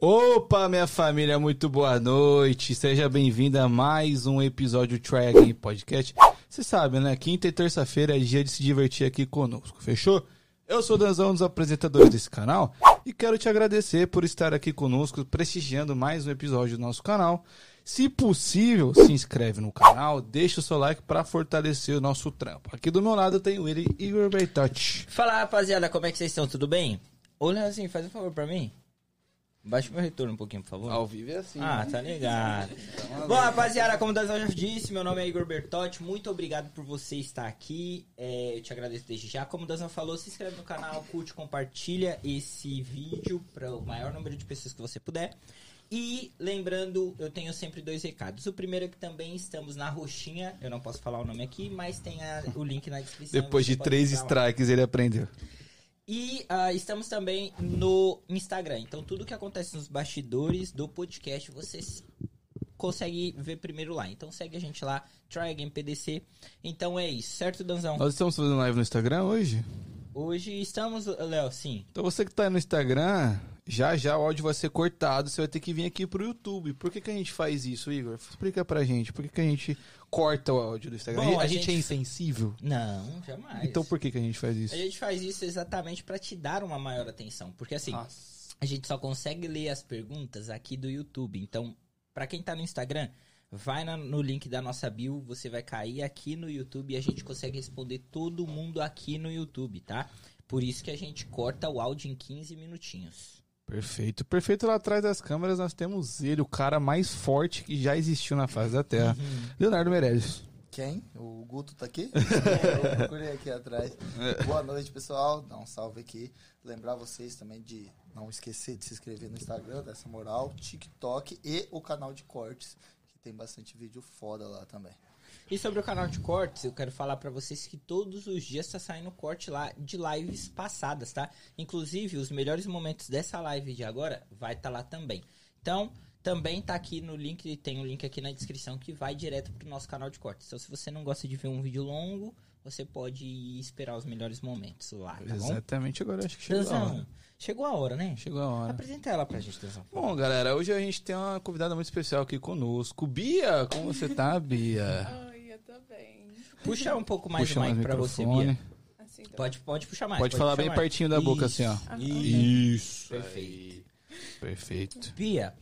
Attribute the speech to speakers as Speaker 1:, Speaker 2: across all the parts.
Speaker 1: Opa, minha família, muito boa noite. Seja bem-vinda a mais um episódio Try Again Podcast. Você sabe, né? Quinta e terça-feira é dia de se divertir aqui conosco, fechou? Eu sou o Danzão, um dos apresentadores desse canal, e quero te agradecer por estar aqui conosco, prestigiando mais um episódio do nosso canal. Se possível, se inscreve no canal, deixa o seu like para fortalecer o nosso trampo. Aqui do meu lado tem o ele, Igor Bertotti.
Speaker 2: Fala rapaziada, como é que vocês estão? Tudo bem? Ô Leozinho, faz um favor pra mim. Baixa meu retorno um pouquinho, por favor.
Speaker 1: vivo é assim.
Speaker 2: Ah, tá ligado. Bom, rapaziada, como o Dazão já disse, meu nome é Igor Bertotti. Muito obrigado por você estar aqui. É, eu te agradeço desde já. Como o Dazão falou, se inscreve no canal, curte, compartilha esse vídeo para o maior número de pessoas que você puder. E lembrando, eu tenho sempre dois recados. O primeiro é que também estamos na roxinha. Eu não posso falar o nome aqui, mas tem a- o link na descrição.
Speaker 1: Depois
Speaker 2: você
Speaker 1: de
Speaker 2: pode
Speaker 1: três
Speaker 2: entrar lá.
Speaker 1: strikes ele aprendeu.
Speaker 2: E ah, estamos também no Instagram. Então, tudo que acontece nos bastidores do podcast, vocês conseguem ver primeiro lá. Então, segue a gente lá, Try Again PDC. Então, é isso, certo, Danzão?
Speaker 1: Nós estamos fazendo live no Instagram hoje?
Speaker 2: Hoje estamos, Léo, sim.
Speaker 1: Então você que tá aí no Instagram, já já o áudio vai ser cortado, você vai ter que vir aqui pro YouTube. Por que, que a gente faz isso, Igor? Explica pra gente. Por que, que a gente corta o áudio do Instagram?
Speaker 2: Bom,
Speaker 1: a,
Speaker 2: a
Speaker 1: gente...
Speaker 2: gente-
Speaker 1: é insensível?
Speaker 2: Não, jamais.
Speaker 1: Então por que, que a gente faz isso?
Speaker 2: A gente faz isso exatamente para te dar uma maior atenção. Porque, assim,
Speaker 1: Ah. Nossa.
Speaker 2: a gente só consegue ler as perguntas aqui do YouTube. Então, pra quem tá no Instagram, vai na- no link da nossa bio, você vai cair aqui no YouTube e a gente consegue responder todo mundo aqui no YouTube, tá? Por isso que a gente corta o áudio em 15 minutinhos.
Speaker 1: Perfeito. Perfeito lá atrás das câmeras nós temos ele, o cara mais forte que já existiu na face da Terra.
Speaker 2: Uhum.
Speaker 1: Leonardo Meirelles.
Speaker 3: Quem? O Guto tá aqui? Eu procurei aqui atrás. Boa noite, pessoal. Dá um salve aqui. Lembrar vocês também de não esquecer de se inscrever no Instagram, dessa moral, TikTok e o canal de cortes, que tem bastante vídeo foda lá também.
Speaker 2: E sobre o canal de cortes, eu quero falar pra vocês que todos os dias tá saindo corte lá de lives passadas, tá? Inclusive, os melhores momentos dessa live de agora vai estar lá também. Então, também tá aqui no link, tem um link aqui na descrição que vai direto pro nosso canal de cortes. Então, se você não gosta de ver um vídeo longo, você pode ir esperar os melhores momentos lá, tá bom?
Speaker 1: Exatamente agora, acho que é, chegou a hora.
Speaker 2: Danzão, chegou a hora, né?
Speaker 1: Chegou a hora.
Speaker 2: Apresenta ela pra gente, Danzão.
Speaker 1: Bom, galera, hoje a gente tem uma convidada muito especial aqui conosco. Bia, como você tá, Bia?
Speaker 4: Oi, eu tô bem.
Speaker 2: Puxa um pouco mais
Speaker 1: Puxa
Speaker 2: o mic
Speaker 1: mais
Speaker 2: pra você,
Speaker 1: microfone.
Speaker 2: Bia.
Speaker 4: Assim, tá
Speaker 2: Pode, pode puxar mais.
Speaker 1: Pode falar
Speaker 2: puxar
Speaker 1: bem
Speaker 2: mais.
Speaker 1: pertinho da boca, assim, ó.
Speaker 2: Isso,
Speaker 4: Ah, tá.
Speaker 1: Isso.
Speaker 2: Perfeito.
Speaker 1: Perfeito.
Speaker 2: Bia,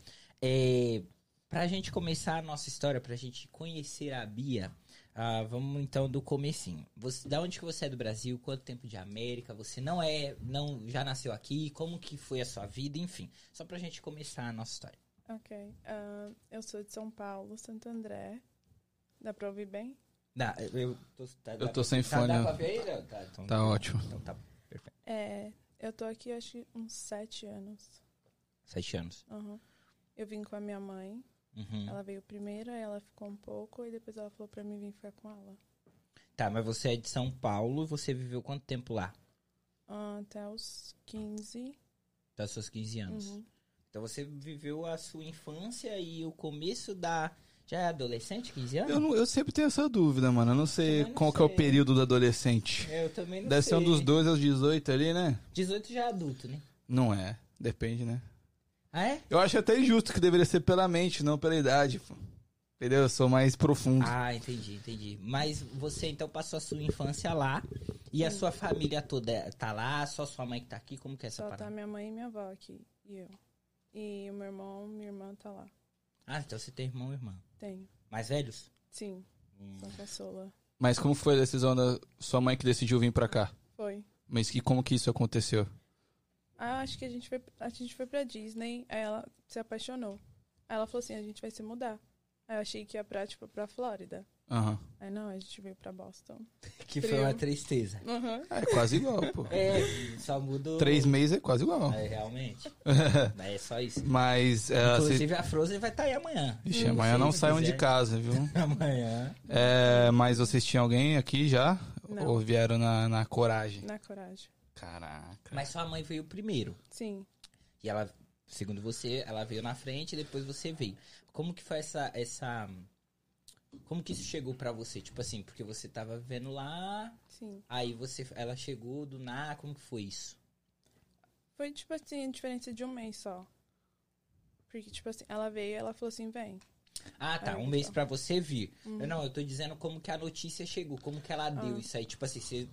Speaker 2: é, pra gente começar a nossa história, pra gente conhecer a Bia, ah, vamos então do comecinho. Você, da onde que você é do Brasil? Quanto tempo de América? Você não é, não já nasceu aqui? Como que foi a sua vida? Enfim, só pra gente começar a nossa história.
Speaker 4: ok. Ah, eu sou de São Paulo, Santo André. Dá pra ouvir bem?
Speaker 2: Dá, eu tô, tá- dá
Speaker 1: Eu
Speaker 2: pra-
Speaker 1: tô sem
Speaker 2: tá,
Speaker 1: fone.
Speaker 2: dá pra
Speaker 1: ó.
Speaker 2: ver aí, Léo? Tá, então,
Speaker 1: Tá ótimo.
Speaker 2: Então tá, perfeito.
Speaker 4: É, eu tô aqui acho que uns sete anos.
Speaker 2: Sete anos.
Speaker 4: Aham. Eu vim com a minha mãe.
Speaker 2: Uhum.
Speaker 4: Ela veio primeiro, aí ela ficou um pouco, e depois ela falou pra mim vir ficar com ela.
Speaker 2: Tá, mas você é de São Paulo, você viveu quanto tempo lá?
Speaker 4: Ah, até os 15.
Speaker 2: Das seus 15 anos.
Speaker 4: Uhum.
Speaker 2: Então você viveu a sua infância e o começo da. Já é adolescente, 15 anos?
Speaker 1: Eu, não- eu sempre tenho essa dúvida, mano. Eu não sei
Speaker 2: Também não
Speaker 1: qual que é o
Speaker 2: sei.
Speaker 1: período do adolescente.
Speaker 2: É, eu também não
Speaker 1: Deve
Speaker 2: sei.
Speaker 1: ser um dos 12 aos 18 ali, né?
Speaker 2: 18 já é adulto, né?
Speaker 1: Não é. Depende, né?
Speaker 2: Ah, é?
Speaker 1: Eu acho até injusto que deveria ser pela mente, não pela idade. pô. Entendeu? Eu sou mais profundo.
Speaker 2: Ah, entendi, entendi. Mas você então passou a sua infância lá e a sua família toda tá lá, só sua mãe que tá aqui, como que é essa
Speaker 4: Só tá
Speaker 2: parada?
Speaker 4: minha mãe e minha avó aqui, e eu. E o meu irmão, minha irmã tá lá.
Speaker 2: Ah, então você tem irmão e irmã.
Speaker 4: Tenho.
Speaker 2: Mais velhos?
Speaker 4: Sim, sou caçola.
Speaker 1: Mas como foi a decisão da sua mãe que decidiu vir pra cá?
Speaker 4: Foi.
Speaker 1: Mas que, como que isso aconteceu?
Speaker 4: Ah, acho que a gente foi, a gente foi pra Disney, aí ela se apaixonou. Aí ela falou assim, a gente vai se mudar. Aí eu achei que ia pra, tipo, pra Flórida.
Speaker 1: Aham.
Speaker 4: Aí não, a gente veio pra Boston.
Speaker 2: Que
Speaker 4: Trio.
Speaker 2: foi uma tristeza.
Speaker 1: Ah, É quase igual, pô.
Speaker 2: É, só mudou.
Speaker 1: Três meses é quase igual.
Speaker 2: É, realmente. é só isso.
Speaker 1: Mas... é, você-
Speaker 2: Inclusive a Frozen vai estar aí amanhã.
Speaker 1: Ixi, amanhã não
Speaker 2: Se
Speaker 1: saiam de
Speaker 2: quiser.
Speaker 1: casa, viu?
Speaker 2: Amanhã.
Speaker 1: É, mas vocês tinham alguém aqui já?
Speaker 4: Não.
Speaker 1: Ou vieram na, na coragem?
Speaker 4: Na coragem.
Speaker 1: Caraca.
Speaker 2: Mas sua mãe veio primeiro.
Speaker 4: Sim.
Speaker 2: E ela, segundo você, ela veio na frente e depois você veio. Como que foi essa essa como que isso chegou pra você? Tipo assim, porque você tava vivendo lá,
Speaker 4: Sim.
Speaker 2: aí você ela chegou do nada, como que foi isso?
Speaker 4: Foi tipo assim, a diferença de um mês só. Porque, tipo assim, ela veio e ela falou assim, vem.
Speaker 2: Ah, tá.
Speaker 4: Ah,
Speaker 2: um
Speaker 4: então.
Speaker 2: mês pra você vir. Eu não, eu tô dizendo como que a notícia chegou, como que ela deu isso aí. Tipo assim, você.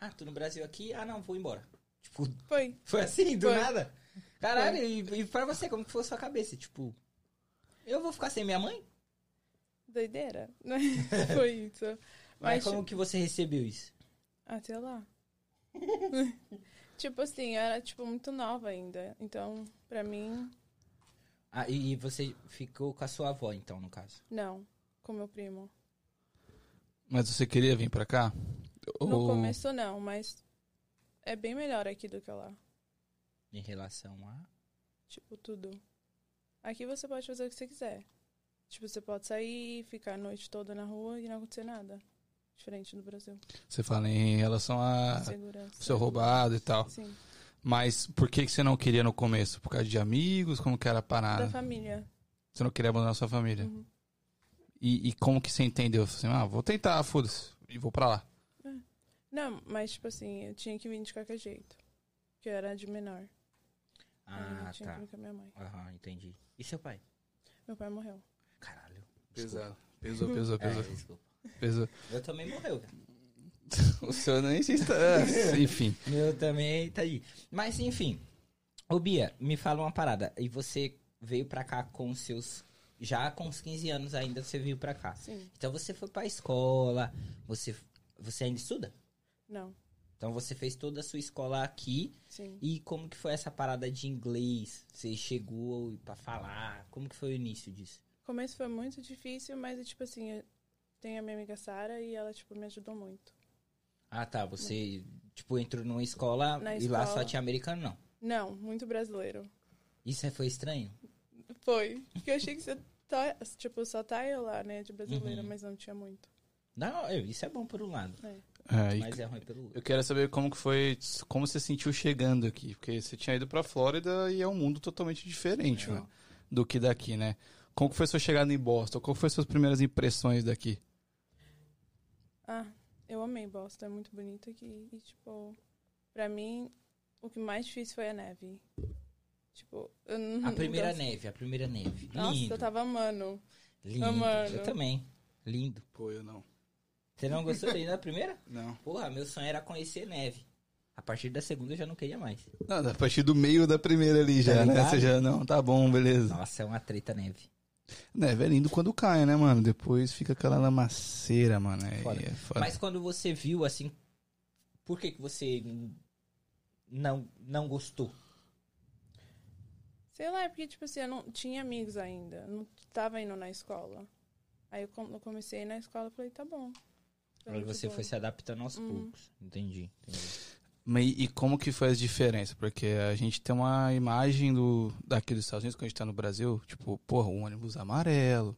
Speaker 2: Ah, tô no Brasil aqui, ah não, vou embora. Tipo,
Speaker 4: Foi.
Speaker 2: foi assim, do
Speaker 4: Foi.
Speaker 2: nada? Caralho, e, e pra você, como que foi a sua cabeça? Tipo, eu vou ficar sem minha mãe?
Speaker 4: Doideira, né? Foi isso.
Speaker 2: Mas
Speaker 4: Mas,
Speaker 2: como que você recebeu isso?
Speaker 4: Ah, sei lá. tipo assim, eu era, tipo, muito nova ainda. Então, pra mim,
Speaker 2: Ah, e, e você ficou com a sua avó, então, no caso.
Speaker 4: não. Com meu primo.
Speaker 1: Mas você queria vir pra cá?
Speaker 4: No
Speaker 1: Ou-
Speaker 4: começo, não, mas é bem melhor aqui do que lá.
Speaker 2: Em relação a.
Speaker 4: Tipo, tudo. Aqui você pode fazer o que você quiser. Tipo, você pode sair, ficar a noite toda na rua e não acontecer nada. Diferente do Brasil.
Speaker 1: Você fala em relação
Speaker 2: Ah,
Speaker 1: a
Speaker 4: Segurança.
Speaker 1: ser roubado e tal.
Speaker 4: Sim.
Speaker 1: Mas por que, que você não queria no começo? Por causa de amigos? Como que era a
Speaker 2: ah,
Speaker 4: Da
Speaker 1: parada?
Speaker 4: família.
Speaker 1: Você não queria abandonar sua família?
Speaker 4: Uhum.
Speaker 1: E, e como que você entendeu? Você Assim, ah, vou tentar, foda-se. E vou pra lá.
Speaker 4: Não, mas, tipo assim, eu tinha que vir de qualquer jeito. Porque eu era de menor. Aí
Speaker 2: Ah,
Speaker 4: eu tinha que
Speaker 2: tá.
Speaker 4: vir com a minha mãe.
Speaker 2: Aham, entendi. E seu pai?
Speaker 4: Meu pai morreu.
Speaker 2: Caralho. desculpa.
Speaker 1: Pesado. Pesou, pesou,
Speaker 2: É,
Speaker 1: pesou.
Speaker 2: desculpa.
Speaker 1: pesou.
Speaker 2: Eu também morreu, cara.
Speaker 1: O seu nem se está... É, Enfim.
Speaker 2: Meu também tá aí. Mas enfim. Ô Bia, me fala uma parada. E você veio pra cá com os seus. Já com os 15 anos ainda você veio pra cá.
Speaker 4: Sim.
Speaker 2: Então você foi pra escola, você, você ainda estuda?
Speaker 4: Não.
Speaker 2: Então você fez toda a sua escola aqui.
Speaker 4: Sim.
Speaker 2: E como que foi essa parada de inglês? Você chegou pra falar? Como que foi o início disso?
Speaker 4: O começo foi muito difícil, mas, tipo assim, eu tenho a minha amiga Sara e ela, tipo, me ajudou muito.
Speaker 2: Ah tá, você tipo entrou numa escola
Speaker 4: Na
Speaker 2: e lá só
Speaker 4: escola.
Speaker 2: tinha americano não.
Speaker 4: Não, muito brasileiro.
Speaker 2: Isso aí foi estranho?
Speaker 4: Foi. Porque eu achei que você tá, tipo, só tá eu lá, né, de brasileira,
Speaker 2: Uhum.
Speaker 4: mas não tinha muito.
Speaker 2: Não, eu- isso é bom por um lado,
Speaker 4: É.
Speaker 1: É, e-
Speaker 2: mas é ruim pelo outro.
Speaker 1: Eu quero saber como que foi, como você sentiu chegando aqui, porque você tinha ido pra Flórida e é um mundo totalmente diferente, né, do que daqui, né? Como que foi sua chegada em Boston? Qual foi suas primeiras impressões daqui?
Speaker 4: Ah, eu amei Boston, é muito bonito aqui. E, tipo, pra mim, o que mais difícil foi a neve. Tipo, eu não.
Speaker 2: A primeira
Speaker 4: gosto-
Speaker 2: neve, a primeira neve.
Speaker 4: Nossa,
Speaker 2: lindo.
Speaker 4: eu tava amando.
Speaker 2: lindo.
Speaker 4: amando.
Speaker 2: Eu também. Lindo.
Speaker 1: Pô, eu não.
Speaker 2: Você não gostou daí da primeira?
Speaker 1: Não.
Speaker 2: Porra, meu sonho era conhecer neve. A partir da segunda eu já não queria mais.
Speaker 1: a partir do meio da primeira ali já, né?
Speaker 2: ligado?
Speaker 1: Você já não, tá bom, beleza.
Speaker 2: Nossa, é uma treta neve.
Speaker 1: Neve é lindo quando cai, né, mano? Depois fica aquela lamaceira, mano. Aí
Speaker 2: Foda.
Speaker 1: É foda.
Speaker 2: Mas quando você viu, assim, por que, que você n- não, não gostou?
Speaker 4: Sei lá, é porque, tipo assim, eu não tinha amigos ainda. Não tava indo na escola. Aí eu com- eu comecei a ir na escola eu falei, tá bom.
Speaker 2: Aí
Speaker 4: muito
Speaker 2: você
Speaker 4: bom.
Speaker 2: foi se adaptando aos
Speaker 4: Uhum.
Speaker 2: poucos. Entendi. entendi.
Speaker 1: Mas E e como que foi as diferenças? Porque a gente tem uma imagem do, daqui dos Estados Unidos, quando a gente tá no Brasil, tipo, porra, um ônibus amarelo.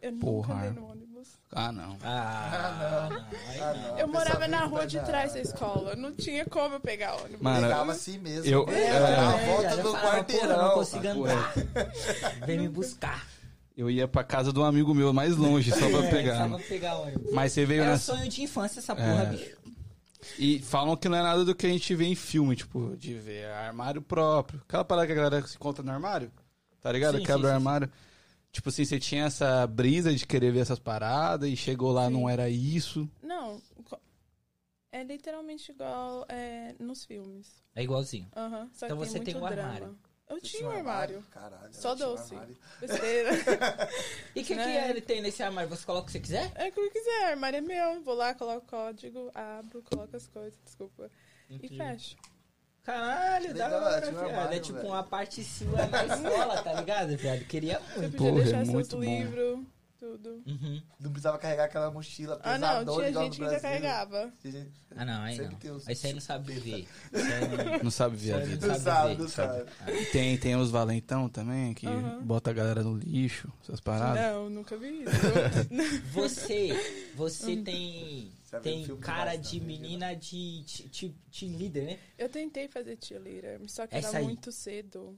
Speaker 4: Eu
Speaker 1: Porra.
Speaker 4: nunca andei no ônibus.
Speaker 1: Ah, não.
Speaker 2: Tá Ah, não. aí
Speaker 3: Ah,
Speaker 2: não.
Speaker 3: não.
Speaker 4: Eu
Speaker 3: Pessoal,
Speaker 4: morava na
Speaker 3: não
Speaker 4: rua
Speaker 3: vai
Speaker 4: de
Speaker 3: dar.
Speaker 4: trás da escola. Não tinha como eu pegar ônibus.
Speaker 1: Mano,
Speaker 3: Pegava assim mesmo.
Speaker 1: eu-
Speaker 3: É,
Speaker 1: eu-
Speaker 3: dava
Speaker 2: É,
Speaker 3: a volta
Speaker 2: já falava,
Speaker 3: do
Speaker 2: "Porra, eu não
Speaker 3: quarteirão. tá
Speaker 2: consigo andar. Vem me buscar.
Speaker 1: Eu ia pra casa de um amigo meu mais longe, só pra
Speaker 2: É,
Speaker 1: pegar.
Speaker 2: Só pra É pegar ônibus.
Speaker 1: Mas você veio
Speaker 2: Era
Speaker 1: nessa.
Speaker 2: sonho de infância essa porra,
Speaker 1: É.
Speaker 2: bicho.
Speaker 1: E falam que não é nada do que a gente vê em filme, tipo, de ver armário próprio. Aquela parada que a galera se encontra no armário, tá ligado?
Speaker 2: Sim,
Speaker 1: Quebra
Speaker 2: sim,
Speaker 1: o
Speaker 2: sim,
Speaker 1: armário. Tipo assim, você tinha essa brisa de querer ver essas paradas e chegou lá,
Speaker 4: Sim.
Speaker 1: não era isso.
Speaker 4: Não. co- É literalmente igual é, nos filmes.
Speaker 2: É igualzinho.
Speaker 4: Aham. Só
Speaker 2: Então
Speaker 4: que
Speaker 2: você
Speaker 4: tem
Speaker 2: tem
Speaker 4: muito
Speaker 2: um
Speaker 4: drama.
Speaker 2: armário.
Speaker 4: Eu tinha um armário.
Speaker 3: Caralho.
Speaker 4: Só
Speaker 3: eu tinha um
Speaker 4: doce.
Speaker 3: armário.
Speaker 4: Besteira.
Speaker 2: E o que, que
Speaker 4: Né?
Speaker 2: ele tem nesse armário? Você coloca o que você quiser?
Speaker 4: é como eu quiser, armário é meu. Vou lá, coloco o código, abro, coloco as coisas, desculpa. E fecho.
Speaker 2: Caralho, da
Speaker 3: Legal,
Speaker 2: hora,
Speaker 3: tinha um
Speaker 2: viado. é
Speaker 3: armário,
Speaker 2: tipo
Speaker 3: velho.
Speaker 2: uma parte sua na escola, tá ligado, viado? Queria
Speaker 4: Eu
Speaker 2: muito.
Speaker 4: podia
Speaker 1: Porra, é
Speaker 4: deixar seus
Speaker 1: muito bom.
Speaker 4: livros, tudo.
Speaker 2: Uhum.
Speaker 3: Não precisava carregar aquela mochila
Speaker 4: Ah,
Speaker 3: pesadona
Speaker 4: não, tinha
Speaker 3: igual
Speaker 4: gente que
Speaker 3: do
Speaker 4: ainda
Speaker 3: Brasil.
Speaker 4: carregava.
Speaker 3: Tinha gente-
Speaker 2: Ah, não, aí
Speaker 3: Sempre
Speaker 2: não.
Speaker 3: tem os-
Speaker 2: Aí você não sabe viver. Isso aí não-
Speaker 1: Não sabe ver a
Speaker 2: Sério?
Speaker 1: vida.
Speaker 3: Não sabe, não
Speaker 2: viver,
Speaker 3: sabe.
Speaker 1: E tem, tem os valentão também, que
Speaker 4: Aham.
Speaker 1: bota a galera no lixo, essas
Speaker 2: É.
Speaker 1: paradas.
Speaker 4: Não, nunca vi isso.
Speaker 2: Você, você tem,
Speaker 3: Você vai ver um
Speaker 2: tem
Speaker 3: filme do
Speaker 2: cara
Speaker 3: Vasco,
Speaker 2: de
Speaker 3: né?
Speaker 2: menina de te- te- team leader, né?
Speaker 4: eu tentei fazer cheerleader, só que
Speaker 2: Essa
Speaker 4: era
Speaker 2: aí.
Speaker 4: muito cedo.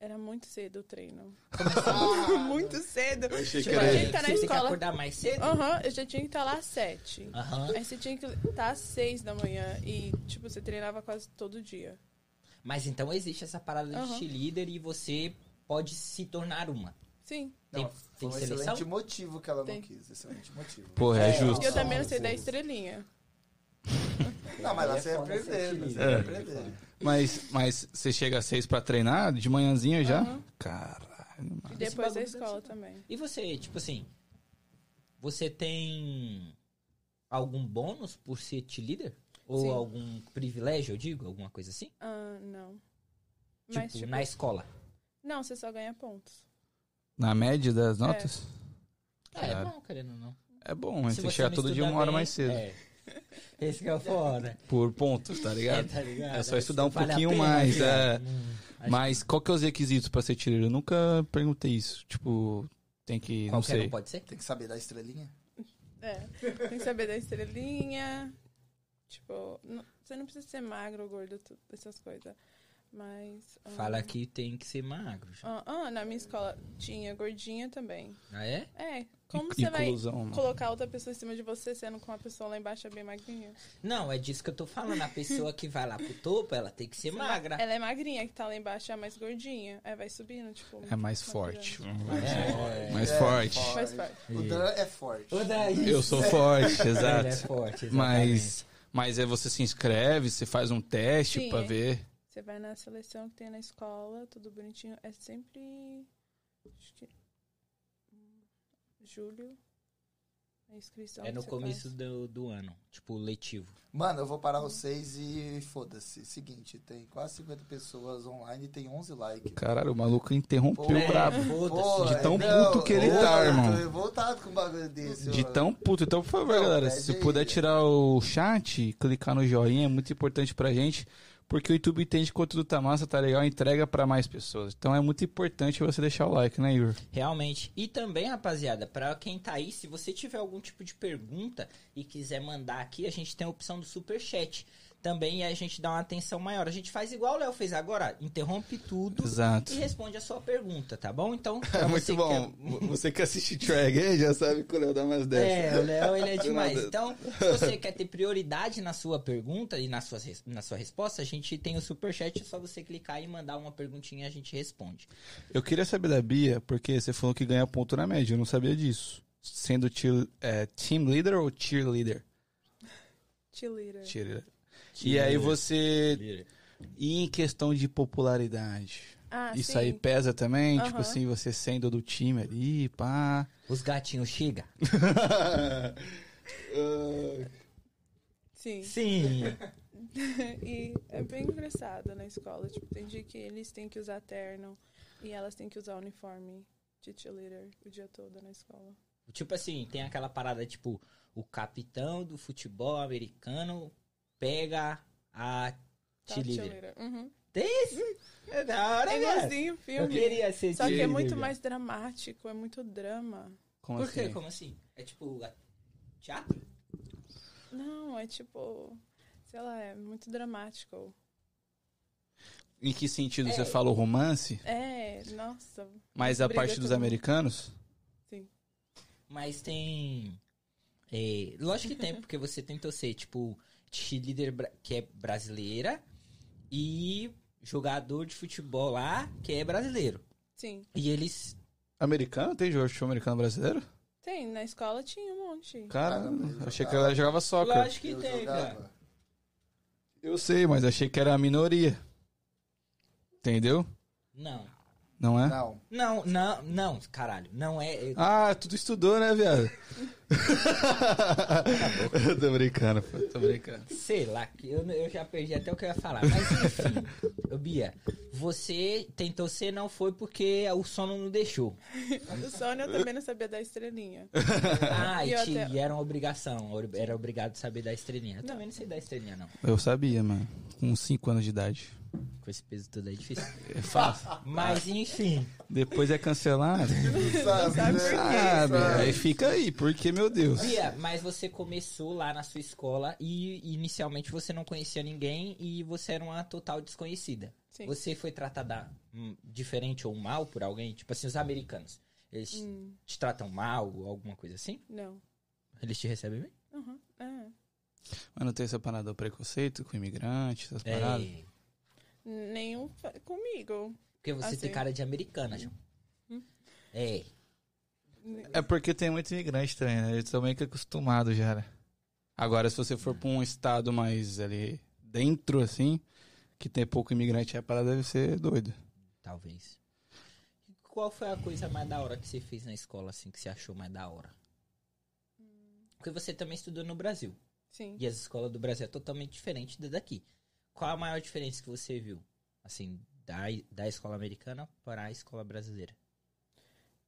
Speaker 4: Era muito cedo o treino. muito cedo. Tipo,
Speaker 1: que
Speaker 4: eu
Speaker 1: era-
Speaker 4: tinha que
Speaker 2: você tem
Speaker 4: estar na
Speaker 2: assim? que
Speaker 4: escola.
Speaker 2: acordar mais cedo?
Speaker 4: Aham, eu já tinha que estar lá às sete.
Speaker 2: Aham.
Speaker 4: Aí você tinha que estar às seis da manhã e, tipo, você treinava quase todo dia.
Speaker 2: Mas então existe essa parada de
Speaker 4: Aham.
Speaker 2: cheerleader e você pode se tornar uma.
Speaker 4: Sim.
Speaker 2: Tem,
Speaker 3: Não,
Speaker 2: tem
Speaker 3: foi um
Speaker 2: seleção?
Speaker 3: excelente motivo que ela não
Speaker 4: Tem.
Speaker 3: quis. Excelente motivo.
Speaker 1: Porra, é
Speaker 2: É,
Speaker 1: justo.
Speaker 4: E eu também não
Speaker 3: Ah,
Speaker 4: sei da
Speaker 3: Jesus.
Speaker 4: estrelinha.
Speaker 3: Não, mas lá
Speaker 2: Aí é
Speaker 3: você ia
Speaker 2: foda,
Speaker 3: aprender.
Speaker 2: você
Speaker 3: né? Você
Speaker 2: utiliza,
Speaker 3: ia
Speaker 2: né?
Speaker 3: aprender.
Speaker 1: Mas, mas você chega às seis pra treinar de manhãzinha já?
Speaker 4: Aham.
Speaker 1: Caralho,
Speaker 4: E
Speaker 1: mano.
Speaker 4: depois da
Speaker 2: bagulho deve
Speaker 4: escola
Speaker 2: ser-
Speaker 4: também.
Speaker 2: E você, tipo assim, você tem algum bônus por ser líder? Ou
Speaker 4: Sim.
Speaker 2: algum privilégio, eu digo? Alguma coisa assim?
Speaker 4: Ah, não.
Speaker 2: Tipo,
Speaker 4: Mas, tipo,
Speaker 2: na escola.
Speaker 4: não, você só ganha pontos.
Speaker 1: Na média das notas?
Speaker 2: É, é
Speaker 1: Caralho.
Speaker 2: bom, querendo ou não.
Speaker 1: É, bom, mas
Speaker 2: Se
Speaker 1: você
Speaker 2: você
Speaker 1: chega
Speaker 2: não
Speaker 1: todo dia
Speaker 2: estudar
Speaker 1: uma hora
Speaker 2: bem,
Speaker 1: mais cedo.
Speaker 2: É. Esse que é o foda.
Speaker 1: Por pontos, tá
Speaker 2: É,
Speaker 1: ligado?
Speaker 2: tá ligado?
Speaker 1: É só
Speaker 2: Aí
Speaker 1: estudar um
Speaker 2: vale a
Speaker 1: pouquinho
Speaker 2: pena,
Speaker 1: mais,
Speaker 2: viado.
Speaker 1: é.
Speaker 2: Hum, acho
Speaker 1: Mas qual que é os requisitos pra ser tireiro? Eu nunca perguntei isso. Tipo, tem que.
Speaker 2: que
Speaker 1: não
Speaker 2: qualquer um
Speaker 1: sei.
Speaker 2: pode ser?
Speaker 3: Tem que saber da estrelinha.
Speaker 4: É. Tem que saber da estrelinha. Tipo, não- você não precisa ser magro ou gordo, tu- essas coisas. Mas. ah,
Speaker 2: Fala que tem que ser magro. já.
Speaker 4: Ah, ah, na minha escola tinha gordinha também.
Speaker 2: Ah, é?
Speaker 4: É. Como
Speaker 1: Inc-
Speaker 4: você vai
Speaker 1: inclusão, mano.
Speaker 4: colocar outra pessoa em cima de você, sendo que uma pessoa lá embaixo é bem magrinha?
Speaker 2: Não, é disso que eu tô falando. A pessoa que vai lá pro topo, ela tem que ser magra.
Speaker 4: Ela é magrinha, que tá lá embaixo é a mais gordinha. Aí vai subindo, tipo.
Speaker 1: É mais
Speaker 4: uma
Speaker 1: forte.
Speaker 2: É.
Speaker 1: Mais
Speaker 3: É,
Speaker 1: forte.
Speaker 4: pirâmide. Mais forte.
Speaker 3: O Dan é forte.
Speaker 2: O daí.
Speaker 1: Eu sou forte,
Speaker 2: Ele é
Speaker 1: exato.
Speaker 2: forte, exatamente.
Speaker 1: Mas, mas é você se inscreve, você faz um teste
Speaker 4: Sim,
Speaker 1: pra
Speaker 4: é.
Speaker 1: ver.
Speaker 4: Você vai na seleção que tem na escola, tudo bonitinho. É sempre. Acho que. hum, Julho. A inscrição.
Speaker 2: É
Speaker 4: que
Speaker 2: no
Speaker 4: Então você
Speaker 2: começo
Speaker 4: faz.
Speaker 2: do, do ano, tipo, letivo.
Speaker 3: Mano, eu vou parar vocês e foda-se. Seguinte, tem quase 50 pessoas online e tem 11 likes.
Speaker 1: Caralho, o maluco interrompeu
Speaker 3: Pô,
Speaker 1: o brabo.
Speaker 3: Pô,
Speaker 2: É, Foda-se.
Speaker 1: de tão
Speaker 3: não,
Speaker 1: puto que ele
Speaker 3: eu
Speaker 1: tá,
Speaker 3: tô
Speaker 1: irmão.
Speaker 3: revoltado com um bagulho desse.
Speaker 1: De
Speaker 3: mano.
Speaker 1: tão puto. Então, por favor,
Speaker 3: Não,
Speaker 1: galera,
Speaker 3: pede
Speaker 1: se
Speaker 3: aí.
Speaker 1: puder tirar o chat, clicar no joinha, é muito importante pra gente. Porque o YouTube entende que o conteúdo tá massa, tá legal, entrega pra mais pessoas. Então é muito importante você deixar o like, né, Igor?
Speaker 2: Realmente. E também, rapaziada, pra quem tá aí, se você tiver algum tipo de pergunta e quiser mandar aqui, a gente tem a opção do superchat. Também e a gente dá uma atenção maior. A gente faz igual o Léo fez agora, interrompe tudo
Speaker 1: Exato.
Speaker 2: e responde a sua pergunta, tá bom? Então, pra
Speaker 1: É
Speaker 2: você
Speaker 1: muito
Speaker 2: que
Speaker 1: bom. Você que assiste Drag aí já sabe que o Léo dá mais
Speaker 2: É,
Speaker 1: dessa.
Speaker 2: o Léo ele é
Speaker 1: Do
Speaker 2: demais.
Speaker 1: nada.
Speaker 2: Então, se você quer ter prioridade na sua pergunta e na sua, na sua resposta, a gente tem o superchat, é só você clicar e mandar uma perguntinha e a gente responde.
Speaker 1: Eu queria saber da Bia, porque você falou que ganha ponto na média, eu não sabia disso. Sendo cheer- é, team leader ou cheerleader?
Speaker 4: Cheerleader.
Speaker 1: Cheerleader. E aí você. E em questão de popularidade?
Speaker 4: Ah,
Speaker 1: Isso
Speaker 4: sim.
Speaker 1: aí pesa também?
Speaker 4: Aham.
Speaker 1: Tipo assim, você sendo do time ali, pá.
Speaker 2: Os gatinhos chega?
Speaker 4: Sim.
Speaker 2: Sim.
Speaker 4: e é bem engraçado na escola. Tipo, tem dia que eles têm que usar terno e elas têm que usar uniforme de cheerleader o dia todo na escola.
Speaker 2: tipo assim, tem aquela parada, tipo, o capitão do futebol americano pega a
Speaker 4: Tá,
Speaker 2: cheerleader.
Speaker 4: cheerleader. Uhum.
Speaker 2: Tem isso? É da hora,
Speaker 4: É
Speaker 2: cara.
Speaker 4: igualzinho o
Speaker 2: Eu
Speaker 4: filme.
Speaker 2: queria ser
Speaker 4: Só que é
Speaker 2: cheerleader.
Speaker 4: muito mais dramático, é muito drama.
Speaker 1: Como
Speaker 2: Por quê?
Speaker 1: assim?
Speaker 2: Como assim? É tipo, a- teatro?
Speaker 4: Não, é tipo. Sei lá, é muito dramático.
Speaker 1: Em que sentido
Speaker 2: É.
Speaker 1: você fala o romance?
Speaker 4: É, nossa.
Speaker 1: Mas a
Speaker 4: Briga
Speaker 1: parte dos
Speaker 4: também.
Speaker 1: americanos?
Speaker 2: Mas tem. é, lógico que tem, porque você tentou ser, tipo, cheerleader bra- que é brasileira e jogador de futebol lá que é brasileiro.
Speaker 4: Sim.
Speaker 2: E eles.
Speaker 1: Americano? Tem jogador de futebol americano brasileiro?
Speaker 4: Tem, na escola tinha um monte.
Speaker 1: Cara,
Speaker 3: Caramba, eu
Speaker 1: achei que
Speaker 3: jogava.
Speaker 1: ela jogava soccer.
Speaker 2: Lógico que
Speaker 3: Eu
Speaker 2: tem,
Speaker 3: jogava.
Speaker 2: cara.
Speaker 1: Eu sei, mas achei que era a minoria. Entendeu?
Speaker 2: Não.
Speaker 1: Não é?
Speaker 3: Não.
Speaker 2: Não, não, não, caralho. Não é. é-
Speaker 1: Ah, tudo estudou, né, viado? eu tô brincando, pô, tô brincando.
Speaker 2: Sei lá, que eu, eu já perdi até o que eu ia falar. Mas enfim, Ô, Bia, você tentou ser, não foi porque o sono não deixou.
Speaker 4: O Sônia eu também não sabia da estrelinha.
Speaker 2: Ah, e,
Speaker 4: E eu
Speaker 2: te-
Speaker 4: até-
Speaker 2: e era uma obrigação. ori- Era obrigado a saber da estrelinha. Eu também não sei da estrelinha, não.
Speaker 1: Eu sabia, mano. Com 5 anos de idade.
Speaker 2: Com esse peso todo é difícil.
Speaker 1: É fácil.
Speaker 2: Mas enfim.
Speaker 1: Depois é cancelado.
Speaker 3: Sabe,
Speaker 4: sabe por
Speaker 1: Sabe? é Aí fica aí, porque, meu Deus.
Speaker 2: Bia, mas você começou lá na sua escola e inicialmente você não conhecia ninguém e você era uma total desconhecida.
Speaker 4: Sim.
Speaker 2: Você foi tratada hum, diferente ou mal por alguém? Tipo assim, os americanos. Eles
Speaker 4: Hum,
Speaker 2: te tratam mal ou alguma coisa assim?
Speaker 4: não.
Speaker 2: Eles te recebem bem?
Speaker 4: Uhum, é.
Speaker 1: Mas não tem essa É. parada do preconceito com imigrante, essas paradas.
Speaker 2: É.
Speaker 4: Nenhum fa- comigo.
Speaker 2: Porque você
Speaker 4: Ah,
Speaker 2: tem
Speaker 4: sim. Hum.
Speaker 2: cara de americana, João. É.
Speaker 1: É porque tem muito imigrante também, né? Eles estão meio que acostumados já, né? Agora, se você for pra um estado mais ali dentro, assim, que tem pouco imigrante, a parada deve ser doido.
Speaker 2: Talvez. Qual foi a coisa mais da hora que você fez na escola, assim, que você achou mais da hora? Porque você também estudou no Brasil.
Speaker 4: Sim.
Speaker 2: E as escolas do Brasil é totalmente diferente da daqui. Qual a maior diferença que você viu, assim, da, da escola americana para a escola brasileira?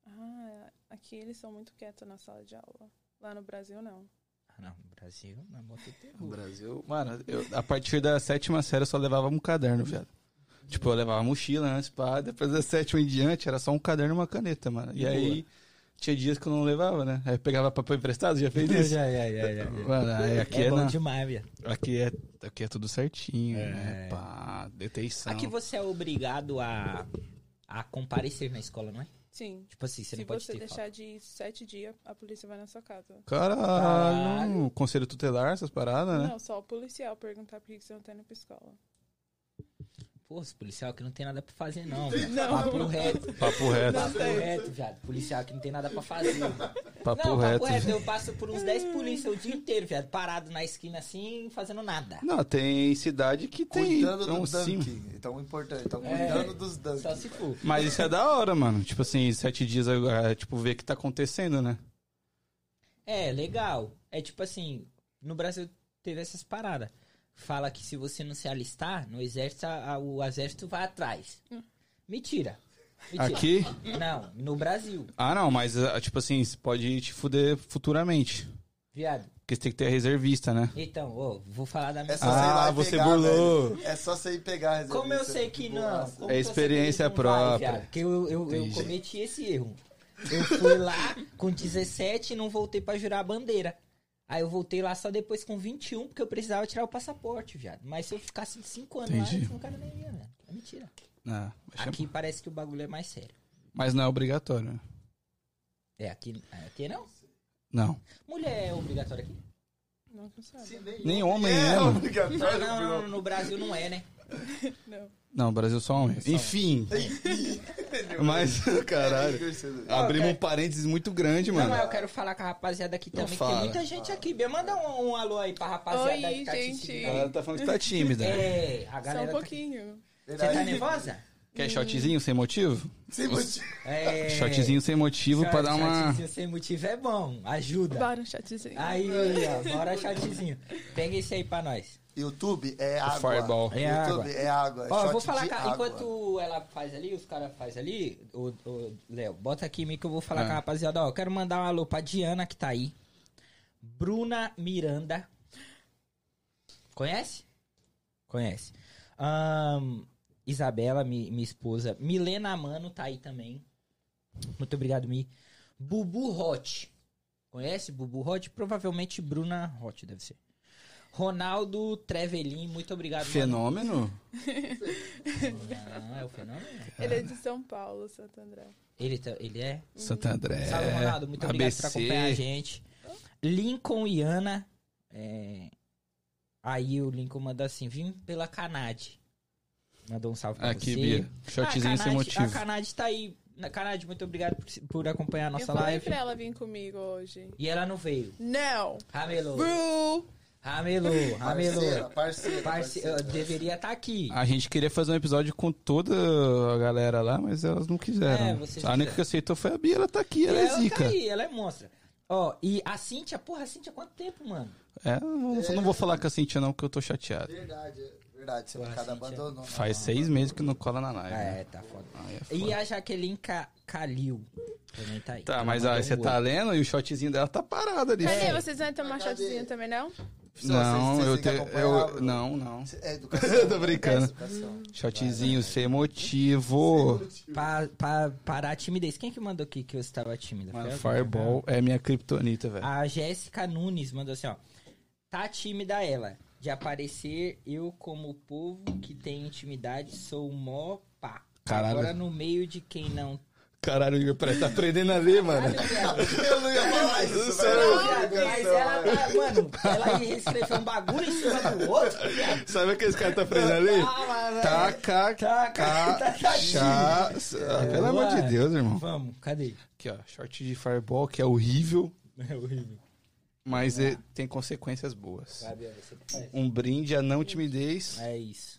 Speaker 4: Ah, aqui eles são muito quietos na sala de aula. Lá no Brasil, não.
Speaker 2: Ah, não. no Brasil, na moto tem
Speaker 1: No Brasil, mano, eu, a partir da sétima série eu só levava um caderno, viado. Tipo, eu levava mochila antes, pá, depois da sétima em diante era só um caderno e uma caneta, mano. E
Speaker 2: Boa.
Speaker 1: aí tinha dias que eu não levava, né? Aí eu pegava papel emprestado, já fez isso?
Speaker 2: já, já, já, já.
Speaker 1: Mano, aí aqui
Speaker 2: é,
Speaker 1: é,
Speaker 2: bom
Speaker 1: na-
Speaker 2: demais, viu?
Speaker 1: aqui é aqui é tudo certinho,
Speaker 2: É.
Speaker 1: né? Pá, detenção.
Speaker 2: Aqui você é obrigado a, a comparecer na escola, não é?
Speaker 4: Sim.
Speaker 2: Tipo assim, você
Speaker 4: Se
Speaker 2: não pode
Speaker 4: você
Speaker 2: ter
Speaker 4: deixar de ir sete dias, a polícia vai na sua casa.
Speaker 1: Caralho,
Speaker 2: Caralho.
Speaker 1: conselho tutelar, essas
Speaker 2: Ah,
Speaker 1: paradas, né?
Speaker 4: Não, só o policial perguntar por que que você não tá indo pra escola.
Speaker 2: Pô, esse policial aqui não tem nada pra fazer, não, velho.
Speaker 4: Não.
Speaker 2: Papo reto.
Speaker 1: Papo reto,
Speaker 2: Papo
Speaker 4: tem.
Speaker 2: reto, viado. Policial aqui não tem nada pra fazer. mano.
Speaker 1: papo
Speaker 2: não,
Speaker 1: reto.
Speaker 2: papo reto. Eu passo por uns 10 polícias o dia inteiro, viado. Parado na esquina assim, fazendo nada.
Speaker 1: Não, tem cidade que tem
Speaker 3: Cuidando
Speaker 1: um
Speaker 3: do
Speaker 1: sim.
Speaker 3: Dunking. Então, importante. Então,
Speaker 2: É.
Speaker 3: cuidando dos
Speaker 2: Só
Speaker 3: Dunking.
Speaker 2: se for.
Speaker 1: Mas isso é da hora, mano. Tipo assim, sete dias, é, tipo, ver o que tá acontecendo, né?
Speaker 2: É, legal. É tipo assim, no Brasil teve essas paradas. Fala que se você não se alistar, no exército, a- a- o exército vai atrás. Mentira. Mentira.
Speaker 1: Aqui?
Speaker 2: Não, no Brasil,
Speaker 1: Ah, não, mas, ah, tipo assim, isso pode te fuder futuramente.
Speaker 2: viado.
Speaker 1: Porque você tem que ter reservista, né?
Speaker 2: Então, ô, vou falar da minha.
Speaker 3: É só você ir lá
Speaker 1: Ah,
Speaker 3: e
Speaker 1: você
Speaker 3: pegar,
Speaker 1: burlou.
Speaker 3: velho. É só você ir pegar. reservista.
Speaker 2: Como eu sei que não?
Speaker 3: Nossa.
Speaker 2: Como
Speaker 1: É
Speaker 2: que eu sei que
Speaker 1: experiência
Speaker 2: não vai,
Speaker 1: própria.
Speaker 2: viado? Porque eu, eu, eu
Speaker 1: Entendi.
Speaker 2: cometi esse erro. Eu fui lá com 17 e não voltei pra jurar a bandeira. Aí eu voltei lá só depois com 21, porque eu precisava tirar o passaporte, viado. Mas se eu ficasse 5 anos lá,
Speaker 1: Entendi.
Speaker 2: eu não cara nem ia, velho. É mentira.
Speaker 1: Ah, mas,
Speaker 2: Aqui parece que o bagulho é mais sério.
Speaker 1: mas não é obrigatório. né?
Speaker 2: É, aqui, aqui não.
Speaker 1: Não.
Speaker 2: Mulher é obrigatória aqui?
Speaker 4: Não, não sabe.
Speaker 3: Se nem,
Speaker 1: Nem homem é,
Speaker 3: é
Speaker 1: mano.
Speaker 3: obrigatório.
Speaker 2: Não, não, não, no Brasil não é, né?
Speaker 4: Não.
Speaker 1: Não, Brasil é só homem. Enfim. Mas, caralho.
Speaker 2: tá
Speaker 1: Abrimos um parênteses muito grande,
Speaker 2: Não, é
Speaker 1: mano.
Speaker 2: mas eu quero falar com a rapaziada aqui também, que
Speaker 1: fala.
Speaker 2: tem muita gente aqui. Bia, manda um, um alô aí pra rapaziada
Speaker 4: Oi,
Speaker 2: que tá te
Speaker 4: gente.
Speaker 1: A
Speaker 2: seguindo.
Speaker 1: galera tá falando que tá tímida.
Speaker 2: É, a
Speaker 4: Só
Speaker 2: galera.
Speaker 4: um
Speaker 2: tá-
Speaker 4: pouquinho.
Speaker 2: Você
Speaker 3: um
Speaker 2: tá nervosa?
Speaker 1: Quer shotzinho sem motivo?
Speaker 3: Sem motivo.
Speaker 2: É.
Speaker 1: um Shotzinho sem motivo pra dar uma.
Speaker 2: Shotzinho sem motivo é bom, ajuda.
Speaker 4: Bora um chatzinho.
Speaker 2: Aí, ó, bora shotzinho. Pega esse aí pra nós.
Speaker 3: YouTube é água.
Speaker 1: Fireball.
Speaker 2: É
Speaker 3: YouTube
Speaker 2: água.
Speaker 3: é água.
Speaker 2: Ó, eu vou
Speaker 3: shot
Speaker 2: falar,
Speaker 3: de
Speaker 2: com a-
Speaker 3: água.
Speaker 2: enquanto ela faz ali, os caras faz ali, ô, ô, Léo, bota aqui em mim que eu vou falar
Speaker 1: Ah.
Speaker 2: com a rapaziada. Ó, eu quero mandar um alô pra Diana que tá aí. Bruna Miranda. Conhece? Conhece. Ahn, Isabela, mi- minha esposa. Milena Mano tá aí também. Muito obrigado, Mi. Bubu Hot. Conhece Bubu Hot? Provavelmente Bruna Hot deve ser. Ronaldo Trevelin, muito obrigado. mano.
Speaker 1: Fenômeno?
Speaker 2: Hum. Não,
Speaker 1: Ah,
Speaker 2: é o fenômeno.
Speaker 4: Ele é de São Paulo, Santo André.
Speaker 2: Ele, tá- ele é.
Speaker 1: Santo André.
Speaker 2: Salve, Ronaldo. Muito obrigado por
Speaker 1: ABC.
Speaker 2: acompanhar a gente. Lincoln e Ana. é, Aí o Lincoln manda assim: vim pela Canade. Mandou um salve pra
Speaker 1: Aqui,
Speaker 2: você.
Speaker 1: Bia. Shotzinho
Speaker 2: Ah,
Speaker 1: sem
Speaker 2: Canade- A
Speaker 1: motivo.
Speaker 2: Canade tá aí. Na- Canade, muito obrigado por, se- por acompanhar a
Speaker 4: eu
Speaker 2: nossa
Speaker 4: falei
Speaker 2: live.
Speaker 4: pra ela vir comigo hoje.
Speaker 2: E ela não veio.
Speaker 4: Não!
Speaker 2: Ramelou.
Speaker 4: Bru!
Speaker 2: Ramelou.
Speaker 3: Parceira,
Speaker 2: Ramelou.
Speaker 3: parceira,
Speaker 2: Parce...
Speaker 3: parceira.
Speaker 2: Eu deveria estar aqui.
Speaker 1: A gente queria fazer um episódio com toda a galera lá, mas elas não quiseram.
Speaker 2: É, vocês
Speaker 1: a única
Speaker 2: quiseram.
Speaker 1: que aceitou foi a Bia, ela tá aqui,
Speaker 2: E
Speaker 1: ela
Speaker 2: ela
Speaker 1: é zica.
Speaker 2: tá aí, ela é monstra. Ó, e a Cintia, porra, a Cintia, quanto tempo, mano?
Speaker 1: É, eu não, eu não vou falar com a Cintia não, porque eu tô chateado.
Speaker 3: Verdade, é verdade. Você
Speaker 2: Boa,
Speaker 3: cada
Speaker 2: Cintia.
Speaker 3: abandonou. né?
Speaker 1: Faz seis meses que não cola na live. né?
Speaker 2: É, tá foda.
Speaker 1: Aí é
Speaker 2: E
Speaker 1: foda.
Speaker 2: a Jaqueline Ca- Calil também tá aí.
Speaker 1: Tá,
Speaker 2: Ela
Speaker 1: mas ó,
Speaker 2: mandou
Speaker 1: você
Speaker 2: um
Speaker 1: tá
Speaker 2: oi.
Speaker 1: lendo e o shotzinho dela tá parado ali.
Speaker 4: Cadê?
Speaker 1: filho.
Speaker 4: Vocês vão tomar
Speaker 3: Cadê?
Speaker 4: shotzinho também, não?
Speaker 1: Não,
Speaker 3: Vocês- vocês
Speaker 1: eu,
Speaker 3: têm que
Speaker 1: te-
Speaker 3: acompanhar,
Speaker 1: eu
Speaker 3: Bruno.
Speaker 1: não, não.
Speaker 3: É educação.
Speaker 1: Tô brincando.
Speaker 3: É educação.
Speaker 1: Shotzinho sem motivo.
Speaker 2: Pra, pra parar a timidez. Quem que mandou aqui que eu estava tímida? Foi
Speaker 1: Mano,
Speaker 2: alguém?
Speaker 1: Fireball é minha kriptonita, velho.
Speaker 2: A Jéssica Nunes mandou assim, ó. Tá tímida ela. De aparecer, eu como povo que tem intimidade, sou mó pá.
Speaker 1: Caralho.
Speaker 2: Agora no meio de quem não
Speaker 1: Caralho, parece tá aprendendo a ler, mano.
Speaker 3: Eu não ia falar isso,
Speaker 1: Sério?
Speaker 3: velho.
Speaker 2: Viado, mas ela tá, mano, ela ia escrever um bagulho em cima do outro. viado.
Speaker 1: Sabe aqueles caras que tá aprendendo a ler?
Speaker 2: Calma, velho.
Speaker 1: Taca,
Speaker 2: Taca,
Speaker 1: taca,
Speaker 2: taca,
Speaker 1: chá. Ah, Pelo amor de Deus, irmão.
Speaker 2: Vamos, cadê?
Speaker 1: Aqui, ó, short de fireball que é horrível,
Speaker 2: É horrível.
Speaker 1: mas é- tem consequências boas.
Speaker 2: Gabriel, você que faz.
Speaker 1: Um brinde à não timidez.
Speaker 2: É isso.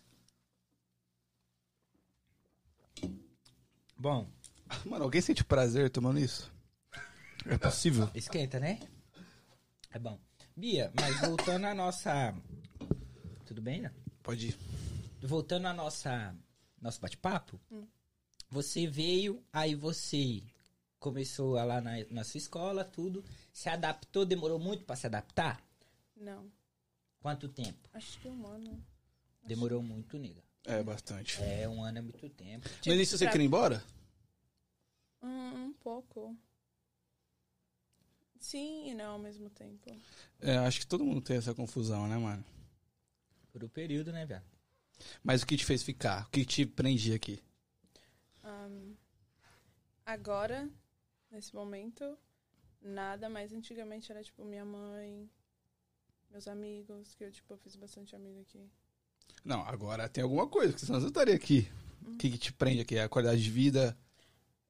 Speaker 2: Bom,
Speaker 1: Mano, alguém sente prazer tomando isso? É possível?
Speaker 2: esquenta, né? É bom. Bia, mas voltando à nossa. Tudo bem, né?
Speaker 1: Pode ir.
Speaker 2: voltando à nossa nosso bate-papo, você veio, aí você começou a lá na, na sua escola, tudo, se adaptou, demorou muito pra se adaptar?
Speaker 4: Não.
Speaker 2: Quanto tempo?
Speaker 4: Acho que um ano.
Speaker 2: Demorou muito, nega.
Speaker 1: É, bastante.
Speaker 2: É, um ano é muito tempo.
Speaker 1: No início você
Speaker 4: pra-
Speaker 1: queria ir embora?
Speaker 4: Um, um pouco. Sim e não ao mesmo tempo.
Speaker 1: É, acho que todo mundo tem essa confusão, né, mano?
Speaker 2: Por um período, né, velho?
Speaker 1: Mas o que te fez ficar? O que te prendia aqui?
Speaker 4: Ahn, agora, nesse momento, nada, mas antigamente era tipo minha mãe, meus amigos, que eu tipo fiz bastante amigo aqui.
Speaker 1: Não, agora tem alguma coisa, porque senão você não estaria aqui. O que, que te prende aqui? A qualidade de vida?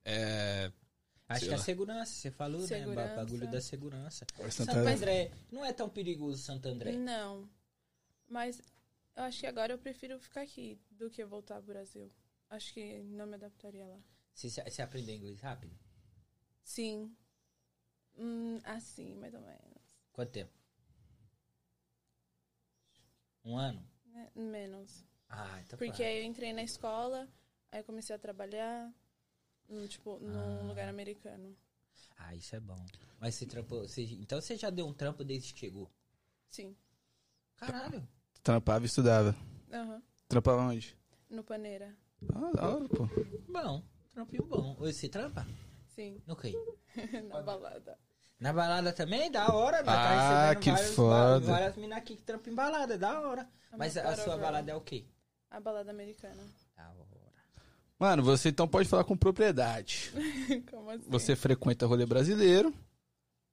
Speaker 1: É.
Speaker 2: Acho
Speaker 1: Sei
Speaker 2: que a
Speaker 1: lá.
Speaker 2: segurança, você falou, né?
Speaker 4: Segurança.
Speaker 2: ba- bagulho da segurança.
Speaker 1: Santa-
Speaker 2: Santo André, não é tão perigoso Santo André.
Speaker 4: Não. Mas eu acho que agora eu prefiro ficar aqui do que voltar ao Brasil. Acho que não me adaptaria lá.
Speaker 2: Você, se- você aprendeu inglês rápido?
Speaker 4: Sim. Hum, assim, mais ou menos.
Speaker 2: Quanto tempo? Um ano?
Speaker 4: né? Menos.
Speaker 2: Ah, então
Speaker 4: Porque
Speaker 2: claro.
Speaker 4: aí eu entrei na escola, aí eu comecei a trabalhar, no, tipo, num
Speaker 2: Ah.
Speaker 4: lugar americano.
Speaker 2: Ah, isso é bom. Mas você trampou. você- então você já deu um trampo desde que chegou.
Speaker 4: Sim.
Speaker 2: Caralho.
Speaker 1: Trampava e estudava.
Speaker 4: Aham.
Speaker 1: Trampava onde?
Speaker 4: No Paneira.
Speaker 1: Ah, da hora, pô.
Speaker 2: Bom. Trampinho bom. Hoje você trampa?
Speaker 4: Sim,
Speaker 2: No quê?
Speaker 4: na balada.
Speaker 2: Na balada também? Da hora, vai
Speaker 1: Ah, que
Speaker 2: vários-
Speaker 1: foda.
Speaker 2: Várias minas aqui que trampam em balada, da hora.
Speaker 4: A
Speaker 2: Mas
Speaker 4: minha
Speaker 2: a
Speaker 4: parou
Speaker 2: sua
Speaker 4: agora.
Speaker 2: balada é o quê?
Speaker 4: A balada americana.
Speaker 2: Da hora.
Speaker 1: Mano, você então pode falar com propriedade.
Speaker 4: Como assim?
Speaker 1: Você frequenta rolê brasileiro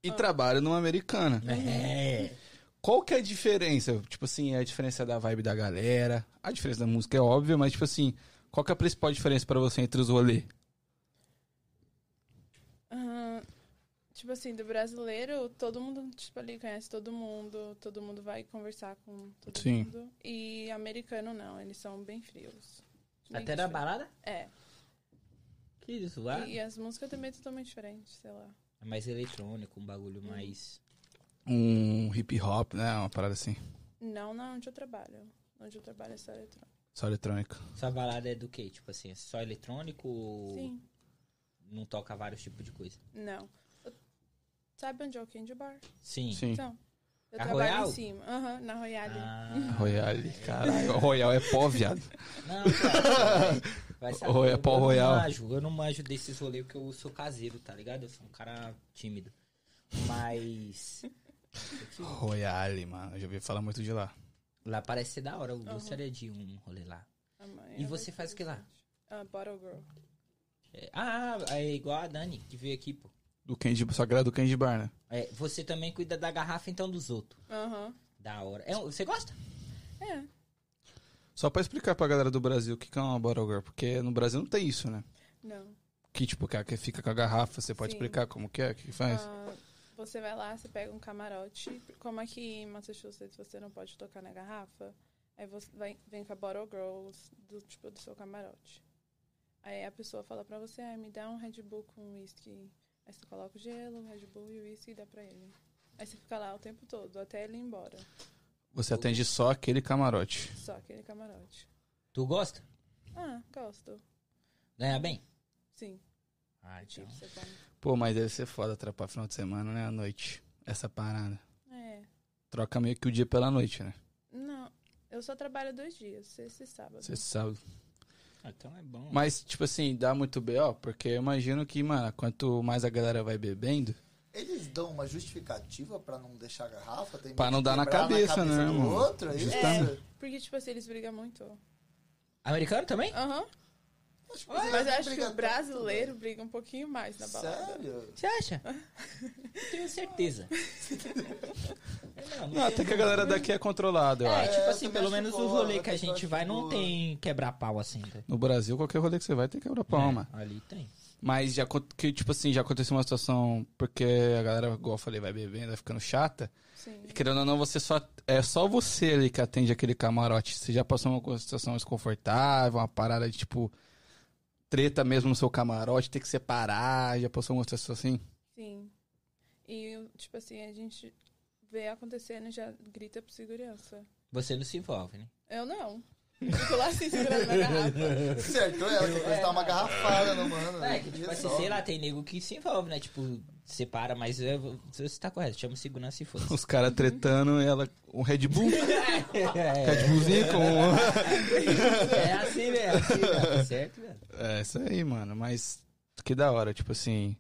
Speaker 1: e trabalha numa americana.
Speaker 2: É.
Speaker 1: Qual que é a diferença? Tipo assim, a diferença da vibe da galera. A diferença da música é óbvia, mas tipo assim, qual que é a principal diferença pra você entre os rolê?
Speaker 4: Aham. tipo assim, do brasileiro, todo mundo, tipo, ali conhece todo mundo, todo mundo vai conversar com todo
Speaker 1: Sim.
Speaker 4: mundo. E americano não, eles são bem frios. Bem
Speaker 2: Até na né?
Speaker 4: diferente.
Speaker 2: balada?
Speaker 4: É.
Speaker 2: Que isso, vai.
Speaker 4: E as músicas também é totalmente diferente, sei lá.
Speaker 2: É mais eletrônico, um bagulho mais.
Speaker 1: Um hip hop, né? Uma parada assim.
Speaker 4: Não na onde eu trabalho. Onde eu trabalho é só eletrônico.
Speaker 1: Só eletrônica.
Speaker 2: Sua balada é do quê? Tipo assim, é só eletrônico ou
Speaker 4: Sim.
Speaker 2: não toca vários tipos de coisa?
Speaker 4: Não. Eu- Sabe onde é o Candy Bar?
Speaker 2: Sim.
Speaker 1: Sim.
Speaker 4: Então, eu
Speaker 2: A
Speaker 4: trabalho
Speaker 2: Royal?
Speaker 4: em cima. Aham, na Royale.
Speaker 2: Ah,
Speaker 1: Royale, caralho. Royal é pó, viado.
Speaker 2: Não, cara. Vai saber.
Speaker 1: Roya-
Speaker 2: eu,
Speaker 1: Paul
Speaker 2: eu
Speaker 1: Royal.
Speaker 2: não manjo, eu não manjo desses rolês porque eu sou caseiro, tá ligado? Eu sou um cara tímido. Mas.
Speaker 1: Royale, mano. Eu já ouvi falar muito de lá.
Speaker 2: Lá parece ser da hora. Eu gostaria de um rolê lá.
Speaker 4: Amanhã
Speaker 2: E
Speaker 4: eu
Speaker 2: você
Speaker 4: vou
Speaker 2: faz o que lá?
Speaker 4: Ah, Bottle Girl.
Speaker 2: É, ah, é igual a Dani, que veio aqui, pô.
Speaker 1: Do Candy, só que era do Candy Bar, né?
Speaker 2: É, você também cuida da garrafa, então, dos outros.
Speaker 4: Aham.
Speaker 2: Da hora. É, você gosta?
Speaker 4: É.
Speaker 1: Só pra explicar pra galera do Brasil o que que é uma Bottle Girl, porque no Brasil não tem isso, né?
Speaker 4: Não.
Speaker 1: Que tipo, que a que fica com a garrafa, você pode
Speaker 4: Sim.
Speaker 1: explicar como que é, o que que faz?
Speaker 4: Ah, você vai lá, você pega um camarote. Como aqui em Massachusetts você não pode tocar na garrafa, aí você vai, vem com a Bottle Girls do tipo do seu camarote. Aí a pessoa fala pra você, ah, me dá um Red Bull com whisky. Aí você coloca o gelo, o Red Bull e o whisky e dá pra ele. Aí você fica lá o tempo todo, até ele ir embora.
Speaker 1: Você atende só aquele camarote.
Speaker 4: Só aquele camarote.
Speaker 2: Tu gosta?
Speaker 4: Ah, gosto.
Speaker 2: Ganha bem?
Speaker 4: Sim.
Speaker 2: Ah,
Speaker 4: Tipo, você come.
Speaker 1: Pô, mas deve ser foda atrapar final de semana, né? À noite. Essa parada.
Speaker 4: É.
Speaker 1: Troca meio que o dia pela noite, né?
Speaker 4: Não, eu só trabalho dois dias, sexta e sábado.
Speaker 1: Você sabe.
Speaker 2: Ah, então é bom.
Speaker 1: Mas, tipo assim, dá muito B.O., porque eu imagino que, mano, quanto mais a galera vai bebendo,
Speaker 3: Eles dão uma justificativa pra não deixar a garrafa? Tem
Speaker 1: Pra
Speaker 3: medo
Speaker 1: não
Speaker 3: de
Speaker 1: dar na
Speaker 3: quebrar
Speaker 1: cabeça, né,
Speaker 3: do
Speaker 1: mano?
Speaker 3: outro, é isso?
Speaker 1: Justamente.
Speaker 4: Porque, tipo assim, eles brigam muito.
Speaker 2: Americano também?
Speaker 4: Aham. Mas eu acho que
Speaker 3: né?
Speaker 4: o brasileiro briga um pouquinho mais na balada.
Speaker 3: Sério?
Speaker 2: Você acha? Eu tenho certeza. não,
Speaker 1: Não, até que a galera daqui é controlada, eu
Speaker 2: É,
Speaker 1: acho.
Speaker 2: tipo
Speaker 3: eu
Speaker 2: assim,
Speaker 3: também
Speaker 2: pelo
Speaker 3: acho
Speaker 2: menos
Speaker 3: de
Speaker 2: o
Speaker 3: boa,
Speaker 2: rolê
Speaker 3: eu
Speaker 2: que a
Speaker 3: também
Speaker 2: gente
Speaker 3: acho
Speaker 2: vai
Speaker 3: de
Speaker 2: não
Speaker 3: boa.
Speaker 2: tem quebra-pau assim. tá?
Speaker 1: No Brasil, qualquer rolê que você vai tem quebra-pau, mano.
Speaker 2: É, ali tem.
Speaker 1: Mas já acon- que, tipo assim, já aconteceu uma situação, porque a galera, igual eu falei, vai bebendo, vai ficando chata.
Speaker 4: Sim.
Speaker 1: E querendo ou não, você só. É só você ali que atende aquele camarote. Você já passou uma situação desconfortável, uma parada de tipo. Treta mesmo no seu camarote, ter que separar, já passou uma situação assim.
Speaker 4: Sim. E, tipo assim, a gente vê acontecendo e já grita pro segurança.
Speaker 2: Você não se envolve, né?
Speaker 4: Eu não. Fico lá assim, segurando na garrafa.
Speaker 3: Certo, ela tem que dar uma garrafada no mano.
Speaker 2: É,
Speaker 3: né?
Speaker 2: que tipo
Speaker 3: Isso,
Speaker 2: assim,
Speaker 3: ó.
Speaker 2: sei lá, tem nego que se envolve, né? Tipo, separa, mas é, você tá correto, chama o segurança e foda
Speaker 1: Os caras tretando, ela. Um Red Bull,
Speaker 2: é,
Speaker 1: Red Bullzinho com. um-
Speaker 2: é assim mesmo, é assim, mesmo, tá certo, velho?
Speaker 1: É, isso aí, mano. Mas que da hora, tipo assim.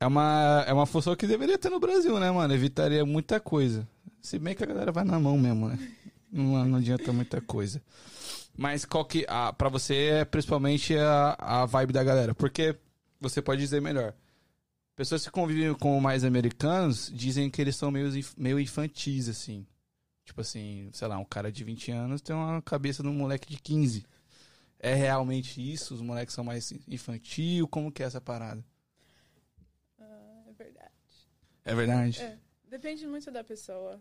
Speaker 1: É uma, é uma função que deveria ter no Brasil, né, mano? Evitaria muita coisa. Se bem que a galera vai na mão mesmo, né? Não, não adianta muita coisa. Mas qual que. A, pra você é principalmente a, a vibe da galera. Porque você pode dizer melhor. Pessoas que convivem com mais americanos dizem que eles são meio, inf- meio infantis, assim. Tipo assim, sei lá, um cara de 20 anos tem uma cabeça de um moleque de 15. É realmente isso? Os moleques são mais infantil? Como que é essa parada?
Speaker 4: Ah, é verdade.
Speaker 1: É verdade?
Speaker 4: É. Depende muito da pessoa.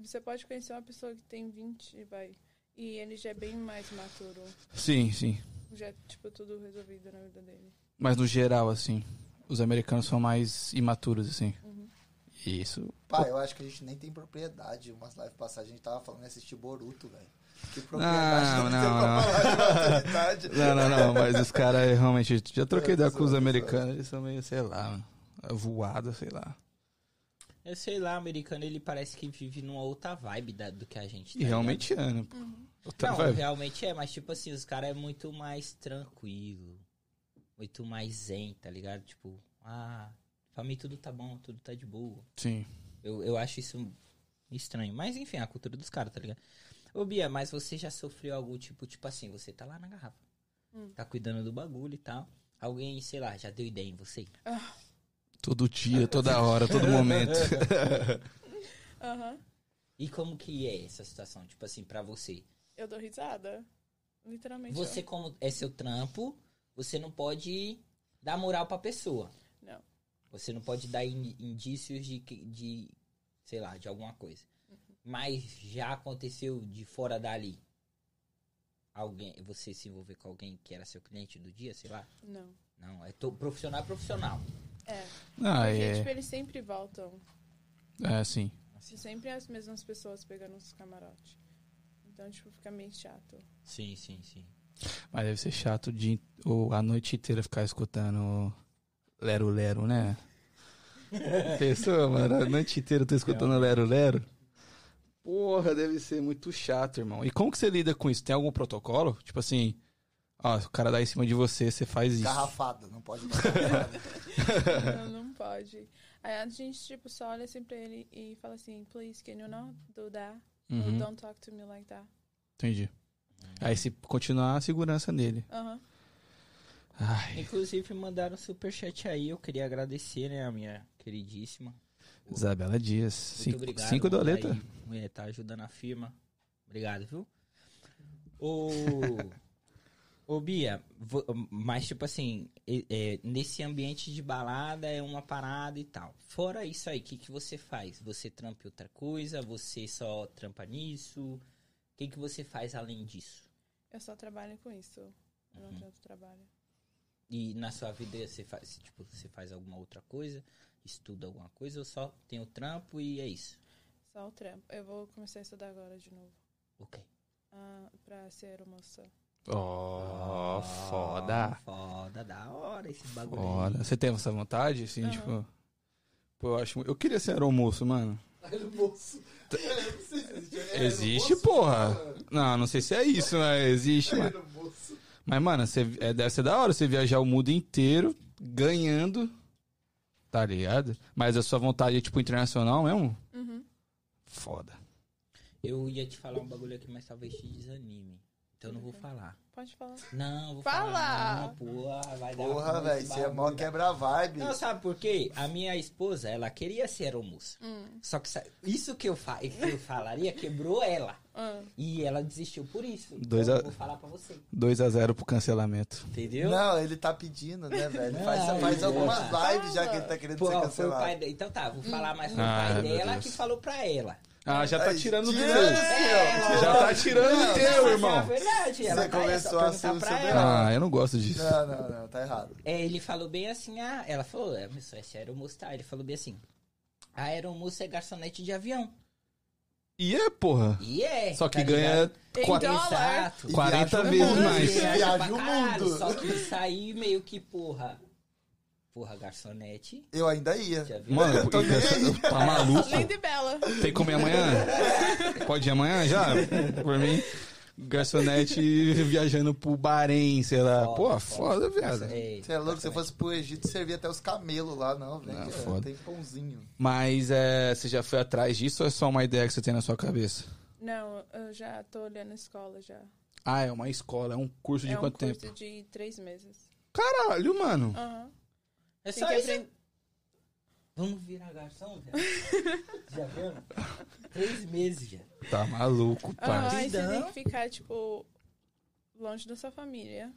Speaker 4: Você pode conhecer uma pessoa que tem 20 e vai. E ele já é bem mais maturo.
Speaker 1: Sim, sim.
Speaker 4: Já é, tipo, tudo resolvido na vida dele.
Speaker 1: Mas no geral, assim, os americanos são mais imaturos, assim.
Speaker 4: Uhum.
Speaker 1: E Isso.
Speaker 3: Pai, eu acho que a gente nem tem propriedade. Umas lives passadas a gente tava falando em assistir Boruto, velho. Que propriedade
Speaker 1: Não, não,
Speaker 3: não, tem
Speaker 1: não.
Speaker 3: pra falar de maturidade.
Speaker 1: Não, não, não. Mas os caras realmente. Já troquei ideia com os
Speaker 3: Exato,
Speaker 1: americanos, eles são meio, sei lá, mano, voado, sei lá.
Speaker 2: Eu sei lá, americano, ele parece que vive numa outra vibe da- do que a gente tá
Speaker 1: E realmente é, né?
Speaker 4: Uhum.
Speaker 1: Outra
Speaker 2: ligado? Não,
Speaker 1: vibe.
Speaker 2: realmente é, mas tipo assim, os caras é muito mais tranquilo, muito mais zen, tá ligado? Tipo, ah, pra mim tudo tá bom, tudo tá de boa.
Speaker 1: Sim.
Speaker 2: Eu, eu acho isso estranho. Mas enfim, é a cultura dos caras, tá ligado? Ô Bia, mas você já sofreu algum tipo, tipo assim, você tá lá na garrafa.
Speaker 4: Hum.
Speaker 2: Tá cuidando do bagulho e tal. Alguém, sei lá, já deu ideia em você.
Speaker 1: Todo dia, toda hora, todo momento.
Speaker 4: Aham.
Speaker 2: E como que é essa situação, tipo assim, pra você?
Speaker 4: Eu dou risada. Literalmente.
Speaker 2: Você, como é seu trampo, você não pode dar moral pra pessoa.
Speaker 4: Não.
Speaker 2: Você não pode dar in- indícios de, que- de, sei lá, de alguma coisa. Mas já aconteceu de fora dali. Alguém, você se envolver com alguém que era seu cliente do dia, sei lá?
Speaker 4: eu- Não.
Speaker 2: Não, é to- profissional é profissional.
Speaker 4: É.
Speaker 1: Ah,
Speaker 4: Porque,
Speaker 1: é.
Speaker 4: tipo, eles sempre voltam.
Speaker 1: É, sim.
Speaker 4: Se sempre as mesmas pessoas pegando os camarotes. Então, tipo, fica meio chato.
Speaker 2: Sim, sim, sim.
Speaker 1: Mas deve ser chato o dia, ou a noite inteira ficar escutando Lero Lero, né? Pensou, mano? A noite inteira eu tô escutando Lero Lero. Porra, deve ser muito chato, irmão. E como que você lida com isso? Tem algum protocolo? Tipo assim, ó, se o cara dá em cima de você, você faz isso.
Speaker 3: Garrafada, não pode dar garrafada.
Speaker 4: não, não pode. Aí a gente, tipo, só olha assim pra ele e fala assim, please, can you not do that? Or
Speaker 1: Uhum,
Speaker 4: don't talk to me like that.
Speaker 1: entendi. Aí se continuar a segurança nele.
Speaker 4: Aham.
Speaker 1: Ai,
Speaker 2: Inclusive, mandaram um superchat aí. Eu queria agradecer, né, a minha queridíssima.
Speaker 1: Isabela Dias.
Speaker 2: Muito
Speaker 1: cinco
Speaker 2: obrigado.
Speaker 1: cinco
Speaker 2: mano,
Speaker 1: doleta.
Speaker 2: aí, mulher, tá ajudando a firma. Obrigado, viu? Ô, ô Bia, vo- mas tipo assim, e- é, nesse ambiente de balada é uma parada e tal. Fora isso aí, o que, que você faz? Você trampa em outra coisa? Você só trampa nisso? O que, que você faz além disso?
Speaker 4: Eu só trabalho com isso. Eu não
Speaker 2: Uhum.
Speaker 4: tenho outro trabalho.
Speaker 2: E na sua vida você faz, tipo, você faz alguma outra coisa? Estuda alguma coisa ou só tem o trampo e é isso?
Speaker 4: Só o trampo. Eu vou começar a estudar agora de novo.
Speaker 2: Ok.
Speaker 4: Ah, pra ser moça.
Speaker 1: Ó,
Speaker 2: Ah,
Speaker 1: foda.
Speaker 2: Foda, da hora esse bagulho. aí.
Speaker 1: Olha, você tem essa vontade, assim,
Speaker 4: Aham.
Speaker 1: tipo... Pô, eu acho... Eu queria ser aeromoço, mano.
Speaker 3: Aeromoço. É, não sei se existe. É
Speaker 1: Existe,
Speaker 3: aeromoço?
Speaker 1: porra.
Speaker 3: Mano,
Speaker 1: Não, não sei se é isso, mas existe, mano.
Speaker 3: aeromoço.
Speaker 1: Mas, mano, você, é, deve ser da hora você viajar o mundo inteiro ganhando, tá ligado? Mas a sua vontade é, tipo, internacional mesmo?
Speaker 4: Uhum.
Speaker 1: Foda.
Speaker 2: Eu ia te falar um bagulho aqui, mas talvez te desanime. Então eu não vou falar.
Speaker 4: Pode falar.
Speaker 2: Não, vou
Speaker 4: Fala!
Speaker 2: falar. Não, porra, vai dar
Speaker 3: Porra,
Speaker 2: ruim
Speaker 3: velho,
Speaker 2: esse
Speaker 3: você é mó
Speaker 2: bagulho.
Speaker 3: quebra-vibe.
Speaker 2: Não, sabe por quê? A minha esposa, ela queria ser aeromoça.
Speaker 4: Hum.
Speaker 2: Só que sa- isso que eu, fa que eu falaria quebrou ela.
Speaker 4: Ah,
Speaker 2: E ela desistiu por isso.
Speaker 1: Dois
Speaker 2: Então
Speaker 1: a-
Speaker 2: eu vou falar pra você.
Speaker 1: 2x0 pro cancelamento.
Speaker 2: Entendeu?
Speaker 3: Não, ele tá pedindo, né, velho?
Speaker 2: Não,
Speaker 3: Faz, faz
Speaker 2: não,
Speaker 3: algumas
Speaker 4: não.
Speaker 3: lives já que ele tá querendo
Speaker 2: Pô,
Speaker 3: ser
Speaker 2: foi o
Speaker 3: cancelado.
Speaker 2: pai de- Então tá,
Speaker 4: Hum.
Speaker 2: vou falar mais foi o
Speaker 1: Ah,
Speaker 2: pai
Speaker 1: meu
Speaker 2: dela
Speaker 1: Deus.
Speaker 2: que falou pra ela.
Speaker 1: Ah, já tá
Speaker 3: Aí,
Speaker 1: tirando o
Speaker 3: tirando o
Speaker 1: teu.
Speaker 3: seu,
Speaker 2: É,
Speaker 1: Já
Speaker 3: tirando.
Speaker 1: tá tirando o teu,
Speaker 2: É
Speaker 1: irmão.
Speaker 2: verdade. Ela
Speaker 3: Você
Speaker 2: tá- é só
Speaker 3: começou a
Speaker 2: perguntar
Speaker 3: ser o
Speaker 2: pra
Speaker 3: seu
Speaker 2: ela.
Speaker 3: melhor.
Speaker 1: Ah, eu não gosto disso.
Speaker 3: Não, não, não, tá errado.
Speaker 2: É, ele falou bem assim, ah, ela falou, é, mas esse aeromoça tá. Ele falou bem assim, a aeromoça é garçonete de avião.
Speaker 1: E é, porra.
Speaker 2: E é.
Speaker 1: Só que
Speaker 2: tá
Speaker 1: ganha
Speaker 2: ligado?
Speaker 1: quatro-
Speaker 4: Então,
Speaker 2: Exato. Então,
Speaker 3: E
Speaker 1: 40
Speaker 3: viaja o
Speaker 1: vezes
Speaker 3: mundo,
Speaker 1: mais.
Speaker 3: e
Speaker 2: Viaja pra
Speaker 3: Viaja o
Speaker 2: caralho,
Speaker 3: mundo.
Speaker 2: Só que isso aí meio que, porra. Porra, garçonete.
Speaker 3: Eu ainda ia.
Speaker 2: Já viu?
Speaker 1: Mano, é, tá maluco?
Speaker 4: Linda e bela.
Speaker 1: Tem que comer amanhã? Pode ir amanhã já? Por mim. Garçonete viajando pro Bahrein, sei lá.
Speaker 2: Foda,
Speaker 1: Pô,
Speaker 2: foda.
Speaker 1: foda, viado.
Speaker 2: É,
Speaker 3: Você é louco, se eu fosse pro Egito, servia até os camelos lá, não,
Speaker 1: Ah,
Speaker 3: velho. É,
Speaker 1: foda.
Speaker 3: tem pãozinho.
Speaker 1: Mas é, você já foi atrás disso ou é só uma ideia que você tem na sua cabeça?
Speaker 4: Não, eu já tô olhando a escola já.
Speaker 1: Ah, é uma escola, é um curso de
Speaker 4: é um
Speaker 1: quanto
Speaker 4: curso
Speaker 1: tempo?
Speaker 4: de três meses.
Speaker 1: Caralho, mano.
Speaker 4: Aham.
Speaker 2: É
Speaker 4: Tem
Speaker 2: só
Speaker 4: que
Speaker 2: isso.
Speaker 4: aprender.
Speaker 2: Vamos virar garçom, velho? já viu? Três meses já.
Speaker 1: Tá maluco,
Speaker 4: Ah,
Speaker 1: parça.
Speaker 4: aí você tem
Speaker 2: Então.
Speaker 4: que ficar, tipo, longe da sua família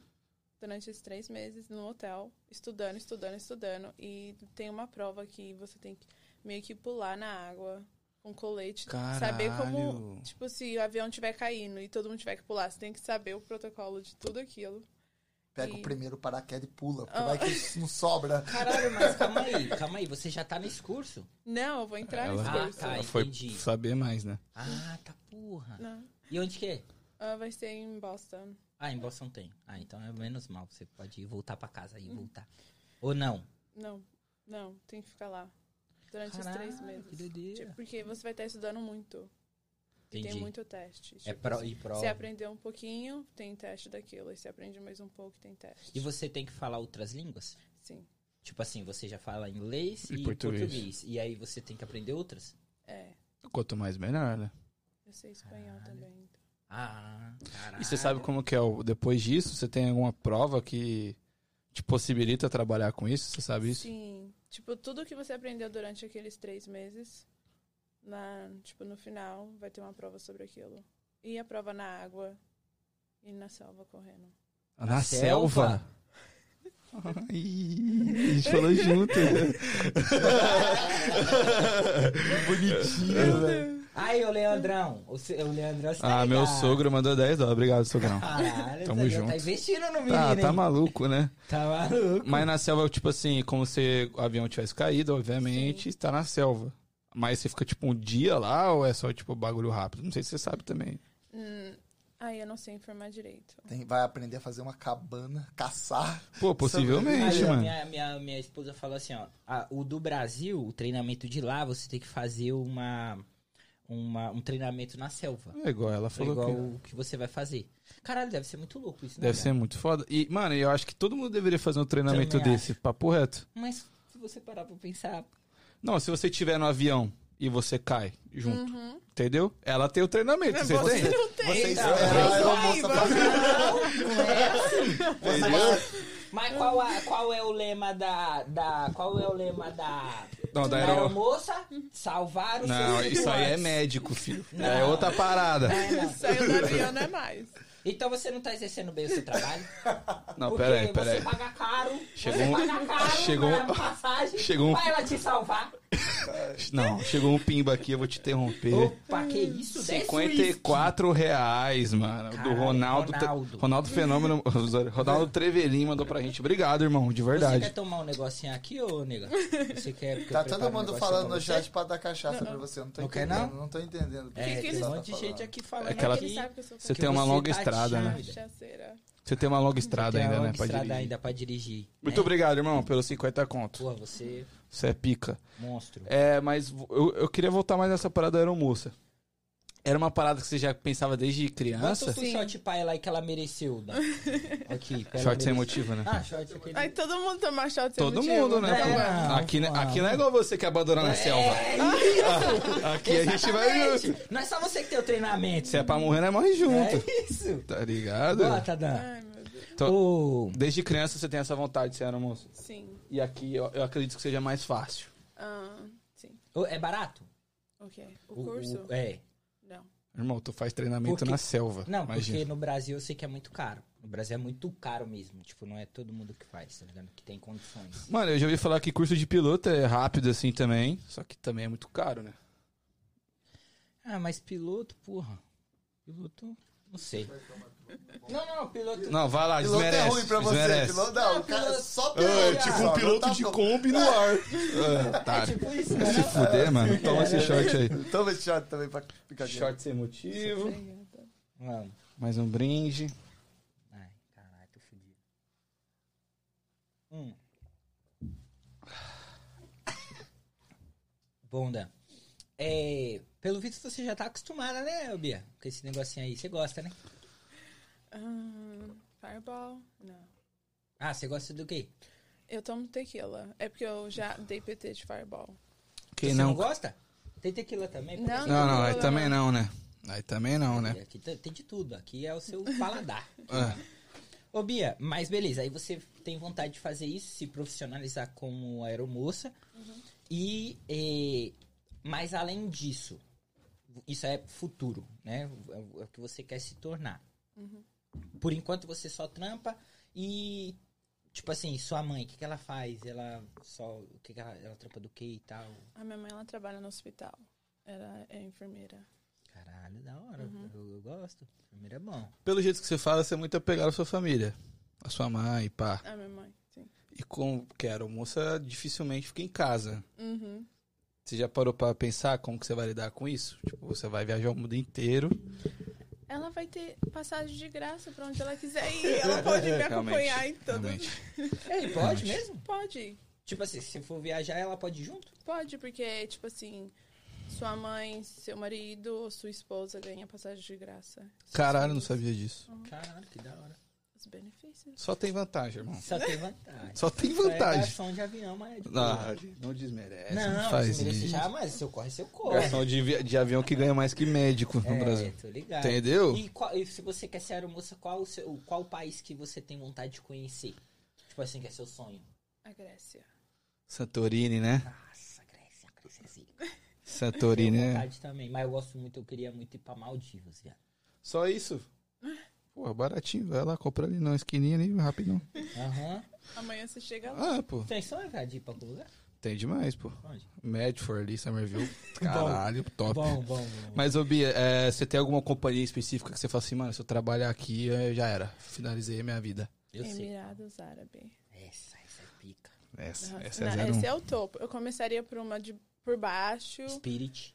Speaker 4: durante esses três meses no hotel, estudando, estudando, estudando. E tem uma prova que você tem que meio que pular na água com colete. Saber
Speaker 1: Caralho.
Speaker 4: como, tipo, se o avião tiver caindo e todo mundo tiver que pular, você tem que saber o protocolo de tudo aquilo.
Speaker 3: Pega
Speaker 4: E-
Speaker 3: o primeiro paraquedas e pula, porque
Speaker 4: Ah.
Speaker 3: vai que não sobra.
Speaker 2: Caralho, mas calma aí, calma aí. Você já tá nesse curso?
Speaker 4: Não, eu vou entrar
Speaker 1: Ela,
Speaker 4: nesse
Speaker 2: Ah,
Speaker 4: curso.
Speaker 2: tá.
Speaker 1: ela foi
Speaker 2: entendi.
Speaker 1: saber mais, né?
Speaker 2: Ah, tá porra.
Speaker 4: Não.
Speaker 2: E onde que é?
Speaker 4: Ah, vai ser em Boston.
Speaker 2: Ah, em Boston tem. Ah, então é menos mal. Você pode ir voltar pra casa
Speaker 4: Uhum.
Speaker 2: e voltar. Ou não.
Speaker 4: Não, não, tem que ficar lá. Durante
Speaker 2: Caralho,
Speaker 4: os três meses.
Speaker 2: que doideira.
Speaker 4: Tipo, Porque você vai estar estudando muito. E
Speaker 2: Entendi.
Speaker 4: tem muito teste.
Speaker 2: É
Speaker 4: Tipo,
Speaker 2: pro e prova.
Speaker 4: Você aprendeu um pouquinho, tem teste daquilo. E você aprende mais um pouco, tem teste.
Speaker 2: E você tem que falar outras línguas?
Speaker 4: Sim,
Speaker 2: Tipo assim, você já fala inglês
Speaker 1: E
Speaker 2: e,
Speaker 1: português.
Speaker 2: português. E aí você tem que aprender outras?
Speaker 4: é.
Speaker 1: Quanto mais, melhor, né?
Speaker 4: Eu sei espanhol
Speaker 2: Caralho.
Speaker 4: também. então.
Speaker 2: Ah, caralho.
Speaker 1: E você sabe como que é? o- Depois disso, você tem alguma prova que te possibilita trabalhar com isso? Você sabe isso?
Speaker 4: Sim. Tipo, tudo que você aprendeu durante aqueles três meses, na, tipo, no final, vai ter uma prova sobre aquilo. E a prova na água e na selva correndo.
Speaker 1: Ah, Na selva.
Speaker 2: selva.
Speaker 1: Ih, a gente falou junto.
Speaker 3: Bonitinho, velho.
Speaker 2: Aí, ô Leandrão. O, se- o Leandrão você tá
Speaker 1: É. Ah, meu
Speaker 2: ligado.
Speaker 1: sogro mandou 10 dólares. Obrigado, sogrão.
Speaker 2: Caralho,
Speaker 1: Tamo
Speaker 2: tá,
Speaker 1: junto.
Speaker 2: tá investindo no menino,
Speaker 1: Tá, tá
Speaker 2: hein?
Speaker 1: maluco, né?
Speaker 2: Tá maluco.
Speaker 1: Mas na selva, tipo assim, como se o avião tivesse caído, obviamente, tá na selva. Mas você fica, tipo, um dia lá ou é só, tipo, bagulho rápido? Não sei se você sabe também.
Speaker 4: Hum, aí eu não sei informar direito.
Speaker 3: Tem, vai aprender a fazer uma cabana, caçar.
Speaker 1: Pô, possivelmente,
Speaker 2: Aí, ó,
Speaker 1: mano.
Speaker 2: minha, minha, minha esposa falou assim, ó. ah, o do Brasil, o treinamento de lá, você tem que fazer uma, uma- um treinamento na selva.
Speaker 1: É igual ela
Speaker 2: É
Speaker 1: falou
Speaker 2: igual
Speaker 1: que...
Speaker 2: o que você vai fazer. Caralho, deve ser muito louco isso, né?
Speaker 1: Deve ser
Speaker 2: cara?
Speaker 1: muito foda. E, mano, eu acho que todo mundo deveria fazer um treinamento
Speaker 2: Também
Speaker 1: desse, papo reto.
Speaker 2: Mas se você parar pra pensar,
Speaker 1: Não, se você tiver no avião e você cai junto,
Speaker 4: Uhum.
Speaker 1: entendeu? Ela tem o
Speaker 2: É,
Speaker 1: treinamento, você
Speaker 4: você
Speaker 1: tem.
Speaker 4: não tem.
Speaker 3: Você
Speaker 2: Então,
Speaker 3: espera a aeromoça
Speaker 4: saiba.
Speaker 3: fazer.
Speaker 2: não é assim.
Speaker 3: Você
Speaker 2: Mas qual, a- qual é o lema da, da- Qual é o lema da.
Speaker 1: Não, da aero-
Speaker 2: aeromoça? Salvar os
Speaker 1: Não,
Speaker 2: seus
Speaker 1: isso aí é
Speaker 2: tripulantes.
Speaker 1: médico, filho.
Speaker 2: Não. É,
Speaker 1: É outra parada.
Speaker 2: Ah.
Speaker 4: Saiu do avião, não é mais.
Speaker 2: Então você não tá exercendo bem o seu trabalho?
Speaker 1: Não,
Speaker 2: porque
Speaker 1: peraí,
Speaker 2: Você
Speaker 1: peraí.
Speaker 2: paga caro,
Speaker 1: Chegou um-
Speaker 2: você paga caro
Speaker 1: chegou um-
Speaker 2: pra passagem,
Speaker 1: chegou um-
Speaker 2: pra ela te salvar.
Speaker 1: Não, chegou um pimba aqui, eu vou te interromper.
Speaker 2: Opa, que isso? Dez
Speaker 1: 54 reais, mano. do
Speaker 2: Caralho,
Speaker 1: Ronaldo. tá- Ronaldo, é
Speaker 2: Ronaldo.
Speaker 1: Fenômeno. Ronaldo Trevelin mandou pra gente. Obrigado, irmão, de
Speaker 2: whisky. Você
Speaker 1: verdade.
Speaker 2: quer tomar um negocinho aqui, ô nega? Você quer. que eu
Speaker 3: Tá
Speaker 2: prepare
Speaker 3: todo
Speaker 2: um
Speaker 3: mundo
Speaker 2: negocinho
Speaker 3: falando
Speaker 2: pra
Speaker 3: no
Speaker 2: você?
Speaker 3: chat pra dar cachaça pra você. Eu não tô
Speaker 2: Não quer,
Speaker 3: entendendo.
Speaker 2: não?
Speaker 3: tô entendendo. o
Speaker 2: É,
Speaker 4: que
Speaker 2: tem
Speaker 4: eles-
Speaker 2: um
Speaker 3: você tá
Speaker 2: monte de gente
Speaker 3: falando.
Speaker 2: aqui falando.
Speaker 1: É aquela-
Speaker 4: Ele sabe que eu sou
Speaker 1: Você
Speaker 2: que
Speaker 1: tem uma
Speaker 2: você
Speaker 1: longa
Speaker 2: tá
Speaker 1: estrada, né?
Speaker 2: chato.
Speaker 4: cachaceira.
Speaker 1: Você tem uma longa estrada
Speaker 2: Tem
Speaker 1: ainda,
Speaker 2: uma
Speaker 1: né? Pra
Speaker 2: estrada
Speaker 1: dirigir.
Speaker 2: ainda pra dirigir.
Speaker 1: Muito
Speaker 2: né?
Speaker 1: obrigado, irmão, pelos 50 conto.
Speaker 2: Porra, você,
Speaker 1: Você é pica.
Speaker 2: monstro.
Speaker 1: É, mas vo- eu, eu queria voltar mais nessa parada da aeromoça. Era uma parada que você já pensava desde
Speaker 2: Quanto
Speaker 1: criança?
Speaker 2: do
Speaker 4: Sim.
Speaker 2: shot pai lá que ela mereceu? Dan? Aqui, que ela
Speaker 1: Short sem
Speaker 2: mereceu.
Speaker 1: motivo, né?
Speaker 2: Ah, short aquele...
Speaker 4: Aí todo mundo toma shot sem
Speaker 1: Todo
Speaker 4: motivo,
Speaker 1: mundo, né?
Speaker 2: né?
Speaker 1: pô?
Speaker 2: É,
Speaker 1: aqui, né-
Speaker 2: vamos lá.
Speaker 1: aqui não é igual você que abandona na selva. Aqui a gente vai junto.
Speaker 2: Exatamente. Não é só você que tem o treinamento.
Speaker 1: Se é pra morrer, nós morre junto. É.
Speaker 2: É isso.
Speaker 1: Tá ligado?
Speaker 2: Bota, Tadan.
Speaker 4: Ai, meu Deus.
Speaker 2: Ô,
Speaker 1: Desde criança você tem essa vontade de ser aeromoça.
Speaker 4: Sim.
Speaker 1: E aqui eu, eu acredito que seja mais fácil.
Speaker 4: Ah, sim.
Speaker 2: ô, é barato?
Speaker 4: O quê? O curso?
Speaker 2: o- é.
Speaker 4: Não.
Speaker 1: Irmão, tu faz treinamento
Speaker 2: Porque-
Speaker 1: na selva.
Speaker 2: Não,
Speaker 1: imagina.
Speaker 2: porque no Brasil eu sei que é muito caro. No Brasil é muito caro mesmo. Tipo, não é todo mundo que faz, tá ligado? Que tem condições.
Speaker 1: Mano, eu já ouvi falar que curso de piloto é rápido assim também. Só que também é muito caro, né?
Speaker 2: Ah, mas piloto, porra. Piloto, não sei. Não, não, piloto.
Speaker 1: Não, vai lá,
Speaker 3: Piloto
Speaker 1: desmerece.
Speaker 3: é ruim pra você.
Speaker 1: desmerece.
Speaker 3: Piloto, não, o cara só
Speaker 2: tipo
Speaker 3: piloto.
Speaker 2: um
Speaker 3: só, não tá bom.
Speaker 1: Kombi no ar. Ah, tá.
Speaker 2: É tipo isso,
Speaker 1: Se
Speaker 2: né?
Speaker 1: fuder,
Speaker 3: É.
Speaker 1: mano. Toma esse short aí.
Speaker 3: Toma esse shot também pra picadinha.
Speaker 1: Short sem motivo.
Speaker 4: Obrigada.
Speaker 2: Mano.
Speaker 1: Mais um brinde.
Speaker 2: Ai, caralho, tô fudido. Hum. Bom, Dan. É, pelo visto você já tá acostumada, né, Bia? Com esse negocinho aí. Você gosta, né?
Speaker 4: Ah, fireball? Não.
Speaker 2: Ah, você gosta do quê?
Speaker 4: Eu tomo tequila. É porque eu já dei PT de fireball.
Speaker 1: Quem
Speaker 2: você
Speaker 1: não.
Speaker 2: não gosta? Tem tequila também?
Speaker 4: Não.
Speaker 1: Não, não, aí também não, né? Aí também não, né?
Speaker 2: Aqui tem tem de tudo. Aqui é o seu paladar.
Speaker 1: Ah,
Speaker 2: Ô, Bia, mas beleza. Aí você tem vontade de fazer isso, se profissionalizar como aeromoça. E, eh, mas além disso, isso é futuro, né? É o- é o que você quer se tornar. Por enquanto você só trampa e, tipo assim, sua mãe, o que, que ela faz? Ela só, o que, que ela, ela trampa do que e tal?
Speaker 4: A minha mãe, ela trabalha no hospital. Ela é enfermeira.
Speaker 2: Caralho, da hora. Eu, eu gosto. Primeiro é bom.
Speaker 1: Pelo jeito que você fala, você é muito apegado à sua família. À sua mãe, pá.
Speaker 4: A minha mãe, sim.
Speaker 1: E como que era moça, dificilmente fica em casa.
Speaker 4: Uhum.
Speaker 1: Você já parou pra pensar como que você vai lidar com isso? Tipo, você vai viajar o mundo inteiro.
Speaker 4: Ela vai ter passagem de graça pra onde ela quiser ir. Ela pode me acompanhar em
Speaker 1: Tá
Speaker 4: todo.
Speaker 1: Realmente. É,
Speaker 2: Ei, pode mesmo?
Speaker 4: Pode,
Speaker 2: Tipo assim, se for viajar, ela pode ir junto?
Speaker 4: pode, porque, tipo assim, sua mãe, seu marido, sua esposa ganha passagem de graça.
Speaker 1: Caralho, não sabia disso.
Speaker 2: Uhum. Caralho, que da hora.
Speaker 4: Os benefícios.
Speaker 1: Só tem vantagem, irmão.
Speaker 2: Só tem vantagem.
Speaker 1: Só tem
Speaker 2: Só É
Speaker 1: vantagem.
Speaker 2: garçom de avião, mas é de
Speaker 1: Ah,
Speaker 2: boa.
Speaker 1: assim. não desmerece.
Speaker 2: Não,
Speaker 1: Não,
Speaker 2: não
Speaker 1: faz
Speaker 2: se merece
Speaker 1: isso.
Speaker 2: já, mas seu corre, é seu corre.
Speaker 1: Garçom de, vi- de avião que ganha mais que médico no
Speaker 2: É,
Speaker 1: Brasil.
Speaker 2: tô ligado.
Speaker 1: Entendeu?
Speaker 2: E, qual- e se você quer ser aeromoça, qual o seu, qual o país que você tem vontade de conhecer? Tipo assim, que é seu sonho.
Speaker 4: A Grécia.
Speaker 1: Santorini, né?
Speaker 2: Nossa, Grécia, Grécia é zica. Tenho
Speaker 1: Santorini, né?
Speaker 2: vontade também, mas eu gosto muito, eu queria muito ir pra Maldivas, viado.
Speaker 1: Só isso? Pô, baratinho. Vai lá, compra ali na esquininha ali, rapidão.
Speaker 2: Aham.
Speaker 4: Amanhã você chega lá.
Speaker 1: Ah, pô.
Speaker 2: Tem sonho, cara, de ir pra algum lugar?
Speaker 1: Tem demais, pô.
Speaker 2: Onde?
Speaker 1: Medford ali, Somerville. Caralho, top.
Speaker 2: Bom, bom, bom.
Speaker 1: Mas, ô Bia, é, você tem alguma companhia específica que você fala assim, mano, se eu trabalhar aqui, eh, já era. Finalizei a minha vida.
Speaker 2: Eu sei.
Speaker 4: Emirados Árabes.
Speaker 2: Essa, essa é pica.
Speaker 1: Essa,
Speaker 4: Nossa,
Speaker 1: essa é
Speaker 4: não,
Speaker 1: zero um.
Speaker 4: esse é o topo. Eu começaria por uma de por baixo,
Speaker 2: Spirit.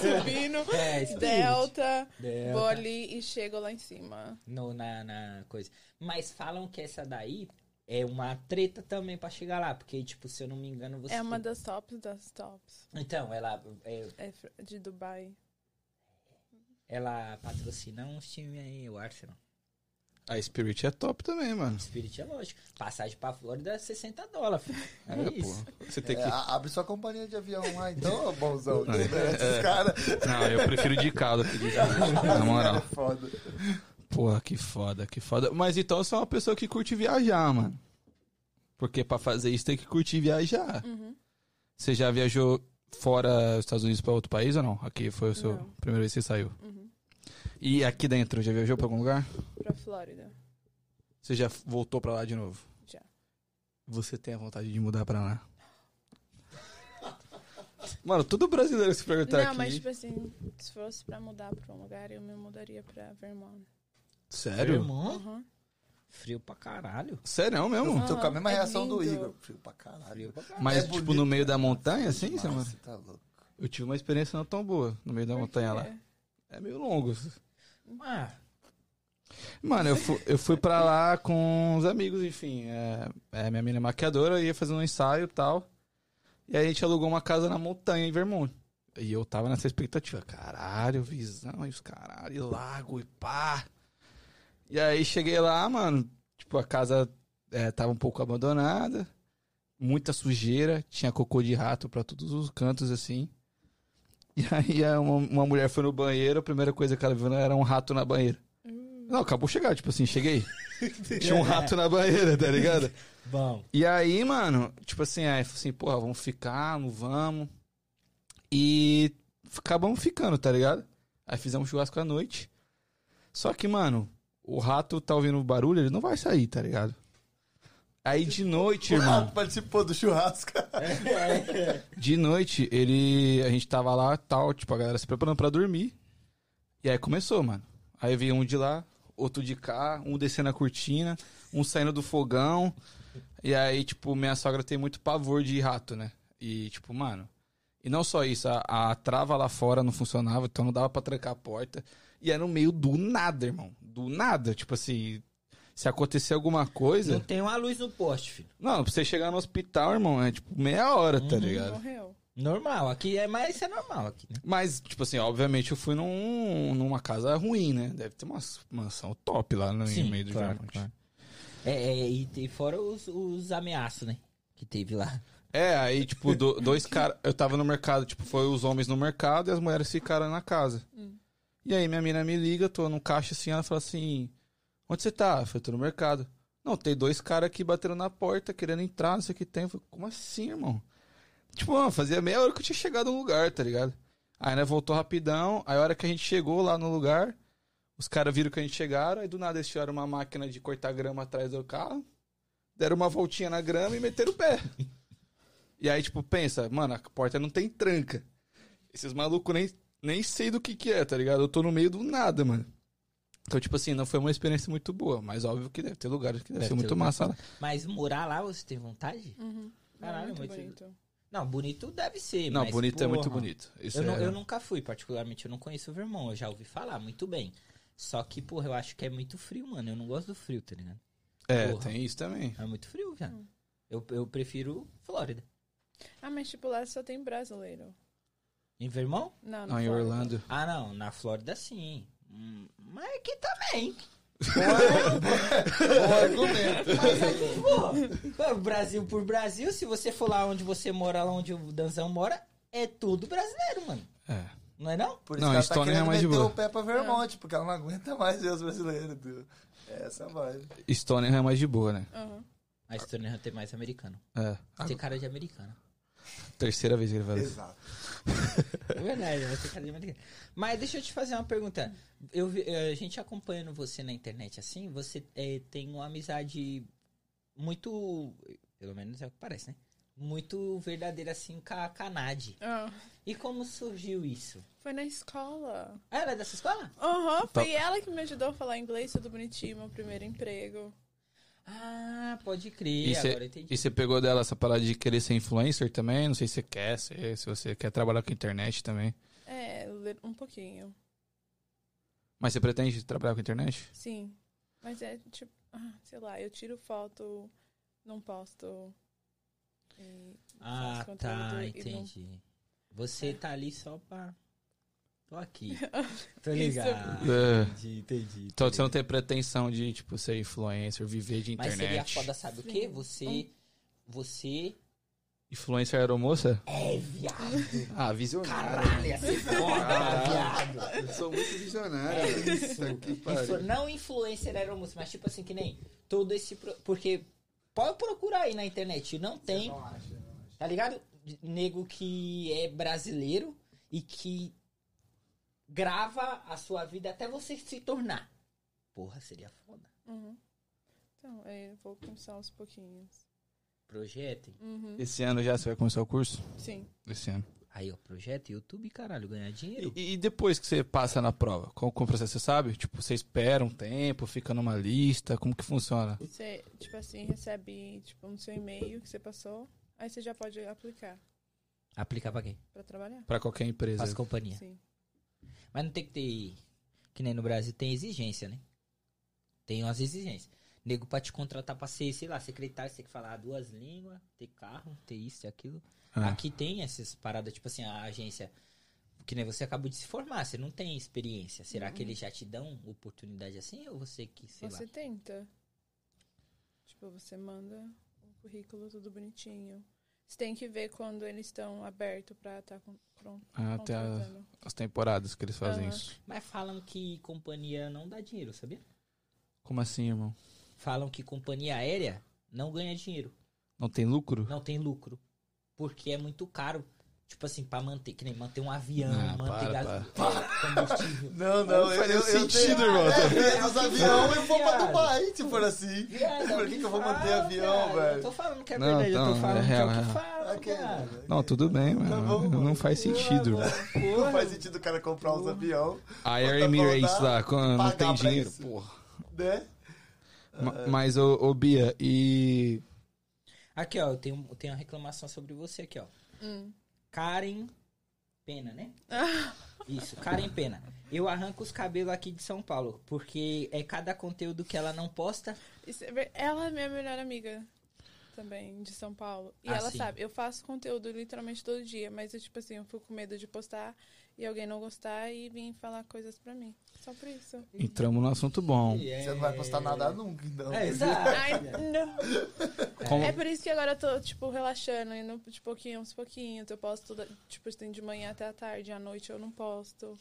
Speaker 4: subindo,
Speaker 2: É, Spirit.
Speaker 4: Delta,
Speaker 1: É.
Speaker 2: Delta.
Speaker 4: Boli e chego lá em cima.
Speaker 2: É, no, na, na coisa. Mas falam que essa daí é uma treta também pra chegar lá, porque, tipo, se eu não me engano, você.
Speaker 4: É uma
Speaker 2: tem-
Speaker 4: das tops das tops.
Speaker 2: Então, ela, é-
Speaker 4: É fr- de Dubai.
Speaker 2: ela patrocina uns times aí, o Arsenal.
Speaker 1: A Spirit é top também, mano.
Speaker 2: Spirit é lógico. Passagem pra Flórida é 60 dólares, filho. É,
Speaker 1: É,
Speaker 2: isso.
Speaker 1: pô. Você tem
Speaker 3: É,
Speaker 1: que. É.
Speaker 3: a- abre sua companhia de avião lá, então, ô bonzão. né? Esses caras.
Speaker 1: Não, eu prefiro de caldo que de avião, Na
Speaker 3: cara
Speaker 1: É, moral.
Speaker 3: é foda.
Speaker 1: Porra, que foda, que foda. Mas então você é uma pessoa que curte viajar, mano. Porque pra fazer isso tem que curtir viajar.
Speaker 4: Uhum,
Speaker 1: Você já viajou fora dos Estados Unidos pra outro país ou não? Aqui foi o seu.
Speaker 4: Não.
Speaker 1: Primeira vez que você saiu. E aqui dentro, já viajou pra algum lugar?
Speaker 4: uhum. Pra Flórida.
Speaker 1: Você já voltou pra lá de novo?
Speaker 4: Já.
Speaker 1: Você tem a vontade de mudar pra lá? Mano, todo brasileiro que se perguntar
Speaker 4: não,
Speaker 1: aqui.
Speaker 4: mas tipo assim, se fosse pra mudar pra um lugar, eu me mudaria pra Vermont.
Speaker 1: Sério?
Speaker 2: Irmão,
Speaker 4: Uhum.
Speaker 2: frio pra caralho.
Speaker 1: Sério mesmo?
Speaker 3: Tô com a mesma
Speaker 4: é
Speaker 3: reação do
Speaker 4: lindo.
Speaker 3: Igor. Frio pra caralho.
Speaker 2: Frio pra caralho.
Speaker 1: Mas,
Speaker 3: Uhum. É
Speaker 1: tipo,
Speaker 3: bonito,
Speaker 1: no meio da montanha, assim,
Speaker 3: Nossa,
Speaker 1: mano?
Speaker 3: tá louco.
Speaker 1: Eu tive uma experiência não tão boa no meio da montanha lá.
Speaker 4: É.
Speaker 1: É meio longo.
Speaker 2: Ah,
Speaker 1: Mano, eu fui, eu fui pra lá com os amigos, enfim. É, é, minha menina é maquiadora, eu ia fazer um ensaio e tal. E aí a gente alugou uma casa na montanha, em Vermont. E eu tava nessa expectativa. Caralho, visão e os caralho, e lago e pá. E aí cheguei lá, mano. Tipo, a casa eh, tava um pouco abandonada. Muita sujeira. Tinha cocô de rato pra todos os cantos, assim. E aí eh, uma, uma mulher foi no banheiro. A primeira coisa que ela viu era um rato na banheira. Não, acabou de chegar. Tipo assim, cheguei. Tinha um rato na banheira, tá ligado?
Speaker 2: Bom.
Speaker 1: E aí, mano, tipo assim, aí falou assim, porra, vamos ficar, não vamos. E f- acabamos ficando, tá ligado? Aí fizemos churrasco à noite. Só que, mano, o rato tá ouvindo barulho, ele não vai sair, tá ligado? Aí de noite,
Speaker 3: O
Speaker 1: irmão.
Speaker 3: Rato participou do churrasco.
Speaker 2: É,
Speaker 1: De noite, ele. A gente tava lá, tal, tipo, a galera se preparando pra dormir. E aí começou, mano. Aí veio um de lá, outro de cá, um descendo a cortina, um saindo do fogão. E aí, tipo, minha sogra tem muito pavor de rato, né? E, tipo, mano. E não só isso, a, a trava lá fora não funcionava, então não dava pra trancar a porta. E era no meio do nada, irmão. Do nada. Tipo assim, se acontecer alguma
Speaker 2: Não
Speaker 1: coisa.
Speaker 2: tem uma luz no poste, filho.
Speaker 1: Não, pra você chegar no hospital, irmão, é tipo meia hora, tá ligado?
Speaker 4: Morreu.
Speaker 2: Normal, aqui é, mas isso é normal aqui, né?
Speaker 1: Mas, tipo assim, obviamente eu fui num, numa casa ruim, né? Deve ter uma mansão top lá no em meio do Jardim.
Speaker 2: É, é, e, e fora os, os ameaços, né? Que teve lá.
Speaker 1: É, aí, tipo, do- dois caras. Eu tava no mercado, tipo, foi os homens no mercado e as mulheres ficaram na casa. E aí minha mina me liga, tô num caixa assim, ela fala assim: Onde você tá? Eu falei, tô no mercado. Não, tem dois caras aqui batendo na porta, querendo entrar, não sei o que tem. Eu falei, como assim, irmão? Tipo, mano, fazia meia hora que eu tinha chegado no lugar, tá ligado? Aí, né, voltou rapidão. Aí, a hora que a gente chegou lá no lugar, os caras viram que a gente chegaram. Aí, do nada, eles tiraram uma máquina de cortar grama atrás do carro. Deram uma voltinha na grama e meteram o pé. E aí, tipo, pensa, mano, a porta não tem tranca. Esses malucos nem, nem sei do que que é, tá ligado? Eu tô no meio do nada, mano. Então, tipo assim, não foi uma experiência muito boa. Mas óbvio que deve ter lugares que deve,
Speaker 2: Deve
Speaker 1: ser
Speaker 2: ter
Speaker 1: muito
Speaker 2: lugar.
Speaker 1: massa lá.
Speaker 2: Mas morar lá, você tem vontade?
Speaker 4: Uhum.
Speaker 2: Caralho,
Speaker 4: muito
Speaker 2: muito-
Speaker 4: bonito.
Speaker 2: Não, bonito deve ser.
Speaker 1: Não,
Speaker 2: mas,
Speaker 1: bonito é
Speaker 2: porra,
Speaker 1: muito bonito. Isso
Speaker 2: Eu,
Speaker 1: é...
Speaker 2: não- eu nunca fui, particularmente, eu não conheço o Vermont, eu já ouvi falar muito bem. Só que, porra, eu acho que é muito frio, mano. Eu não gosto do frio, tá ligado?
Speaker 1: É,
Speaker 2: Porra.
Speaker 1: tem isso também.
Speaker 2: É muito frio, cara. Eu, eu prefiro Flórida.
Speaker 4: Ah, mas tipo, lá só tem brasileiro.
Speaker 2: Em Vermont?
Speaker 4: Não,
Speaker 1: Não, em
Speaker 4: Flórida.
Speaker 1: Orlando.
Speaker 2: Ah, não, na Flórida sim. Hum, Mas aqui também.
Speaker 3: Bom argumento.
Speaker 2: Mas aqui, pô, Brasil por Brasil, se você for lá onde você mora, lá onde o Danzão mora, é tudo brasileiro, mano.
Speaker 1: É.
Speaker 2: Não é não?
Speaker 3: Por
Speaker 1: Não,
Speaker 3: ela tá
Speaker 1: Estônia é
Speaker 3: querendo
Speaker 1: mais de
Speaker 3: meter
Speaker 1: boa.
Speaker 3: o pé pra Vermont, porque ela não aguenta mais ver os brasileiros. Viu? É Essa vibe.
Speaker 1: Estônia é mais de boa, né?
Speaker 4: Aham.
Speaker 2: A Estônia já tem mais americano.
Speaker 1: É. A
Speaker 2: Tem cara de americano.
Speaker 1: terceira vez que ele vai lá.
Speaker 3: Exato.
Speaker 2: É verdade, vai ter cara de americano. Mas deixa eu te fazer uma pergunta. Eu, vi- eh, a gente acompanhando você na internet assim, você eh, tem uma amizade muito. Pelo menos é o que parece, né? Muito verdadeira assim com a Canade.
Speaker 4: Ah,
Speaker 2: E como surgiu isso?
Speaker 4: Foi na escola.
Speaker 2: Ah, Ela é dessa escola?
Speaker 4: Aham, foi ela que me ajudou a falar inglês, tudo bonitinho, meu primeiro emprego.
Speaker 2: Ah, pode crer,
Speaker 1: E
Speaker 4: é
Speaker 1: cê-
Speaker 2: agora eu entendi.
Speaker 1: E você pegou dela essa parada de querer ser influencer também? Não sei se você quer ser, se você quer trabalhar com internet também.
Speaker 4: É, ler um pouquinho.
Speaker 1: Mas você pretende trabalhar com internet?
Speaker 4: Sim. Mas é tipo, ah, sei lá, eu tiro foto, não posto. E
Speaker 2: Ah,
Speaker 4: faço
Speaker 2: tá,
Speaker 4: é conteúdo e não- É.
Speaker 2: entendi. Você tá ali só pra. Tô aqui. Tô
Speaker 4: Isso.
Speaker 2: ligado.
Speaker 1: É.
Speaker 2: Entendi, entendi.
Speaker 1: Então você não tem pretensão de, tipo, ser influencer, viver de
Speaker 2: Mas seria
Speaker 1: internet.
Speaker 2: foda, sabe o quê?
Speaker 4: Sim.
Speaker 2: Você. Você.
Speaker 1: Influencer aeromoça?
Speaker 2: É viado.
Speaker 1: Ah, visionário.
Speaker 2: Caralho, ia ser foda, viado.
Speaker 1: Eu sou muito
Speaker 3: É
Speaker 1: visionário.
Speaker 2: Isso. Influ- Não influencer aeromoça, mas tipo assim, que nem todo esse. pro- Porque pode procurar aí na internet, não tem,
Speaker 3: Não acho, não acho.
Speaker 2: tá ligado? De- Nego que é brasileiro e que grava a sua vida até você se tornar. Porra, seria foda.
Speaker 4: Uhum. Então, aí eu vou começar aos pouquinhos.
Speaker 2: Projetem.
Speaker 4: Uhum.
Speaker 1: Esse ano já você vai começar o curso?
Speaker 4: Sim.
Speaker 1: Esse ano.
Speaker 2: Aí, ó, projeto YouTube, caralho, ganhar dinheiro.
Speaker 1: E, e depois que você passa na prova, qual, qual processo você sabe? Tipo, você espera um tempo, fica numa lista, como que funciona?
Speaker 4: Você, tipo assim, recebe tipo, um seu e-mail que você passou, aí você já pode aplicar
Speaker 2: Aplicar pra quem?
Speaker 4: pra trabalhar.
Speaker 1: Pra qualquer empresa.
Speaker 2: As companhias.
Speaker 4: Sim.
Speaker 2: Mas não tem que ter. Que nem no Brasil tem exigência, né? Tem umas exigências. Nego pra te contratar pra ser, sei lá, secretário, você tem que falar duas línguas, ter carro, ter isso, ter aquilo.
Speaker 1: Ah.
Speaker 2: Aqui tem essas paradas, tipo assim, a agência. Que nem você acabou de se formar, você não tem experiência. Será que eles já te dão oportunidade assim ou você que, sei
Speaker 4: Você tenta. Tipo, você manda um currículo tudo bonitinho. Você tem que ver quando eles estão abertos pra tá estar com, com,
Speaker 1: Ah, tem a-
Speaker 4: contratando.
Speaker 1: as temporadas que eles fazem
Speaker 4: Aham.
Speaker 1: isso.
Speaker 2: lá? Mas falam que companhia não dá dinheiro, sabia?
Speaker 1: Como assim, irmão?
Speaker 2: Falam que companhia aérea não ganha dinheiro,
Speaker 1: Não tem lucro?
Speaker 2: não tem lucro. Porque é muito caro. Tipo assim, pra manter, que nem manter um avião,
Speaker 1: Ah,
Speaker 2: manter
Speaker 1: para,
Speaker 2: gasolina, combustível.
Speaker 3: Não,
Speaker 1: Não
Speaker 3: não, eu,
Speaker 1: faz
Speaker 3: eu, eu
Speaker 1: sentido,
Speaker 3: tenho...
Speaker 1: irmão.
Speaker 3: É, vendo os aviões
Speaker 2: Viado.
Speaker 3: e vou pra Dubai, se for assim.
Speaker 2: Viado,
Speaker 3: Por que que eu vou
Speaker 2: fala,
Speaker 3: manter avião,
Speaker 2: cara.
Speaker 3: velho?
Speaker 2: Eu tô falando que é
Speaker 1: Não,
Speaker 2: verdade, eu
Speaker 1: não,
Speaker 2: tô
Speaker 1: é
Speaker 2: falando
Speaker 1: real,
Speaker 2: que é o
Speaker 1: é
Speaker 2: que
Speaker 1: real.
Speaker 2: falam,
Speaker 3: Ok,
Speaker 2: cara.
Speaker 3: ok.
Speaker 1: Não, tudo bem,
Speaker 3: Tá
Speaker 1: mano.
Speaker 3: bom,
Speaker 1: não
Speaker 3: mano.
Speaker 1: faz sentido, velho.
Speaker 3: Não faz sentido o cara comprar uns aviões,
Speaker 1: A Air
Speaker 3: Tá
Speaker 1: Emirates
Speaker 3: bom,
Speaker 1: lá, quando não
Speaker 3: pagar
Speaker 1: tem
Speaker 3: pra
Speaker 1: dinheiro,
Speaker 3: isso.
Speaker 1: porra.
Speaker 3: né?
Speaker 1: Ma- Mas, ô, ô, Bia, e...
Speaker 2: Aqui, ó, eu tenho, eu tenho uma reclamação sobre você aqui, ó.
Speaker 4: Hum.
Speaker 2: Karen Pena, né? Isso, Karen Pena. Eu arranco os cabelos aqui de São Paulo, porque é cada conteúdo que ela não posta.
Speaker 4: Isso é ver- Ela é minha melhor amiga também, de São Paulo. E
Speaker 2: Ah,
Speaker 4: ela
Speaker 2: sim.
Speaker 4: sabe, eu faço conteúdo literalmente todo dia, mas eu, tipo assim, eu fico com medo de postar e alguém não gostar e vir falar coisas pra mim. Só por isso.
Speaker 1: Entramos no assunto bom.
Speaker 3: Você não vai postar nada nunca, então.
Speaker 2: É, exato.
Speaker 4: Ai, não.
Speaker 1: Como-
Speaker 4: É por isso que agora eu tô, tipo, relaxando, indo de pouquinhos, pouquinhos. Eu posto, da- tipo, assim, de manhã até a tarde, à noite eu não posto.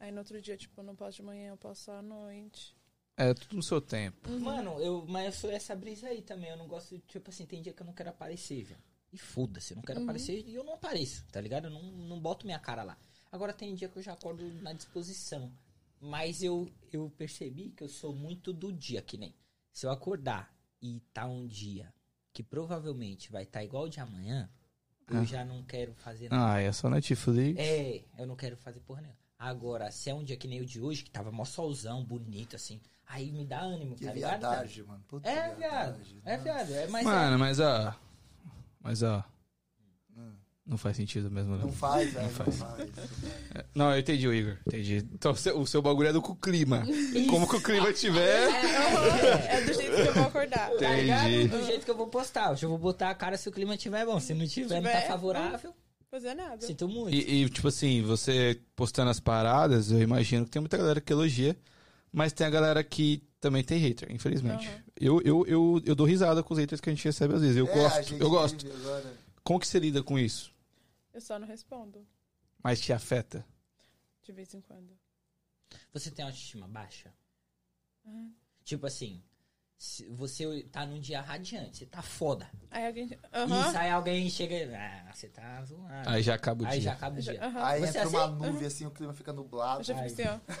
Speaker 4: Aí no outro dia, tipo, eu não posto de manhã, eu posto só à noite.
Speaker 1: É tudo no seu tempo.
Speaker 2: Mano, eu, mas eu sou essa brisa aí também. Eu não gosto, de- tipo assim, tem dia que eu não quero aparecer, velho. E foda-se, eu não
Speaker 1: Uhum.
Speaker 2: quero aparecer e eu não apareço, tá ligado? Eu não, não boto minha cara lá. Agora tem dia que eu já acordo na disposição. Mas eu, eu percebi que eu sou muito do dia, que nem. Se eu acordar e tá um dia que provavelmente vai estar igual o de amanhã,
Speaker 1: Ah.
Speaker 2: eu já não quero fazer nada.
Speaker 1: Ah, é só Netflix.
Speaker 2: É, eu não quero fazer porra nenhuma. Agora, se é um dia que nem o de hoje, que tava mó solzão, bonito, assim, aí me dá ânimo,
Speaker 3: Que
Speaker 2: tá ligado? cara?
Speaker 3: viadagem, mano. Puta
Speaker 2: É, viado.
Speaker 3: viadagem. né?
Speaker 2: É, viado. É, mas
Speaker 1: Mano, mas ó... Mas ó...
Speaker 3: Hum.
Speaker 1: Não faz sentido mesmo,
Speaker 3: Não
Speaker 1: não.
Speaker 3: faz, velho, não faz.
Speaker 1: Não, eu entendi o Igor. Entendi. Então, o seu- o seu bagulho é do com o clima. Como que o clima tiver...
Speaker 4: É, do jeito que eu vou acordar.
Speaker 2: é, tá ligado?
Speaker 1: Entendi.
Speaker 2: Do jeito que eu vou postar. Hoje eu vou botar a cara se o clima tiver bom. Se não tiver, não tá
Speaker 4: Tiver, ah,
Speaker 2: favorável.
Speaker 4: Fazer nada.
Speaker 2: Sinto muito.
Speaker 1: E, e, tipo assim, você postando as paradas, eu imagino que tem muita galera que elogia, mas tem a galera que também tem hater, infelizmente.
Speaker 4: Aham.
Speaker 1: Eu, eu, eu, eu dou risada com os haters que a gente recebe às vezes. Eu
Speaker 3: É, a
Speaker 1: gosto,
Speaker 3: gente
Speaker 1: eu gosto.
Speaker 3: vive Agora.
Speaker 1: Como que você lida com isso?
Speaker 4: Eu só não respondo,
Speaker 1: Mas te afeta?
Speaker 4: de vez em quando.
Speaker 2: Você tem autoestima baixa?
Speaker 4: Ah.
Speaker 2: Tipo assim, se você tá num dia radiante, você tá foda.
Speaker 4: Aí alguém.
Speaker 2: E
Speaker 4: Aham.
Speaker 2: sai alguém e chega e... Ah, você tá zoado.
Speaker 1: Aí já acaba o dia.
Speaker 2: Aí já acaba o
Speaker 4: Já-
Speaker 2: dia.
Speaker 4: aham.
Speaker 3: Aí
Speaker 2: Você
Speaker 3: entra uma
Speaker 2: aceita?
Speaker 3: nuvem assim, o clima fica nublado.
Speaker 4: Eu já fico
Speaker 2: Ai.
Speaker 4: assim, ó.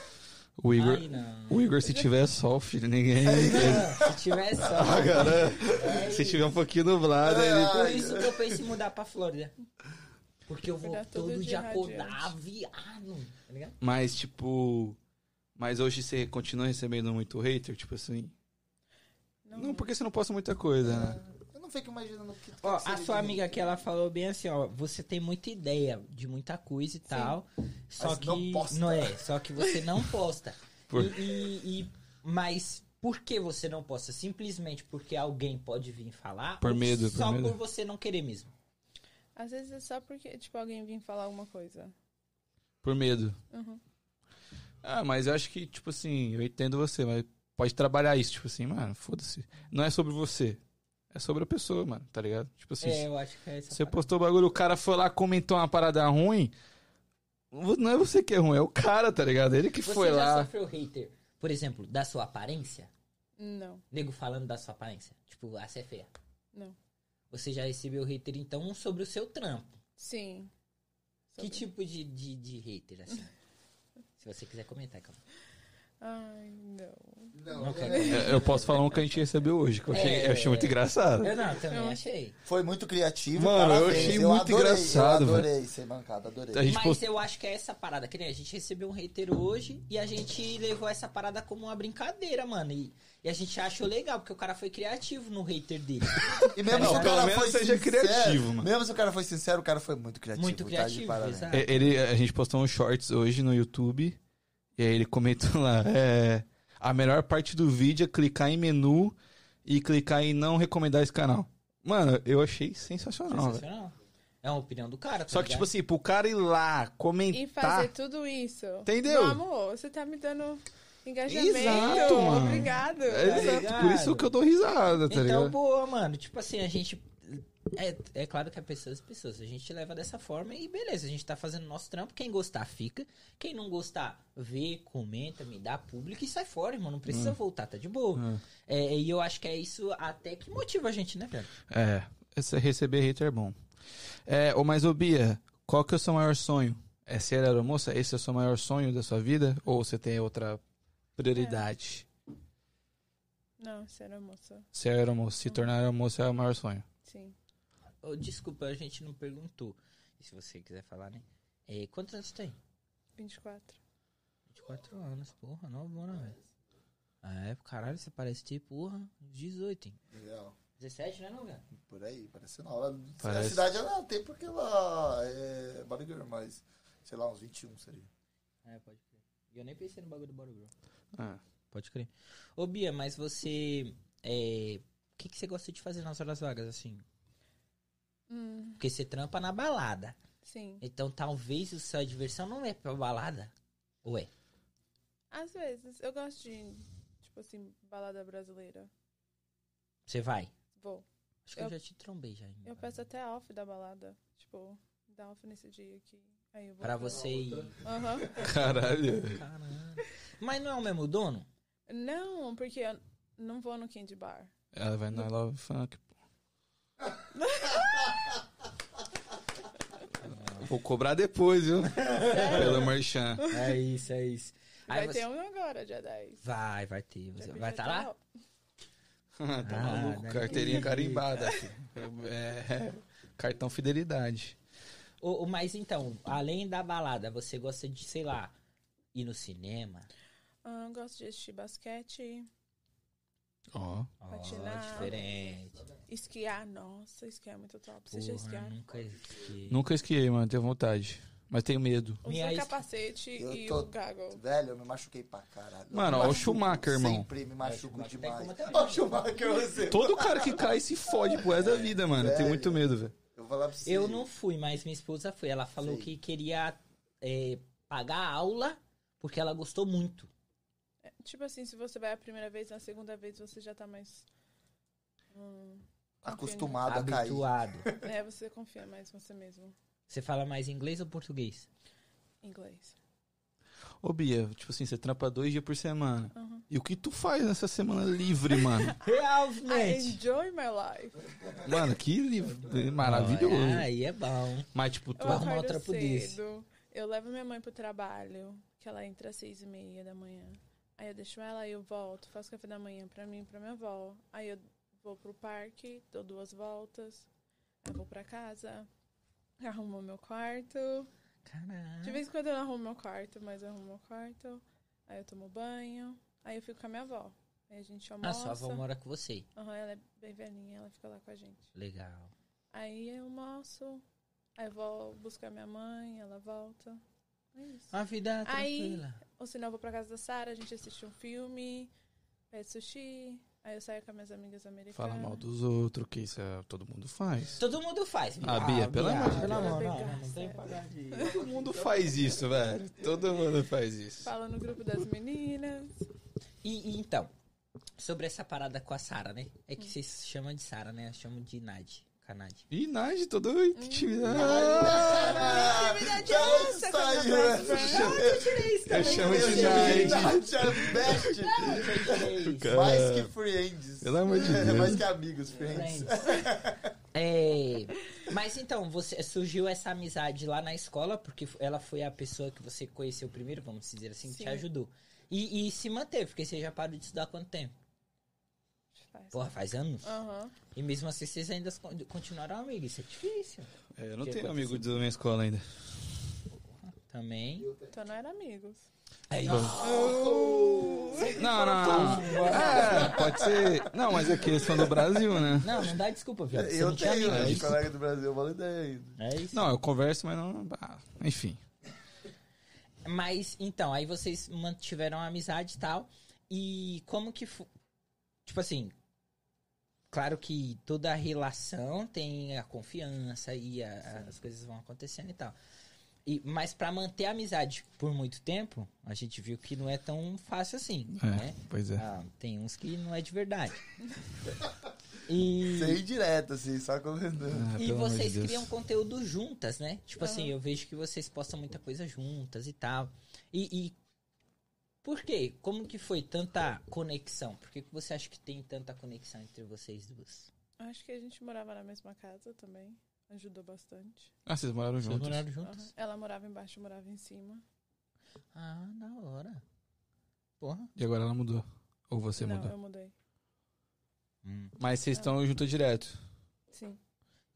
Speaker 1: O Igor,
Speaker 2: Aí não.
Speaker 1: o Igor se tiver sol, filho, ninguém.
Speaker 2: Não, se tiver sol...
Speaker 3: Ah,
Speaker 1: Ah,
Speaker 2: É
Speaker 1: se
Speaker 2: isso.
Speaker 1: tiver um pouquinho nublado,
Speaker 3: É.
Speaker 1: ele.
Speaker 2: Por isso que eu pensei em mudar pra Flórida. Porque eu vou
Speaker 4: Acordar todo
Speaker 2: todo dia
Speaker 4: dia
Speaker 2: acordar
Speaker 4: radiante.
Speaker 2: viado. Tá ligado?
Speaker 1: Mas, tipo. Mas hoje você continua recebendo muito hater? Tipo assim. Não, porque você não posta muita coisa, né?
Speaker 3: Eu não fico imaginando o que tu
Speaker 2: Ó,
Speaker 3: quer que
Speaker 2: a
Speaker 3: seja
Speaker 2: sua
Speaker 3: de
Speaker 2: amiga
Speaker 3: mim.
Speaker 2: aqui, ela falou bem assim, ó, você tem muita ideia de muita coisa e tal, só
Speaker 3: Mas
Speaker 2: que
Speaker 3: não posta.
Speaker 2: não é, só que você não posta.
Speaker 1: Por-
Speaker 2: E, e- e- mas por que você não posta? Simplesmente porque alguém pode vir falar?
Speaker 1: Por
Speaker 2: ou
Speaker 1: medo, por
Speaker 2: Só
Speaker 1: medo.
Speaker 2: por você não querer mesmo.
Speaker 4: Às vezes é só porque, tipo, alguém vem falar alguma coisa.
Speaker 1: Por medo.
Speaker 4: Uhum.
Speaker 1: Ah, mas eu acho que, tipo assim, eu entendo você, mas pode trabalhar isso, tipo assim, mano, foda-se. Não é sobre você. É sobre a pessoa, mano, tá ligado? Tipo assim,
Speaker 2: É, eu acho que é essa
Speaker 1: você
Speaker 2: parada.
Speaker 1: postou o bagulho, o cara foi lá, comentou uma parada ruim. Não é você que é ruim, é o cara, tá ligado? Ele que
Speaker 2: Você
Speaker 1: foi
Speaker 2: já
Speaker 1: lá.
Speaker 2: sofreu hater, por exemplo, da sua aparência?
Speaker 4: Não.
Speaker 2: Nego falando da sua aparência? Tipo, ah, você é feia.
Speaker 4: Não.
Speaker 2: Você já recebeu hater, então, sobre o seu trampo.
Speaker 4: Sim.
Speaker 2: Que
Speaker 4: Sobre-
Speaker 2: tipo de, de, de hater, assim? Se você quiser comentar, calma.
Speaker 4: Ai, não.
Speaker 3: Não,
Speaker 2: Não quero.
Speaker 3: é.
Speaker 1: É, Eu posso falar um que a gente recebeu hoje, que eu achei, eu
Speaker 2: É.
Speaker 1: achei muito engraçado.
Speaker 2: Eu não, também
Speaker 4: Eu-
Speaker 2: achei.
Speaker 3: Foi muito criativo.
Speaker 1: Mano, eu
Speaker 3: parabéns.
Speaker 1: achei muito
Speaker 3: adorei,
Speaker 1: engraçado,
Speaker 3: Eu adorei ser bancada, adorei.
Speaker 1: A gente
Speaker 2: Mas
Speaker 1: postou.
Speaker 2: eu acho que é essa parada, que nem a gente recebeu um hater hoje e a gente levou essa parada como uma brincadeira, mano. E, e a gente achou legal, porque o cara foi criativo no hater dele.
Speaker 3: E mesmo
Speaker 2: Não,
Speaker 3: se o
Speaker 1: pelo
Speaker 3: cara
Speaker 1: menos
Speaker 3: foi
Speaker 1: seja
Speaker 3: sincero,
Speaker 1: criativo, mano.
Speaker 3: Mesmo se o cara foi sincero, o cara foi muito criativo.
Speaker 2: Muito
Speaker 3: tá de
Speaker 2: criativo,
Speaker 3: parabéns.
Speaker 2: exato.
Speaker 1: É, Ele, a gente postou uns shorts hoje no YouTube. E aí ele comentou lá: é, a melhor parte do vídeo é clicar em menu e clicar em não recomendar esse canal. Mano, eu achei sensacional. velho.
Speaker 2: Sensacional. É uma opinião do cara, tá
Speaker 1: Só que,
Speaker 2: ligado?
Speaker 1: tipo assim, pro cara ir lá
Speaker 4: E
Speaker 1: comentar.
Speaker 4: fazer tudo isso.
Speaker 1: Tá. Entendeu?
Speaker 4: Meu amor, você tá me dando engajamento.
Speaker 1: Exato, mano.
Speaker 4: Obrigado.
Speaker 1: É,
Speaker 2: Tá
Speaker 1: Exato, por isso
Speaker 2: ligado?
Speaker 1: que eu dou risada, tá
Speaker 2: Então,
Speaker 1: ligado?
Speaker 2: boa, mano. Tipo assim, a gente. É, é claro que é pessoas e pessoas. A gente leva dessa forma e beleza, a gente tá fazendo nosso trampo. Quem gostar, fica. Quem não gostar, vê, comenta, me dá público e sai fora, irmão. Não precisa voltar, tá de boa.
Speaker 1: Hum.
Speaker 2: É, e eu acho que é isso até que motiva a gente, né, velho?
Speaker 1: É, esse receber hater é bom. É, ô, mas, ô Bia, qual que é o seu maior sonho? É ser aeromoça? Esse é o seu maior sonho da sua vida? Ou você tem outra prioridade?
Speaker 4: Não, você era moça.
Speaker 1: Ser aeromoça, se tornar aeromoça é o maior sonho.
Speaker 4: Sim.
Speaker 2: Ô, desculpa, a gente não perguntou. E se você quiser falar, né? É, quantos anos tem?
Speaker 4: 24.
Speaker 2: 24 anos, porra, novona, velho. É, caralho, você parece tipo, porra, 18, hein?
Speaker 3: Legal.
Speaker 2: 17, né, não, cara?
Speaker 3: Por aí, parece nova.
Speaker 1: Parece.
Speaker 3: A cidade ela tem porque ela é Barigor, mas sei lá, uns 21 seria.
Speaker 2: É, pode crer. E eu nem pensei no bagulho do Borobro.
Speaker 1: Ah.
Speaker 2: Pode crer. Ô, Bia, mas você. É. O que, que você gosta de fazer nas horas vagas, assim?
Speaker 4: Hum,
Speaker 2: Porque você trampa na balada.
Speaker 4: sim.
Speaker 2: Então talvez a sua diversão não é pra balada. Ou é?
Speaker 4: Às vezes, eu gosto de, tipo assim, balada brasileira.
Speaker 2: Você vai?
Speaker 4: Vou.
Speaker 2: Acho que eu,
Speaker 4: Eu-
Speaker 2: já te trombei já.
Speaker 4: Eu peço até off da balada. Tipo, dá off nesse dia aqui. Aí eu vou.
Speaker 2: Pra você ir.
Speaker 4: Aham.
Speaker 1: Caralho.
Speaker 2: Caramba. Mas não é o mesmo dono?
Speaker 4: Não, porque eu não vou no candy bar.
Speaker 1: Ela vai na Love Funk. pô. Vou cobrar depois, viu? Pelo merchan.
Speaker 2: É isso, é isso. Aí
Speaker 4: Vai
Speaker 2: você-
Speaker 4: ter um tá agora, dia 10.
Speaker 2: Vai, vai ter. Você vai estar lá?
Speaker 1: Ah, tá
Speaker 2: Ah,
Speaker 1: maluco,
Speaker 2: né?
Speaker 1: carteirinha carimbada. É, cartão fidelidade.
Speaker 2: Ô, ô, mas então, além da balada, você gosta de, sei lá, ir no cinema?
Speaker 4: Ah, eu gosto de assistir basquete,
Speaker 1: Ó.
Speaker 2: Ó,
Speaker 4: Patinar.
Speaker 2: diferente.
Speaker 4: esquiar. Nossa, esquiar é muito top. Você já
Speaker 2: Porra,
Speaker 4: esquiar?
Speaker 2: nunca esqueci.
Speaker 1: Nunca esquiei, mano, tenho vontade. Mas tenho medo.
Speaker 2: Me
Speaker 4: Usa
Speaker 2: aí-
Speaker 4: o capacete
Speaker 3: Eu
Speaker 4: e
Speaker 3: tô-
Speaker 4: o goggle.
Speaker 3: Velho, eu me machuquei pra caralho. Eu
Speaker 1: Mano,
Speaker 3: me
Speaker 1: ó, o
Speaker 3: machuco
Speaker 1: Schumacher, irmão.
Speaker 3: Sempre me machuco
Speaker 2: É, Schumacher tem
Speaker 3: demais.
Speaker 2: como também.
Speaker 3: Ó, o Schumacher, você.
Speaker 1: Todo cara que cai se fode pro resto da vida, mano. Eu tenho muito medo, velho.
Speaker 3: Eu vou falar pra você.
Speaker 2: Eu não fui, mas minha esposa foi. Ela falou
Speaker 3: Sei.
Speaker 2: que queria é, pagar a aula porque ela gostou muito.
Speaker 4: Tipo assim, se você vai a primeira vez, na segunda vez você já tá mais. hum,
Speaker 3: Acostumado a cair.
Speaker 2: habituado.
Speaker 4: É, você confia mais em você mesmo.
Speaker 2: Você fala mais inglês ou português?
Speaker 4: Inglês.
Speaker 1: Ô, Bia, tipo assim, você trampa dois dias por semana.
Speaker 4: Uhum.
Speaker 1: E o que tu faz nessa semana livre, mano?
Speaker 4: I
Speaker 2: Realmente.
Speaker 4: enjoy my life.
Speaker 1: mano, que livre. Maravilhoso.
Speaker 2: Olha, Aí é bom.
Speaker 1: Mas, tipo, tu.
Speaker 4: Eu
Speaker 2: arrumar um
Speaker 4: acordo
Speaker 2: trampo desse.
Speaker 4: cedo. Eu levo minha mãe pro trabalho, que ela entra às seis e meia da manhã. Aí eu deixo ela e eu volto, faço café da manhã pra mim e pra minha avó. Aí eu vou pro parque, dou duas voltas. Aí eu vou pra casa, arrumo meu quarto. De
Speaker 2: Caralho.
Speaker 4: vez em quando eu não arrumo meu quarto, mas eu arrumo meu quarto. Aí eu tomo banho. Aí eu fico com a minha avó. Aí a gente
Speaker 2: Ah,
Speaker 4: almoça.
Speaker 2: sua avó mora com você.
Speaker 4: Aham, ela é bem velhinha, ela fica lá com a gente.
Speaker 2: Legal.
Speaker 4: Aí eu almoço. Aí eu vou buscar minha mãe, ela volta. É isso.
Speaker 2: A vida
Speaker 4: Aí-
Speaker 2: tranquila.
Speaker 4: Ou senão eu vou pra casa da Sara, a gente assiste um filme, pede sushi. Aí eu saio com as minhas amigas americanas.
Speaker 1: Fala mal dos outros, que isso é- todo mundo faz.
Speaker 2: Todo mundo faz.
Speaker 1: Ah, Bia, pelo amor de
Speaker 2: pelo
Speaker 4: Deus.
Speaker 2: amor, não,
Speaker 4: Obrigada.
Speaker 2: não tem pagar de...
Speaker 1: Todo mundo faz isso, velho. Todo mundo faz isso.
Speaker 4: Fala no grupo das meninas.
Speaker 2: E, e então, sobre essa parada com a Sara, né? É
Speaker 4: Hum.
Speaker 2: que vocês chamam de Sara, né? Eu chamo de Nad, Canad.
Speaker 1: Ih, Nage, todo né? intimidade.
Speaker 3: Ah,
Speaker 4: Intimidade
Speaker 3: já
Speaker 4: é essa,
Speaker 3: saiu é.
Speaker 4: coisa
Speaker 1: é.
Speaker 4: mais
Speaker 2: É
Speaker 3: essa.
Speaker 1: Eu
Speaker 2: né,
Speaker 1: chamo de
Speaker 3: Intimidade
Speaker 1: Nage.
Speaker 3: é best.
Speaker 1: Cara,
Speaker 3: Mais que friends.
Speaker 1: Pelo amor de
Speaker 3: É,
Speaker 1: Deus.
Speaker 3: Mais que amigos, friends.
Speaker 2: É, mas então, você surgiu essa amizade lá na escola, porque ela foi a pessoa que você conheceu primeiro, vamos dizer assim, que te
Speaker 4: Sim.
Speaker 2: ajudou. E, e se manteve, porque você já parou de estudar há quanto tempo?
Speaker 4: Faz.
Speaker 2: Porra, faz anos.
Speaker 4: Aham.
Speaker 2: E mesmo assim, vocês ainda con- continuaram amigos. Isso é difícil.
Speaker 1: É, eu não
Speaker 2: Que
Speaker 1: tenho
Speaker 2: aconteceu?
Speaker 1: amigo da minha escola ainda.
Speaker 2: Também.
Speaker 4: Então não era amigos.
Speaker 2: Aí,
Speaker 1: Não, não, não. É, pode ser. Não, mas é que eles são do Brasil, né?
Speaker 2: Não, não dá desculpa, viado. Você
Speaker 3: Eu
Speaker 2: não tinha
Speaker 3: tenho,
Speaker 2: amigo, é
Speaker 3: né?
Speaker 2: isso.
Speaker 3: Colega do Brasil, eu validei ainda.
Speaker 2: É isso.
Speaker 1: Não, eu converso, mas não. ah, enfim.
Speaker 2: Mas, então, aí vocês mantiveram a amizade e tal. E como que. Fu... Tipo assim. Claro que toda relação tem a confiança e a- as coisas vão acontecendo e tal. E, mas pra manter a amizade por muito tempo, a gente viu que não é tão fácil assim, né?
Speaker 1: pois é.
Speaker 2: Ah, tem uns que não é de verdade. E...
Speaker 3: Sei direto, assim, só comentando.
Speaker 1: Ah,
Speaker 2: E
Speaker 1: pelo amor de
Speaker 2: vocês
Speaker 1: Deus.
Speaker 2: criam conteúdo juntas, né? Tipo assim,
Speaker 4: Aham.
Speaker 2: eu vejo que vocês postam muita coisa juntas e tal. E, e por quê? Como que foi tanta conexão? Por que, que você acha que tem tanta conexão entre vocês duas?
Speaker 4: Acho que a gente morava na mesma casa também. Ajudou bastante.
Speaker 1: Ah, vocês moraram
Speaker 2: Vocês
Speaker 1: juntos.
Speaker 2: moraram
Speaker 4: Aham. Ela morava embaixo, eu morava em cima.
Speaker 2: Ah, da hora. Porra.
Speaker 1: E agora ela mudou. Ou você
Speaker 4: não,
Speaker 1: mudou.
Speaker 4: eu mudei.
Speaker 2: Hum.
Speaker 1: Mas vocês estão juntos direto.
Speaker 4: Sim.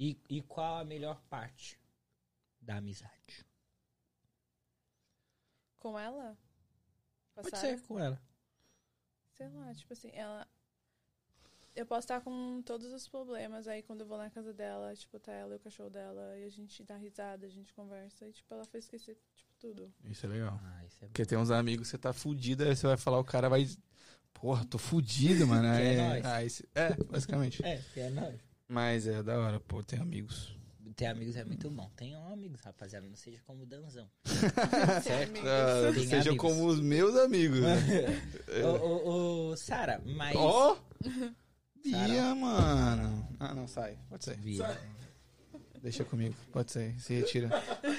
Speaker 2: E, e qual a melhor parte da amizade?
Speaker 4: Com ela? Com a
Speaker 2: Pode
Speaker 4: Sarah?
Speaker 2: ser com ela.
Speaker 4: Sei lá, tipo assim, ela. Eu posso estar com todos os problemas, aí quando eu vou na casa dela, tipo, tá ela e o cachorro dela, e a gente dá risada, a gente conversa, e tipo, ela fez esquecer, tipo, tudo.
Speaker 1: Isso é legal.
Speaker 2: Ah, isso é bom.
Speaker 1: Porque tem uns amigos que você tá fudido, aí você vai falar, o cara vai. Porra, tô fudido, mano.
Speaker 2: Que é
Speaker 1: É,
Speaker 2: nóis.
Speaker 1: aí você- é, basicamente.
Speaker 2: É, que é nóis.
Speaker 1: Mas é da hora, pô, tem amigos.
Speaker 2: Ter amigos é muito bom. Tenham amigos, rapaziada. Não seja como o Danzão.
Speaker 4: Ser amigos.
Speaker 1: seja
Speaker 2: Tem amigos.
Speaker 1: Ah,
Speaker 2: É.
Speaker 1: como os meus amigos.
Speaker 2: Ô, ô, ô, Sara, mas...
Speaker 1: Ó!
Speaker 2: Sarah.
Speaker 1: Bia, mano. Ah, não, sai. Pode sair.
Speaker 2: Vi-
Speaker 1: Deixa comigo. Pode sair. Se retira.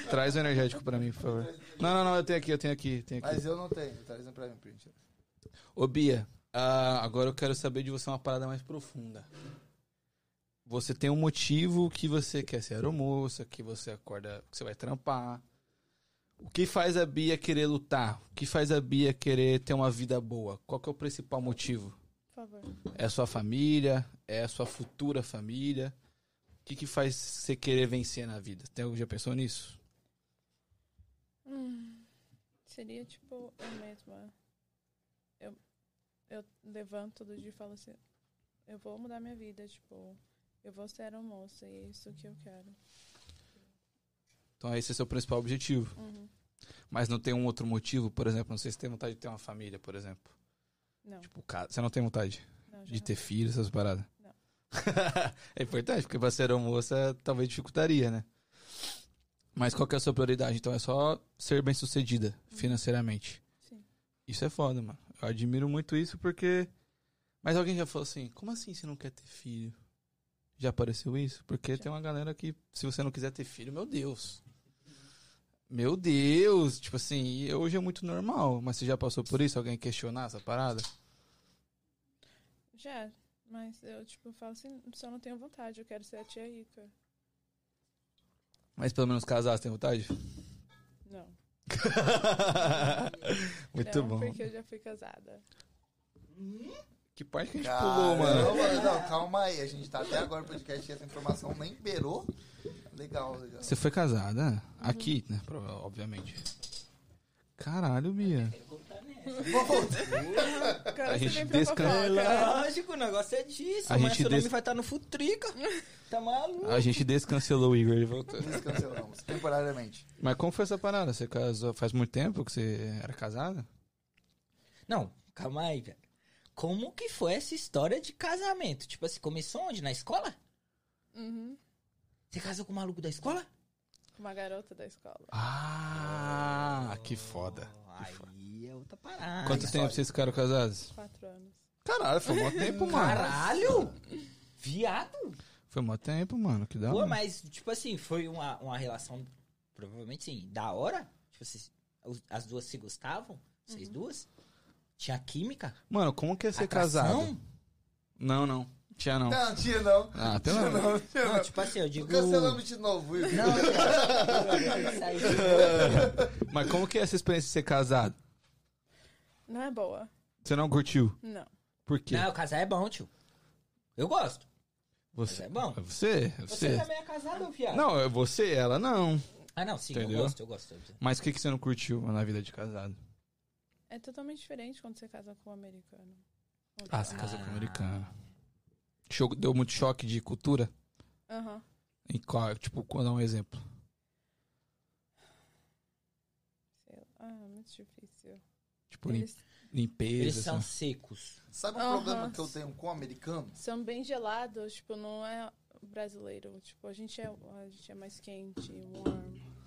Speaker 1: Traz o energético pra mim, por favor. Não, não, não. Eu tenho aqui, eu tenho aqui. Tenho aqui.
Speaker 3: Mas eu não tenho, traz um pra mim, print.
Speaker 1: Ô, Bia, ah, agora eu quero saber de você uma parada mais profunda. Você tem um motivo que você quer ser aeromoça, que você acorda, que você vai trampar. O que faz a Bia querer lutar? O que faz a Bia querer ter uma vida boa? Qual que é o principal motivo?
Speaker 4: Por favor.
Speaker 1: É a sua família? É a sua futura família? O que, que faz você querer vencer na vida? Tem alguém já pensou nisso?
Speaker 4: Hum, seria tipo eu mesma. Eu, eu levanto todo dia e falo assim, eu vou mudar minha vida, tipo, eu vou ser uma moça e é isso que eu quero.
Speaker 1: Então esse é o seu principal objetivo.
Speaker 4: Uhum.
Speaker 1: Mas não tem um outro motivo, por exemplo, não sei se tem vontade de ter uma família, por exemplo.
Speaker 4: Não,
Speaker 1: Tipo, ca- você não tem vontade
Speaker 4: não, já.
Speaker 1: de ter filhos, essas paradas?
Speaker 4: Não.
Speaker 1: é importante, porque pra ser moça talvez dificultaria, né? Mas qual que é a sua prioridade? Então é só ser bem sucedida
Speaker 4: Uhum.
Speaker 1: financeiramente.
Speaker 4: Sim.
Speaker 1: Isso é foda, mano. Eu admiro muito isso porque. Mas alguém já falou assim: como assim você não quer ter filho? Já apareceu isso? Porque
Speaker 4: Já.
Speaker 1: tem uma galera que, se você não quiser ter filho, meu Deus. Meu Deus! Tipo assim, e hoje é muito normal, mas você já passou por isso? Alguém questionar essa parada?
Speaker 4: Já, mas eu, tipo, falo assim, só não tenho vontade, eu quero ser a tia rica.
Speaker 1: Mas pelo menos casar, você tem vontade?
Speaker 4: Não.
Speaker 1: Muito
Speaker 4: não,
Speaker 1: bom.
Speaker 4: É, Porque eu já fui casada.
Speaker 1: Que parte que a gente pulou,
Speaker 3: Caramba,
Speaker 1: mano?
Speaker 3: mano, Não, calma aí, a gente tá até agora no podcast e essa informação nem beirou. Legal, legal.
Speaker 1: Você foi casada? Aqui, né? Prova- Obviamente. Uhum. Caralho, Bia.
Speaker 4: Agora
Speaker 1: A
Speaker 4: você
Speaker 1: gente
Speaker 4: vem pra
Speaker 1: descan-
Speaker 4: fofoca.
Speaker 2: Lógico, o negócio é disso.
Speaker 1: A
Speaker 2: mas
Speaker 1: gente
Speaker 2: seu
Speaker 1: des-
Speaker 2: nome vai estar no Futrica. Tá maluco?
Speaker 1: A gente descancelou o Igor, ele voltou.
Speaker 3: Descancelamos, temporariamente.
Speaker 1: Mas como foi essa parada? Você casou faz muito tempo que você era casada?
Speaker 2: Não, calma aí, velho. Como que foi essa história de casamento? Tipo assim, começou onde? Na escola?
Speaker 4: Uhum.
Speaker 2: Você casou com o maluco da escola?
Speaker 4: Com uma garota da escola.
Speaker 1: Ah, que foda.
Speaker 2: Oh, aí é outra parada.
Speaker 1: Quanto tempo
Speaker 3: história.
Speaker 1: vocês ficaram casados?
Speaker 4: Quatro anos.
Speaker 1: Caralho, foi mó tempo, mano.
Speaker 2: Caralho! Viado!
Speaker 1: Foi mó tempo, mano. Que da
Speaker 2: Pô,
Speaker 1: hora.
Speaker 2: mas, tipo assim, foi uma, uma relação, provavelmente sim, da hora. Tipo, vocês, os- as duas se gostavam, vocês duas. Tinha química.
Speaker 1: Mano, como que é ser casado?
Speaker 2: atração.
Speaker 1: Não, não. Tinha não.
Speaker 3: Não, tinha não.
Speaker 1: Ah, pelo amor.
Speaker 3: Não, tinha
Speaker 2: Não,
Speaker 3: não.
Speaker 2: tipo assim, eu digo.
Speaker 3: Cancelamos de novo, Igor.
Speaker 2: Não, cara. Isso aí foi-
Speaker 1: Mas como que é essa experiência de ser casado?
Speaker 4: Não é boa.
Speaker 1: Você não curtiu?
Speaker 4: Não.
Speaker 1: Por quê?
Speaker 2: Não, casar é bom, tio. Eu gosto.
Speaker 1: Você. Ah,
Speaker 2: é bom.
Speaker 1: Você?
Speaker 2: Você
Speaker 1: Você?
Speaker 2: também é casado, fiado?
Speaker 1: Não, é você, ela não.
Speaker 2: Ah, não, sim,
Speaker 1: Entendeu?
Speaker 2: eu gosto, eu gosto. eu gosto.
Speaker 1: Mas o que, que você não curtiu na vida de casado?
Speaker 4: É totalmente diferente quando você casa com um americano. Ou
Speaker 1: Ah,
Speaker 4: de-
Speaker 1: você casou com um americano. Cho- Deu muito choque de cultura?
Speaker 4: Aham.
Speaker 1: Em qual, tipo, qual é um exemplo?
Speaker 4: Sei lá. Ah, muito é difícil.
Speaker 1: Tipo, lim-
Speaker 4: Eles
Speaker 1: limpeza.
Speaker 2: Eles são
Speaker 1: assim.
Speaker 2: secos.
Speaker 3: Sabe o
Speaker 4: Aham.
Speaker 3: problema que eu tenho com o americano?
Speaker 4: são bem gelados, tipo, não é brasileiro. Tipo, a gente é, a gente é mais quente, warm.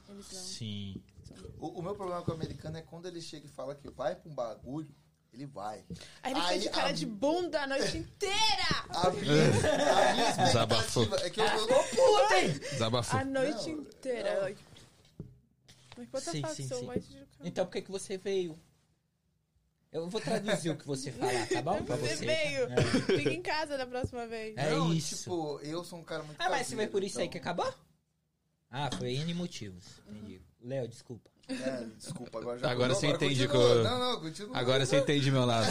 Speaker 4: Eles não.
Speaker 2: Sim.
Speaker 4: São...
Speaker 3: O, o meu problema com o americano é quando ele chega e fala que vai pra um bagulho, ele
Speaker 2: É.
Speaker 3: vai.
Speaker 4: Aí ele fica
Speaker 3: Aí,
Speaker 4: de cara
Speaker 3: a-
Speaker 4: de bunda a noite inteira!
Speaker 3: A minha, a minha
Speaker 1: Desabafou.
Speaker 3: expectativa é que eu, eu,
Speaker 1: Desabafou.
Speaker 4: A noite
Speaker 3: Não,
Speaker 4: inteira.
Speaker 3: não.
Speaker 4: like- Like, what the
Speaker 2: Sim,
Speaker 4: fuck,
Speaker 2: sim,
Speaker 4: so
Speaker 2: sim.
Speaker 4: why did you come?
Speaker 2: Então por que, que você veio? Eu vou traduzir o que você falar, tá bom? Pra
Speaker 4: Você
Speaker 2: você.
Speaker 4: veio.
Speaker 2: É.
Speaker 4: Fica em casa da próxima vez.
Speaker 2: É
Speaker 3: não,
Speaker 2: isso.
Speaker 3: tipo, eu sou um cara muito
Speaker 2: Ah, mas você veio por isso aí que
Speaker 3: caseiro, então,
Speaker 2: acabou? Ah, foi N motivos. Entendi. Léo, desculpa.
Speaker 3: então- É, desculpa, agora já...
Speaker 1: Agora
Speaker 3: não,
Speaker 1: você entende
Speaker 3: continua.
Speaker 1: que eu-
Speaker 3: Não, Ah, não, continua.
Speaker 1: Agora você entende meu lado.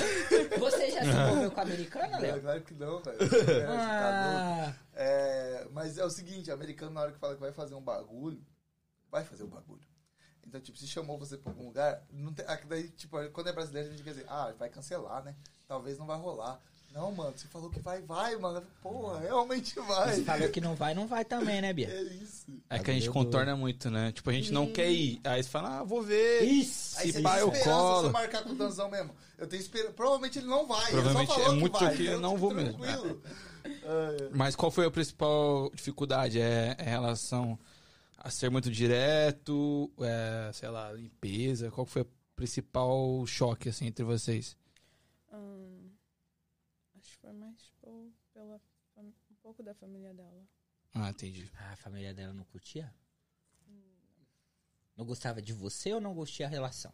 Speaker 2: Você já se envolveu com a americana,
Speaker 3: É,
Speaker 2: Léo?
Speaker 3: Claro que não, velho. É, tá louco.
Speaker 2: Ah,
Speaker 3: É, mas é o seguinte, o americano na hora que fala que vai fazer um bagulho, vai fazer um bagulho. Então, tipo, se chamou você pra algum lugar, não tem, aqui daí, tipo, quando é brasileiro, a gente quer dizer, ah, vai cancelar, né? Talvez não vai rolar. Não, mano, você falou que vai, vai, mano. Porra, realmente
Speaker 2: Ah, você
Speaker 3: vai.
Speaker 2: falou que não vai, não vai também, né, Bia?
Speaker 3: É isso.
Speaker 1: É que a gente
Speaker 2: Meu
Speaker 1: contorna muito, né? Tipo, a gente não quer ir. Aí você fala, ah, vou ver.
Speaker 2: Isso!
Speaker 3: Aí você
Speaker 1: pá,
Speaker 3: tem
Speaker 1: eu
Speaker 3: é esperança
Speaker 1: é colo.
Speaker 3: de marcar com o Danzão mesmo. Eu tenho esperança. Provavelmente ele não vai.
Speaker 1: Provavelmente
Speaker 3: ele só falou
Speaker 1: é muito
Speaker 3: que vai,
Speaker 1: que eu
Speaker 3: então,
Speaker 1: não
Speaker 3: tipo,
Speaker 1: vou mesmo.
Speaker 3: tranquilo. Ah, é.
Speaker 1: Mas qual foi a principal dificuldade? É, é relação a ser muito direto, é, sei lá, limpeza? Qual foi o principal choque, assim, entre vocês?
Speaker 2: É.
Speaker 4: Hum, acho que foi mais tipo, pela, fam- um pouco da família dela.
Speaker 1: Ah, entendi.
Speaker 2: Ah, a família dela não curtia? Não gostava de você ou não gostia a relação?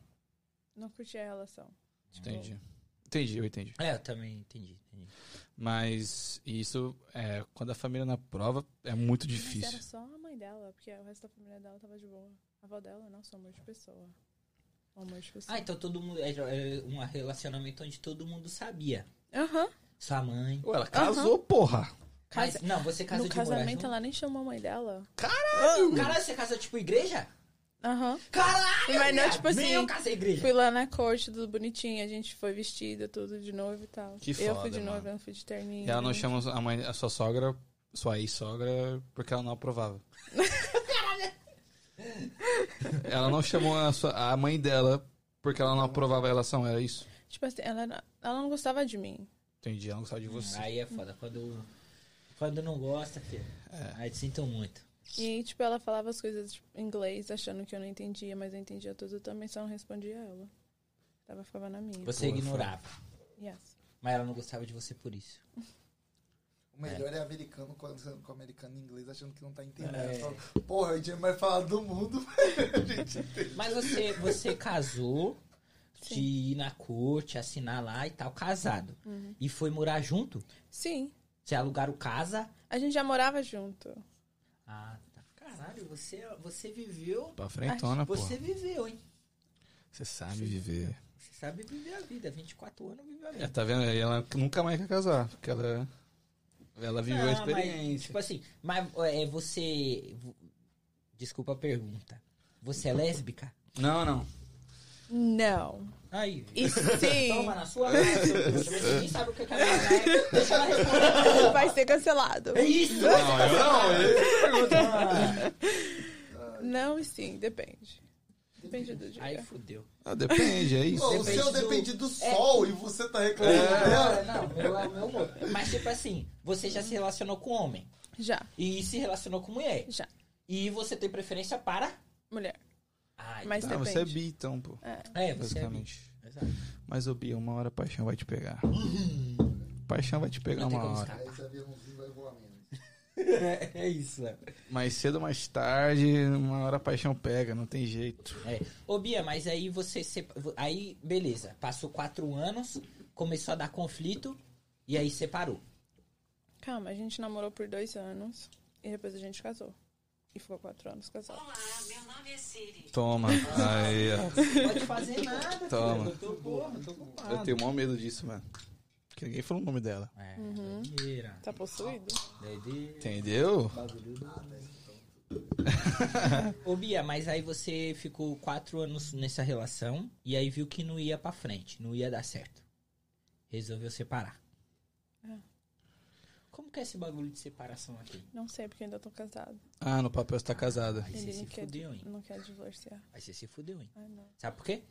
Speaker 4: Não curti a relação. Tipo,
Speaker 1: Entendi. Entendi, eu entendi.
Speaker 2: É, eu também entendi. entendi.
Speaker 1: Mas isso, é, quando a família na prova, é muito
Speaker 4: Mas
Speaker 1: difícil.
Speaker 4: era só a mãe dela, porque o resto da família dela tava de boa. A avó dela, nossa, amor de pessoa. Um amor de pessoa.
Speaker 2: Ah, então todo mundo. Era era um relacionamento onde todo mundo sabia.
Speaker 4: Aham.
Speaker 2: Sua mãe.
Speaker 1: Ué, ela casou, porra!
Speaker 4: Casa-
Speaker 2: Mas- não, você casa
Speaker 4: No
Speaker 2: de morar
Speaker 4: casamento
Speaker 2: junto.
Speaker 4: ela nem chamou a mãe dela.
Speaker 2: Caralho, você casa tipo igreja?
Speaker 4: Aham.
Speaker 2: Caralho!
Speaker 4: Mas não,
Speaker 2: viado,
Speaker 4: tipo assim,
Speaker 2: nem Eu casei igreja.
Speaker 4: Fui lá na corte, tudo bonitinho, a gente foi vestida, tudo de novo e tal.
Speaker 1: Que
Speaker 4: eu
Speaker 1: foda,
Speaker 4: fui de
Speaker 1: mano.
Speaker 4: novo, eu não fui de terninho.
Speaker 1: E ela não chama a, mãe, a sua sogra, sua ex-sogra, porque ela não aprovava. ela não chamou a, sua- a mãe dela porque ela não aprovava a relação, era isso?
Speaker 4: Tipo assim, ela, era- ela não gostava de mim.
Speaker 1: Entendi, ela não gostava de você.
Speaker 2: Aí é foda. Quando, quando não gosta, filho.
Speaker 1: É,
Speaker 2: Aí te sinto muito.
Speaker 4: E, tipo, ela falava as coisas tipo, em inglês, achando que eu não entendia, mas eu entendia tudo, eu também só não respondia a ela. Tava ficava na minha.
Speaker 2: Você
Speaker 1: Porra,
Speaker 2: ignorava.
Speaker 4: Yes.
Speaker 2: Mas ela não gostava de você por isso.
Speaker 3: O melhor é, americano conversando com americano em inglês, achando que não tá entendendo. Fala, Porra, a gente é mais falado do mundo, velho. A gente entende.
Speaker 2: Mas você, você casou de
Speaker 4: Sim.
Speaker 2: ir na corte, assinar lá e tal, casado. E foi morar junto?
Speaker 4: Sim.
Speaker 2: Você alugaram casa?
Speaker 4: A gente já morava junto.
Speaker 2: Ah, tá. Caralho, você, você viveu.
Speaker 1: Pra frentona, Ah, pô.
Speaker 2: Você
Speaker 1: Você...
Speaker 2: viveu, hein?
Speaker 1: sabe viver.
Speaker 2: Você sabe viver a vida. 24 anos viveu a vida.
Speaker 1: É, tá vendo? E Ela nunca mais quer casar, porque ela, ela viveu a
Speaker 2: Não, Mas,
Speaker 1: experiência.
Speaker 2: tipo assim, mas é, você. vo- Desculpa a pergunta. Você é lésbica?
Speaker 1: Não, não.
Speaker 4: Não.
Speaker 2: Aí.
Speaker 4: E sim,
Speaker 2: Toma na sua cara, seu trouxa, mas ninguém sabe o que é que ela é. Deixa ela responder.
Speaker 4: vai ser cancelado.
Speaker 2: É isso!
Speaker 1: Não, eu não. eu-
Speaker 4: Não e sim, depende. Depende do dia.
Speaker 2: Aí fudeu.
Speaker 1: Ah, depende, é isso.
Speaker 3: Pô, o
Speaker 2: Depende
Speaker 3: seu
Speaker 2: do-
Speaker 3: depende do É sol e você tá reclamando
Speaker 1: É.
Speaker 3: dela.
Speaker 2: Não, não, meu, é meu amor. Mas tipo assim, você já se relacionou com homem
Speaker 4: Já,
Speaker 2: e se relacionou com mulher.
Speaker 4: já.
Speaker 2: E você tem preferência para.
Speaker 4: Mulher.
Speaker 2: Ai,
Speaker 4: Mas
Speaker 1: Ah,
Speaker 4: depende.
Speaker 1: você é bi, então, pô.
Speaker 2: é, você é bi.
Speaker 1: Basicamente.
Speaker 2: Exato.
Speaker 1: Mas, ô Bi, uma hora a paixão vai te pegar. Paixão vai te pegar
Speaker 2: Uhum. Não tem
Speaker 1: uma
Speaker 2: como
Speaker 1: hora.
Speaker 2: escapar.
Speaker 3: Aí esse aviãozinho vai voar menos.
Speaker 2: É, é isso, Léo.
Speaker 1: Mais cedo ou mais tarde, uma hora a paixão pega, não tem jeito.
Speaker 2: É. Ô Bia, mas aí você. sepa- Aí, beleza. Passou quatro anos, começou a dar conflito e aí separou.
Speaker 4: Calma, a gente namorou por dois anos e depois a gente casou. E ficou quatro anos casado.
Speaker 5: Olá, meu nome é Siri.
Speaker 1: Toma. Aí, ó.
Speaker 2: Não pode fazer nada,
Speaker 1: Toma.
Speaker 2: filho. Eu tô, porra, eu tô ocupado.
Speaker 1: Eu tenho o maior medo disso, mano. Porque ninguém falou o nome dela.
Speaker 2: É, doideira.
Speaker 4: Tá possuído?
Speaker 2: Doideira.
Speaker 1: Entendeu?
Speaker 2: Ô Bia, mas aí você ficou quatro anos nessa relação e aí viu que não ia pra frente, não ia dar certo. Resolveu separar.
Speaker 4: É.
Speaker 2: Como que é esse bagulho de separação aqui?
Speaker 4: Não sei, porque eu ainda tô casado.
Speaker 1: Ah, no papel você tá casada.
Speaker 2: Aí você
Speaker 4: Ele
Speaker 2: se
Speaker 4: não quer,
Speaker 2: fudeu, hein?
Speaker 4: não quer divorciar.
Speaker 2: Aí você se fudeu, hein?
Speaker 4: Ai, não.
Speaker 2: Sabe por quê?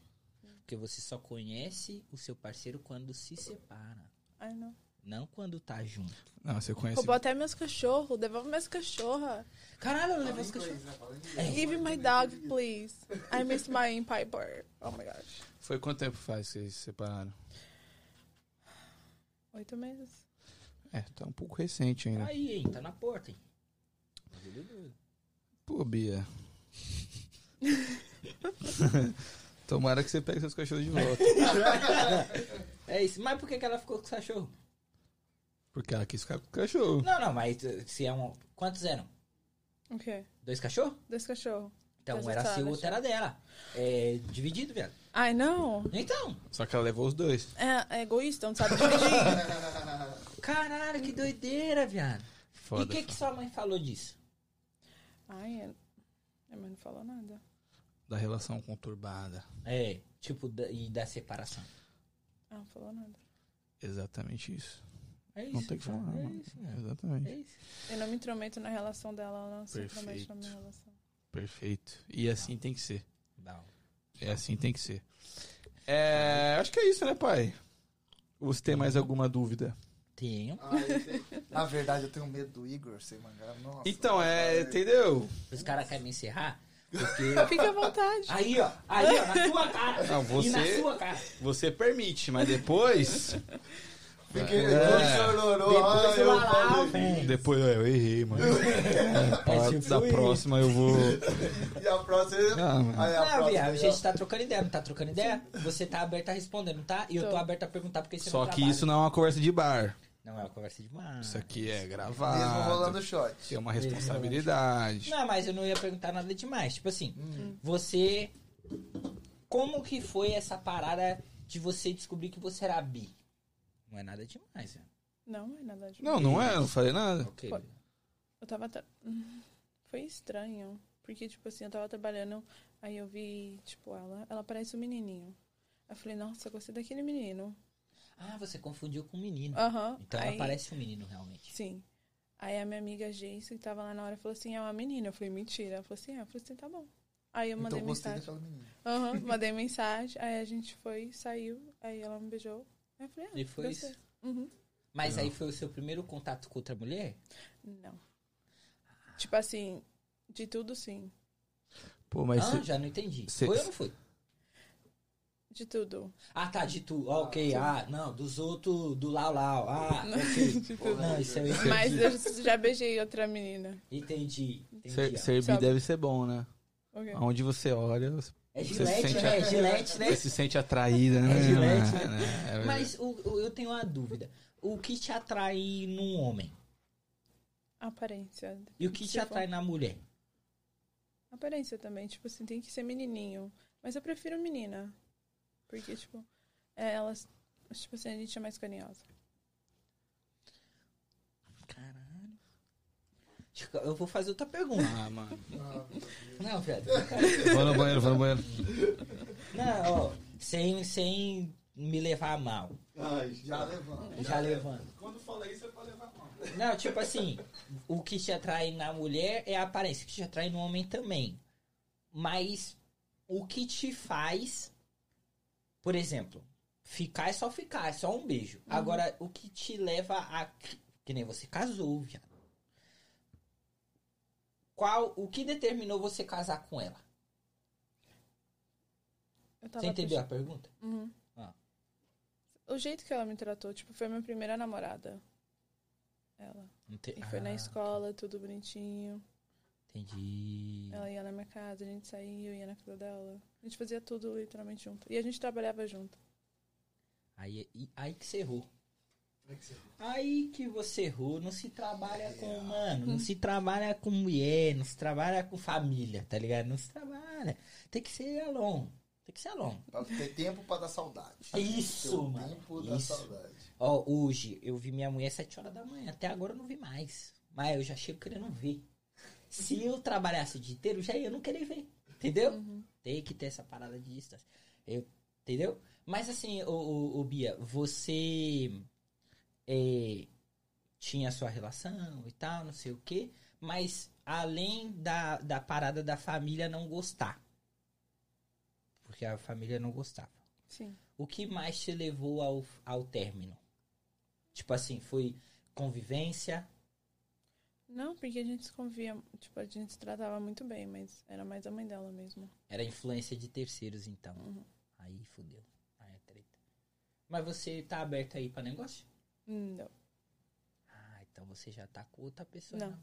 Speaker 2: Porque você só conhece o seu parceiro quando se separa.
Speaker 4: Ai, não.
Speaker 2: Não quando tá junto.
Speaker 1: Não, você conhece.
Speaker 4: Roubou até meus cachorros. Devolve minhas cachorras.
Speaker 2: Caralho, é um eu levei os cachorros.
Speaker 3: né?
Speaker 2: É.
Speaker 4: Give me my dog, please. I miss my empire bird. Oh my gosh.
Speaker 1: Foi quanto tempo faz que vocês se separaram?
Speaker 4: Oito meses.
Speaker 1: É, tá um pouco recente ainda.
Speaker 2: Aí, hein? Tá na porta, hein?
Speaker 1: Pô, Bia. Tomara que você pegue seus cachorros de volta.
Speaker 2: É isso. Mas por que, que ela ficou com os cachorros?
Speaker 1: Porque ela quis ficar com o cachorro.
Speaker 2: Não, não, mas eh, se é um. Quantos eram?
Speaker 4: O quê?
Speaker 2: Dois cachorros?
Speaker 4: Dois cachorros.
Speaker 2: Então
Speaker 4: Dois
Speaker 2: um era
Speaker 4: cachorros.
Speaker 2: seu, outro era dela. É dividido, velho.
Speaker 4: Ai, não.
Speaker 2: Então,
Speaker 1: Só que ela levou os dois.
Speaker 4: É, é egoísta, não sabe é. dividir.
Speaker 2: caralho, que doideira, viado. E o
Speaker 1: Foda.
Speaker 2: que, que sua mãe falou disso?
Speaker 4: Ai, é- minha mãe não falou nada.
Speaker 1: Da relação conturbada.
Speaker 2: É, tipo, da- e da separação.
Speaker 4: Ela Ah, não falou nada.
Speaker 1: Exatamente isso.
Speaker 2: É isso.
Speaker 1: Não tem que
Speaker 2: cara,
Speaker 1: falar. mano.
Speaker 2: É isso, mano.
Speaker 1: Exatamente.
Speaker 2: É isso.
Speaker 4: Eu não me intrometo na relação dela, ela não se intromete
Speaker 1: Perfeito.
Speaker 4: na minha relação.
Speaker 1: Perfeito. E assim tem que ser.
Speaker 2: Não.
Speaker 1: É assim tem que ser. É, acho que é isso, né, pai? Ou Você tem mais alguma dúvida?
Speaker 2: Tem.
Speaker 3: Na verdade, eu tenho medo do Igor sem mangá. Nossa.
Speaker 1: Então, é, entendeu?
Speaker 2: Os caras querem me encerrar? Porque.
Speaker 4: Fique à vontade.
Speaker 2: Aí, ó. Aí, ó, na sua cara.
Speaker 1: Não,
Speaker 2: E na
Speaker 1: você-
Speaker 2: sua cara.
Speaker 1: Você permite, mas depois.
Speaker 3: Fiquei
Speaker 1: É.
Speaker 3: chororô.
Speaker 2: Depois
Speaker 3: Ai, eu
Speaker 2: lá, lá,
Speaker 3: falei.
Speaker 2: velho. É tipo
Speaker 1: Depois é, eu errei, mano. Ah,
Speaker 2: Mas
Speaker 1: da
Speaker 2: fui.
Speaker 1: próxima eu vou.
Speaker 3: E a próxima.
Speaker 1: Ah, mano.
Speaker 3: Aí a
Speaker 2: Não,
Speaker 3: próxima.
Speaker 2: viado, a
Speaker 3: já-
Speaker 2: gente tá trocando ideia, não tá trocando ideia? Você tá aberto a responder, não tá? E eu
Speaker 4: Tô.
Speaker 2: tô aberto a perguntar porque você
Speaker 1: Só
Speaker 2: não
Speaker 1: que
Speaker 2: trabalha.
Speaker 1: isso não é uma conversa de bar.
Speaker 2: Não é uma conversa de mar.
Speaker 1: Isso aqui é
Speaker 2: tá- Ah,
Speaker 3: Mesmo rolando
Speaker 1: gravado.
Speaker 3: shot.
Speaker 1: É uma responsabilidade.
Speaker 2: Não, mas eu não ia perguntar nada demais. Tipo assim,
Speaker 3: Hum.
Speaker 2: você. Como que foi essa parada de você descobrir que você era bi? Não é nada demais, velho.
Speaker 4: Não, não é nada de
Speaker 1: Não, não é, eu não falei nada.
Speaker 2: Ok.
Speaker 4: Foi. Eu tava. tra- Hum, Foi estranho. Porque, tipo assim, eu tava trabalhando, aí eu vi, tipo, ela. Ela parece um menininho. Aí Eu falei, nossa, eu gostei daquele menino.
Speaker 2: Ah, você confundiu com o menino.
Speaker 4: Aham.
Speaker 2: Então
Speaker 4: Ah, aí,
Speaker 2: ela parece um menino, realmente.
Speaker 4: Sim. Aí a minha amiga Jace, que tava lá na hora, falou assim: é uma menina. Eu falei, mentira. Ela falou assim: é. Eu falei assim, tá bom. Aí eu mandei
Speaker 3: Então gostei
Speaker 4: mensagem.
Speaker 3: daquela menina.
Speaker 4: Aham, mandei mensagem. Aí a gente foi, saiu. Aí ela me beijou. Aí eu falei, ah,
Speaker 2: E foi
Speaker 4: gostei.
Speaker 2: isso.
Speaker 4: Uhum.
Speaker 2: Mas aí foi o seu primeiro contato com outra mulher?
Speaker 4: Não. Tipo assim, de tudo sim.
Speaker 1: Pô, mas.
Speaker 2: ah,
Speaker 1: cê-
Speaker 2: já não entendi.
Speaker 1: cê-
Speaker 2: Foi ou não foi?
Speaker 4: De tudo.
Speaker 2: Ah, tá, de tu. Ah, ok, ah, não, dos outros, do Lau Lau. Ah,
Speaker 4: De
Speaker 2: ok.
Speaker 4: tudo.
Speaker 2: não, isso eu entendi.
Speaker 4: Mas eu já beijei outra menina.
Speaker 2: Entendi. entendi
Speaker 1: Ser,
Speaker 2: ó.
Speaker 1: ser bi
Speaker 4: Sabe. É.
Speaker 1: deve ser bom, né?
Speaker 4: O quê?
Speaker 1: Onde você olha, você
Speaker 2: É
Speaker 1: Você
Speaker 2: gilete,
Speaker 1: sente
Speaker 2: né? É gilete, né?
Speaker 1: você se sente atraída, né?
Speaker 2: É gilete, né?
Speaker 1: É, é, é.
Speaker 2: Mas o- o- eu tenho uma dúvida. O que te atrai num homem?
Speaker 4: Aparência.
Speaker 2: E o que te
Speaker 4: Se for-
Speaker 2: atrai na mulher?
Speaker 4: Aparência também. Tipo assim, tem que ser menininho. Mas eu prefiro menina. Porque, tipo, é, elas. Tipo assim, a gente é mais carinhosa.
Speaker 2: Caralho. Acho que Eu vou fazer outra pergunta.
Speaker 1: Ah, mano.
Speaker 2: Não, viado.
Speaker 1: Vou no banheiro, vou no banheiro.
Speaker 2: Não, ó. Sem, sem me levar a mal.
Speaker 3: Ai, Ah, tá. já levando.
Speaker 2: Já levando. Quando fala isso, é pra levar a mal. Não, tipo assim. O que te atrai na mulher é a aparência. O que te atrai no homem também. Mas o que te faz. Por exemplo, ficar é só ficar, é só um
Speaker 4: Uhum.
Speaker 2: beijo. Agora, o que te leva a. Que nem você casou, viado. Qual. O que determinou você casar com ela?
Speaker 4: Eu tava
Speaker 2: Você entendeu a
Speaker 4: apaixon-
Speaker 2: pergunta?
Speaker 4: Uhum.
Speaker 2: Ah.
Speaker 4: O jeito que ela me tratou, tipo, foi minha primeira namorada. Ela. E foi na
Speaker 2: Ah,
Speaker 4: escola, tudo bonitinho.
Speaker 2: Entendi.
Speaker 4: Ela ia na minha casa, a gente saía, eu ia na casa dela. A gente fazia tudo literalmente junto. E a gente trabalhava junto.
Speaker 2: Aí, e- aí que você errou. Aí que você errou, não se trabalha com, mano, não se trabalha com mulher, não se trabalha com família, tá ligado? Não se trabalha. Tem que ser alone. Tem que ser alone.
Speaker 3: Pra ter tempo pra dar saudade.
Speaker 2: É Isso,
Speaker 3: Ter o
Speaker 2: mano.
Speaker 3: Tempo da
Speaker 2: Isso.
Speaker 3: saudade.
Speaker 2: Ó, hoje eu vi minha mulher às 7 horas da manhã, até agora eu não vi mais. Mas eu já chego querendo ver. Se eu trabalhasse o dia inteiro, já ia não querer ver. Entendeu? Tem que ter essa parada de distância. Eu- entendeu? Mas assim, ô, ô, ô, Bia, você é, tinha sua relação e tal, não sei o quê, mas além da, da parada da família não gostar. Porque a família não gostava.
Speaker 4: Sim.
Speaker 2: O que mais te levou ao, ao término? Tipo assim, foi convivência?
Speaker 4: Não, porque a gente se convia, tipo, a gente se tratava muito bem, mas era mais a mãe dela mesmo.
Speaker 2: Era influência de terceiros, então.
Speaker 4: Uhum.
Speaker 2: Aí fudeu. Aí é treta. Mas você tá aberto aí pra negócio?
Speaker 4: Não.
Speaker 2: Ah, então você já tá com outra pessoa.
Speaker 4: Não.
Speaker 2: né?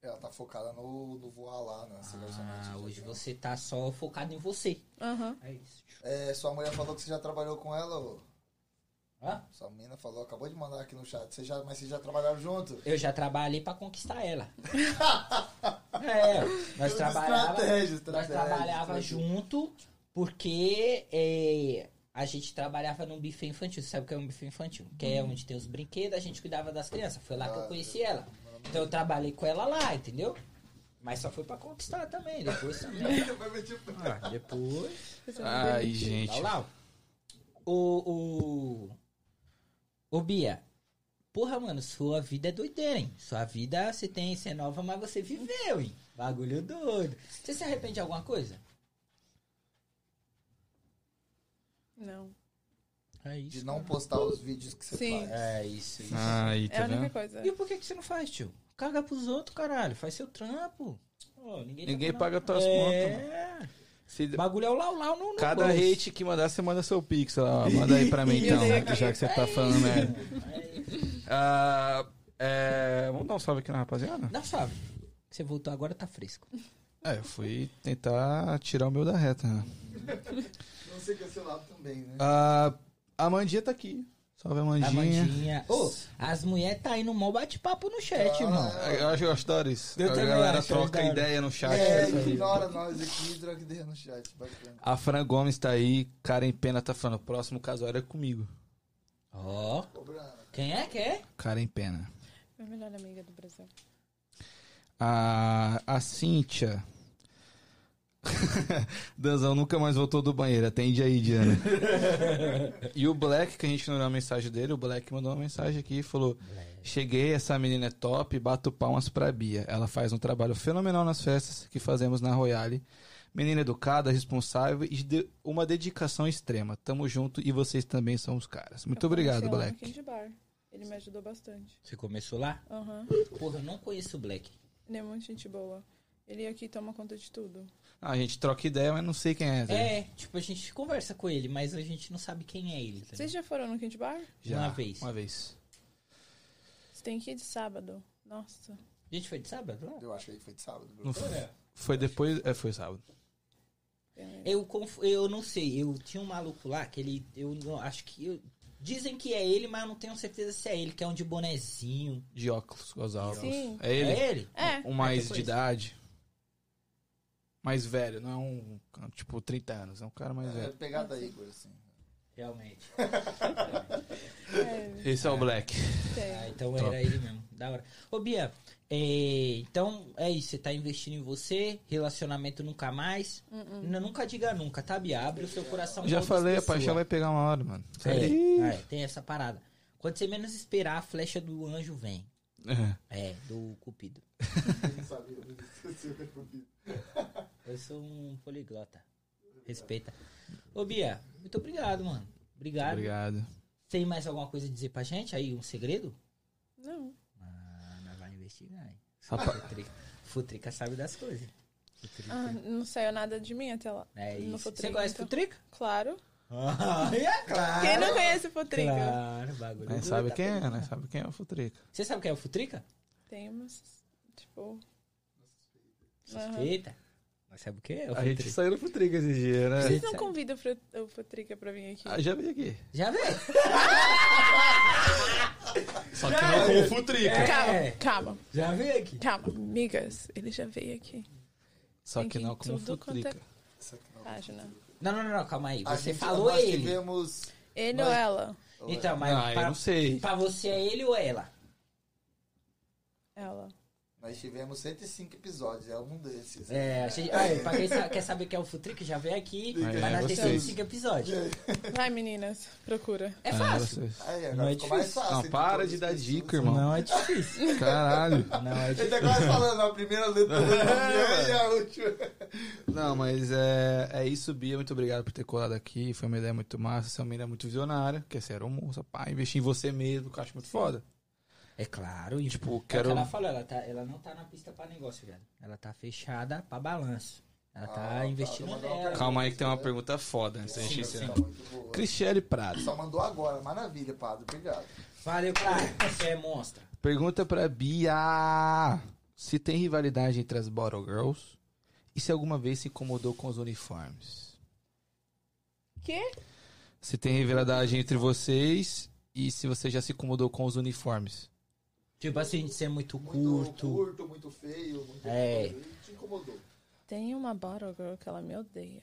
Speaker 3: Ela tá focada no, no voar lá, né? Se relacionar
Speaker 2: Ah,
Speaker 3: com
Speaker 2: hoje
Speaker 3: gente.
Speaker 2: você tá só focado em você.
Speaker 4: Aham.
Speaker 2: É isso.
Speaker 3: É, sua mulher falou que você já trabalhou com ela, ô.
Speaker 2: Hã?
Speaker 3: Sua menina falou, acabou de mandar aqui no chat. Você já, mas vocês já trabalharam junto?
Speaker 2: Eu já trabalhei pra conquistar ela. é, nós
Speaker 3: Tudo
Speaker 2: trabalhava,
Speaker 3: Estratégia,
Speaker 2: nós
Speaker 3: estratégia.
Speaker 2: trabalhava
Speaker 3: estratégia.
Speaker 2: junto porque é, a gente trabalhava num buffet infantil. Você sabe o que é um buffet infantil? Que é onde tem os brinquedos, a gente cuidava das crianças. Foi lá que eu
Speaker 3: Ah,
Speaker 2: conheci ela. Então eu trabalhei com ela lá, entendeu? Mas só foi pra conquistar também. Depois também.
Speaker 3: Vai meter o pé.
Speaker 2: Ah, depois.
Speaker 1: Ai, gente.
Speaker 2: Lá, lá. O, o. Ô, Bia. Porra, mano, sua vida é doideira, hein? Sua vida você tem, você é nova, mas você viveu, hein? Bagulho doido. Você se arrepende de alguma coisa?
Speaker 4: Não.
Speaker 2: É
Speaker 3: De não postar os vídeos que você
Speaker 4: Sim.
Speaker 3: faz.
Speaker 2: É isso. isso.
Speaker 1: Ai,
Speaker 4: É a
Speaker 1: tá
Speaker 4: única
Speaker 1: vendo?
Speaker 4: coisa.
Speaker 2: E por que, que você não faz, tio? Caga pros outros, caralho. Faz seu trampo. Ó, ninguém tá
Speaker 1: Ninguém
Speaker 2: falando-
Speaker 1: paga tuas contas, mano.
Speaker 2: é...
Speaker 1: Se-
Speaker 2: Bagulho é o lau lau no, no
Speaker 1: Cada
Speaker 2: bolso.
Speaker 1: hate que mandar, você manda seu pix. Ó. Manda aí pra mim, então, que já que você tá falando merda. Ah, é, Vamos dar um salve aqui na rapaziada?
Speaker 2: Dá suave. Você voltou agora, tá fresco.
Speaker 1: É, eu fui tentar tirar o meu da reta. né?
Speaker 3: Não ser cancelado é também, né?
Speaker 1: Ah, a Mandinha tá aqui. Salve, Amandinha.
Speaker 2: A Tá mandinha. Ô, as mulheres tá aí no mó bate-papo no chat,
Speaker 3: Ah,
Speaker 2: irmão.
Speaker 1: Eu acho que eu acho da hora isso.
Speaker 2: Eu
Speaker 1: a
Speaker 2: também
Speaker 1: galera
Speaker 2: acho, eu
Speaker 1: troca
Speaker 2: adoro.
Speaker 1: ideia no chat.
Speaker 3: É,
Speaker 1: isso aí.
Speaker 3: ignora nós aqui, droga ideia no chat. Bacana.
Speaker 1: A Fran Gomes tá aí. Karen Pena tá falando. Próximo casório é comigo.
Speaker 2: Ó,
Speaker 3: Ô, Brana,
Speaker 2: quem é que é?
Speaker 1: Karen Pena.
Speaker 4: Minha É melhor amiga do Brasil.
Speaker 1: A, a Cíntia. Danzão nunca mais voltou do banheiro. Atende aí, Diana. e o Black, que a gente não deu a mensagem dele, o Black mandou uma mensagem aqui e falou: Cheguei, essa menina é top, bato palmas pra Bia. Ela faz um trabalho fenomenal nas festas que fazemos na Royale. Menina educada, responsável e de uma dedicação extrema. Tamo junto e vocês também são os caras. Muito
Speaker 4: Eu
Speaker 1: obrigado,
Speaker 4: conheci ela no
Speaker 1: Black.
Speaker 4: Candy Bar. Ele me ajudou bastante.
Speaker 2: Você começou lá?
Speaker 4: Aham.
Speaker 2: Porra, eu não conheço o Black.
Speaker 4: Ele é muito gente boa. Ele aqui toma conta de tudo.
Speaker 1: Ah, a gente troca ideia, mas não sei quem é. velho.
Speaker 2: É, tipo, a gente conversa com ele, mas a gente não sabe quem é ele. Tá
Speaker 4: Vocês já foram no Candy Bar?
Speaker 1: Já,
Speaker 2: Uma vez.
Speaker 1: Uma vez.
Speaker 4: Você tem que ir de sábado. Nossa.
Speaker 2: ligado? A gente foi de sábado lá?
Speaker 3: eu achei que foi de sábado.
Speaker 1: Não
Speaker 3: Bruno.
Speaker 1: foi, foi depois. É, foi sábado.
Speaker 4: Tem-
Speaker 2: Eu, conf- eu não sei, eu tinha um maluco lá que ele. Eu não- acho que. eu- Dizem que é ele, mas eu não tenho certeza se é ele, que é um de bonezinho.
Speaker 1: De óculos, com os óculos.
Speaker 4: Sim.
Speaker 1: É ele?
Speaker 2: É ele?
Speaker 4: É.
Speaker 1: Um mais
Speaker 2: depois.
Speaker 1: de idade. Mais velho, não é um, tipo, 30 anos. É um cara mais
Speaker 3: É,
Speaker 1: velho.
Speaker 3: pegada Igor, assim.
Speaker 2: Realmente.
Speaker 4: É,
Speaker 1: Esse é, o Black.
Speaker 2: Ah,
Speaker 4: tem.
Speaker 2: então
Speaker 1: Top.
Speaker 2: era ele mesmo. Da hora. Ô, Bia, é, então é isso. Você tá investindo em você, relacionamento nunca mais.
Speaker 4: Hum,
Speaker 2: N- Nunca diga nunca, tá, Bia? Abre o seu coração. pra
Speaker 1: Já
Speaker 2: outras
Speaker 1: falei, a
Speaker 2: pessoas.
Speaker 1: paixão vai pegar uma hora, mano.
Speaker 2: É, é, tem essa parada. Quando você menos esperar, a flecha do anjo vem.
Speaker 1: É.
Speaker 2: É, do cupido.
Speaker 3: Eu não sabia, eu esqueci o que eu fiz.
Speaker 2: Eu sou um poliglota. Respeita. Ô, Bia, muito obrigado, mano. Obrigado.
Speaker 1: É. Obrigado.
Speaker 2: Tem mais alguma coisa a dizer pra gente aí? Um segredo?
Speaker 4: Não.
Speaker 2: Ah, nós vai investigar, hein?
Speaker 1: Rapaz.
Speaker 2: Futrica, Futrica sabe das coisas. Futrica.
Speaker 4: Ah, não saiu nada de mim até lá.
Speaker 2: É
Speaker 4: No
Speaker 2: isso.
Speaker 4: Futrica,
Speaker 2: Você conhece
Speaker 4: então.
Speaker 2: Futrica?
Speaker 4: Claro.
Speaker 2: Ah, é claro.
Speaker 4: Quem não conhece o Potriga?
Speaker 2: Claro, bagulho.
Speaker 1: Né,
Speaker 2: doido,
Speaker 1: sabe
Speaker 2: tá
Speaker 1: quem é,
Speaker 2: pegando.
Speaker 1: né? Sabe quem é o Futrica.
Speaker 2: Você sabe quem é o Futrica?
Speaker 4: Temos. Tipo. Aham.
Speaker 2: Suspeita. Mas sabe o que é o
Speaker 1: A gente
Speaker 2: Futrica?
Speaker 1: saiu no Futrica esses dias, né?
Speaker 2: Sim.
Speaker 4: Vocês não convidam o Fru- o Potriga pra vir aqui?
Speaker 1: Ah, já veio aqui.
Speaker 2: Já vê?
Speaker 1: Só que não com o Futrica.
Speaker 2: É.
Speaker 4: Calma, calma,
Speaker 2: Já vê aqui.
Speaker 4: calma. Migas, ele já veio aqui.
Speaker 1: Só
Speaker 4: Tem
Speaker 1: que
Speaker 4: que
Speaker 1: não com o
Speaker 4: tudo quanto é-
Speaker 1: Futrica.
Speaker 3: Isso aqui não.
Speaker 4: Página.
Speaker 2: Não, não, não, não, calma aí.
Speaker 3: A
Speaker 2: Você
Speaker 3: gente-
Speaker 2: falou
Speaker 3: nós
Speaker 2: ele.
Speaker 3: Tivemos...
Speaker 4: Ele ou ela?
Speaker 2: Então, mas
Speaker 1: Ah, eu
Speaker 2: pra,
Speaker 1: não sei.
Speaker 2: pra você é ele ou ela?
Speaker 4: Ela.
Speaker 3: Nós tivemos 105 episódios, é um desses.
Speaker 2: É, a gente, ai, pra quem sa- quer saber que é o Futric, já vem aqui,
Speaker 1: É,
Speaker 2: vai na
Speaker 1: vocês.
Speaker 2: terceira e cinco episódios.
Speaker 4: Vai, meninas, procura.
Speaker 2: É
Speaker 1: Ah,
Speaker 2: fácil.
Speaker 1: vocês-
Speaker 3: Aí,
Speaker 2: Não
Speaker 3: agora
Speaker 2: é
Speaker 3: ficou mais
Speaker 2: difícil.
Speaker 3: fácil. então,
Speaker 1: Ah,
Speaker 3: entre
Speaker 1: para
Speaker 3: todas
Speaker 1: de
Speaker 3: as
Speaker 1: dar
Speaker 3: pessoas.
Speaker 1: dica, irmão.
Speaker 2: Não é difícil.
Speaker 1: Caralho.
Speaker 2: Não é
Speaker 3: Ele
Speaker 2: difícil.
Speaker 3: tá quase falando, a primeira letra do nome e a última.
Speaker 1: Não, mas é, é isso, Bia. Muito obrigado por ter colado aqui. Foi uma ideia muito massa. Você é uma menina muito visionária. Quer ser um moça, pá. Investir em você mesmo, que eu acho muito foda.
Speaker 2: É claro, e
Speaker 1: Tipo,
Speaker 2: É o
Speaker 1: quero.
Speaker 2: que ela falou, ela, tá, ela não tá na pista pra negócio, velho. Ela tá fechada pra balanço. Ela tá
Speaker 3: Ah,
Speaker 2: investindo
Speaker 3: tá, tá,
Speaker 2: nela.
Speaker 1: Calma aí que tem uma pergunta foda antes da gente
Speaker 2: Sim,
Speaker 1: encerrar.
Speaker 2: sim.
Speaker 3: Muito boa.
Speaker 1: Cristiane Prado.
Speaker 3: Só mandou agora, maravilha, padre, obrigado.
Speaker 2: Valeu, cara. Você é monstro.
Speaker 1: Pergunta pra Bia se tem rivalidade entre as Bottle Girls e se alguma vez se incomodou com os uniformes.
Speaker 4: Quê?
Speaker 1: Se tem rivalidade entre vocês e se você já se incomodou com os uniformes.
Speaker 2: Tipo assim, de ser muito,
Speaker 3: Muito
Speaker 2: curto.
Speaker 3: curto, muito feio, muito
Speaker 2: É.
Speaker 3: feio. Te incomodou.
Speaker 4: Tem uma Bottle Girl que ela me odeia.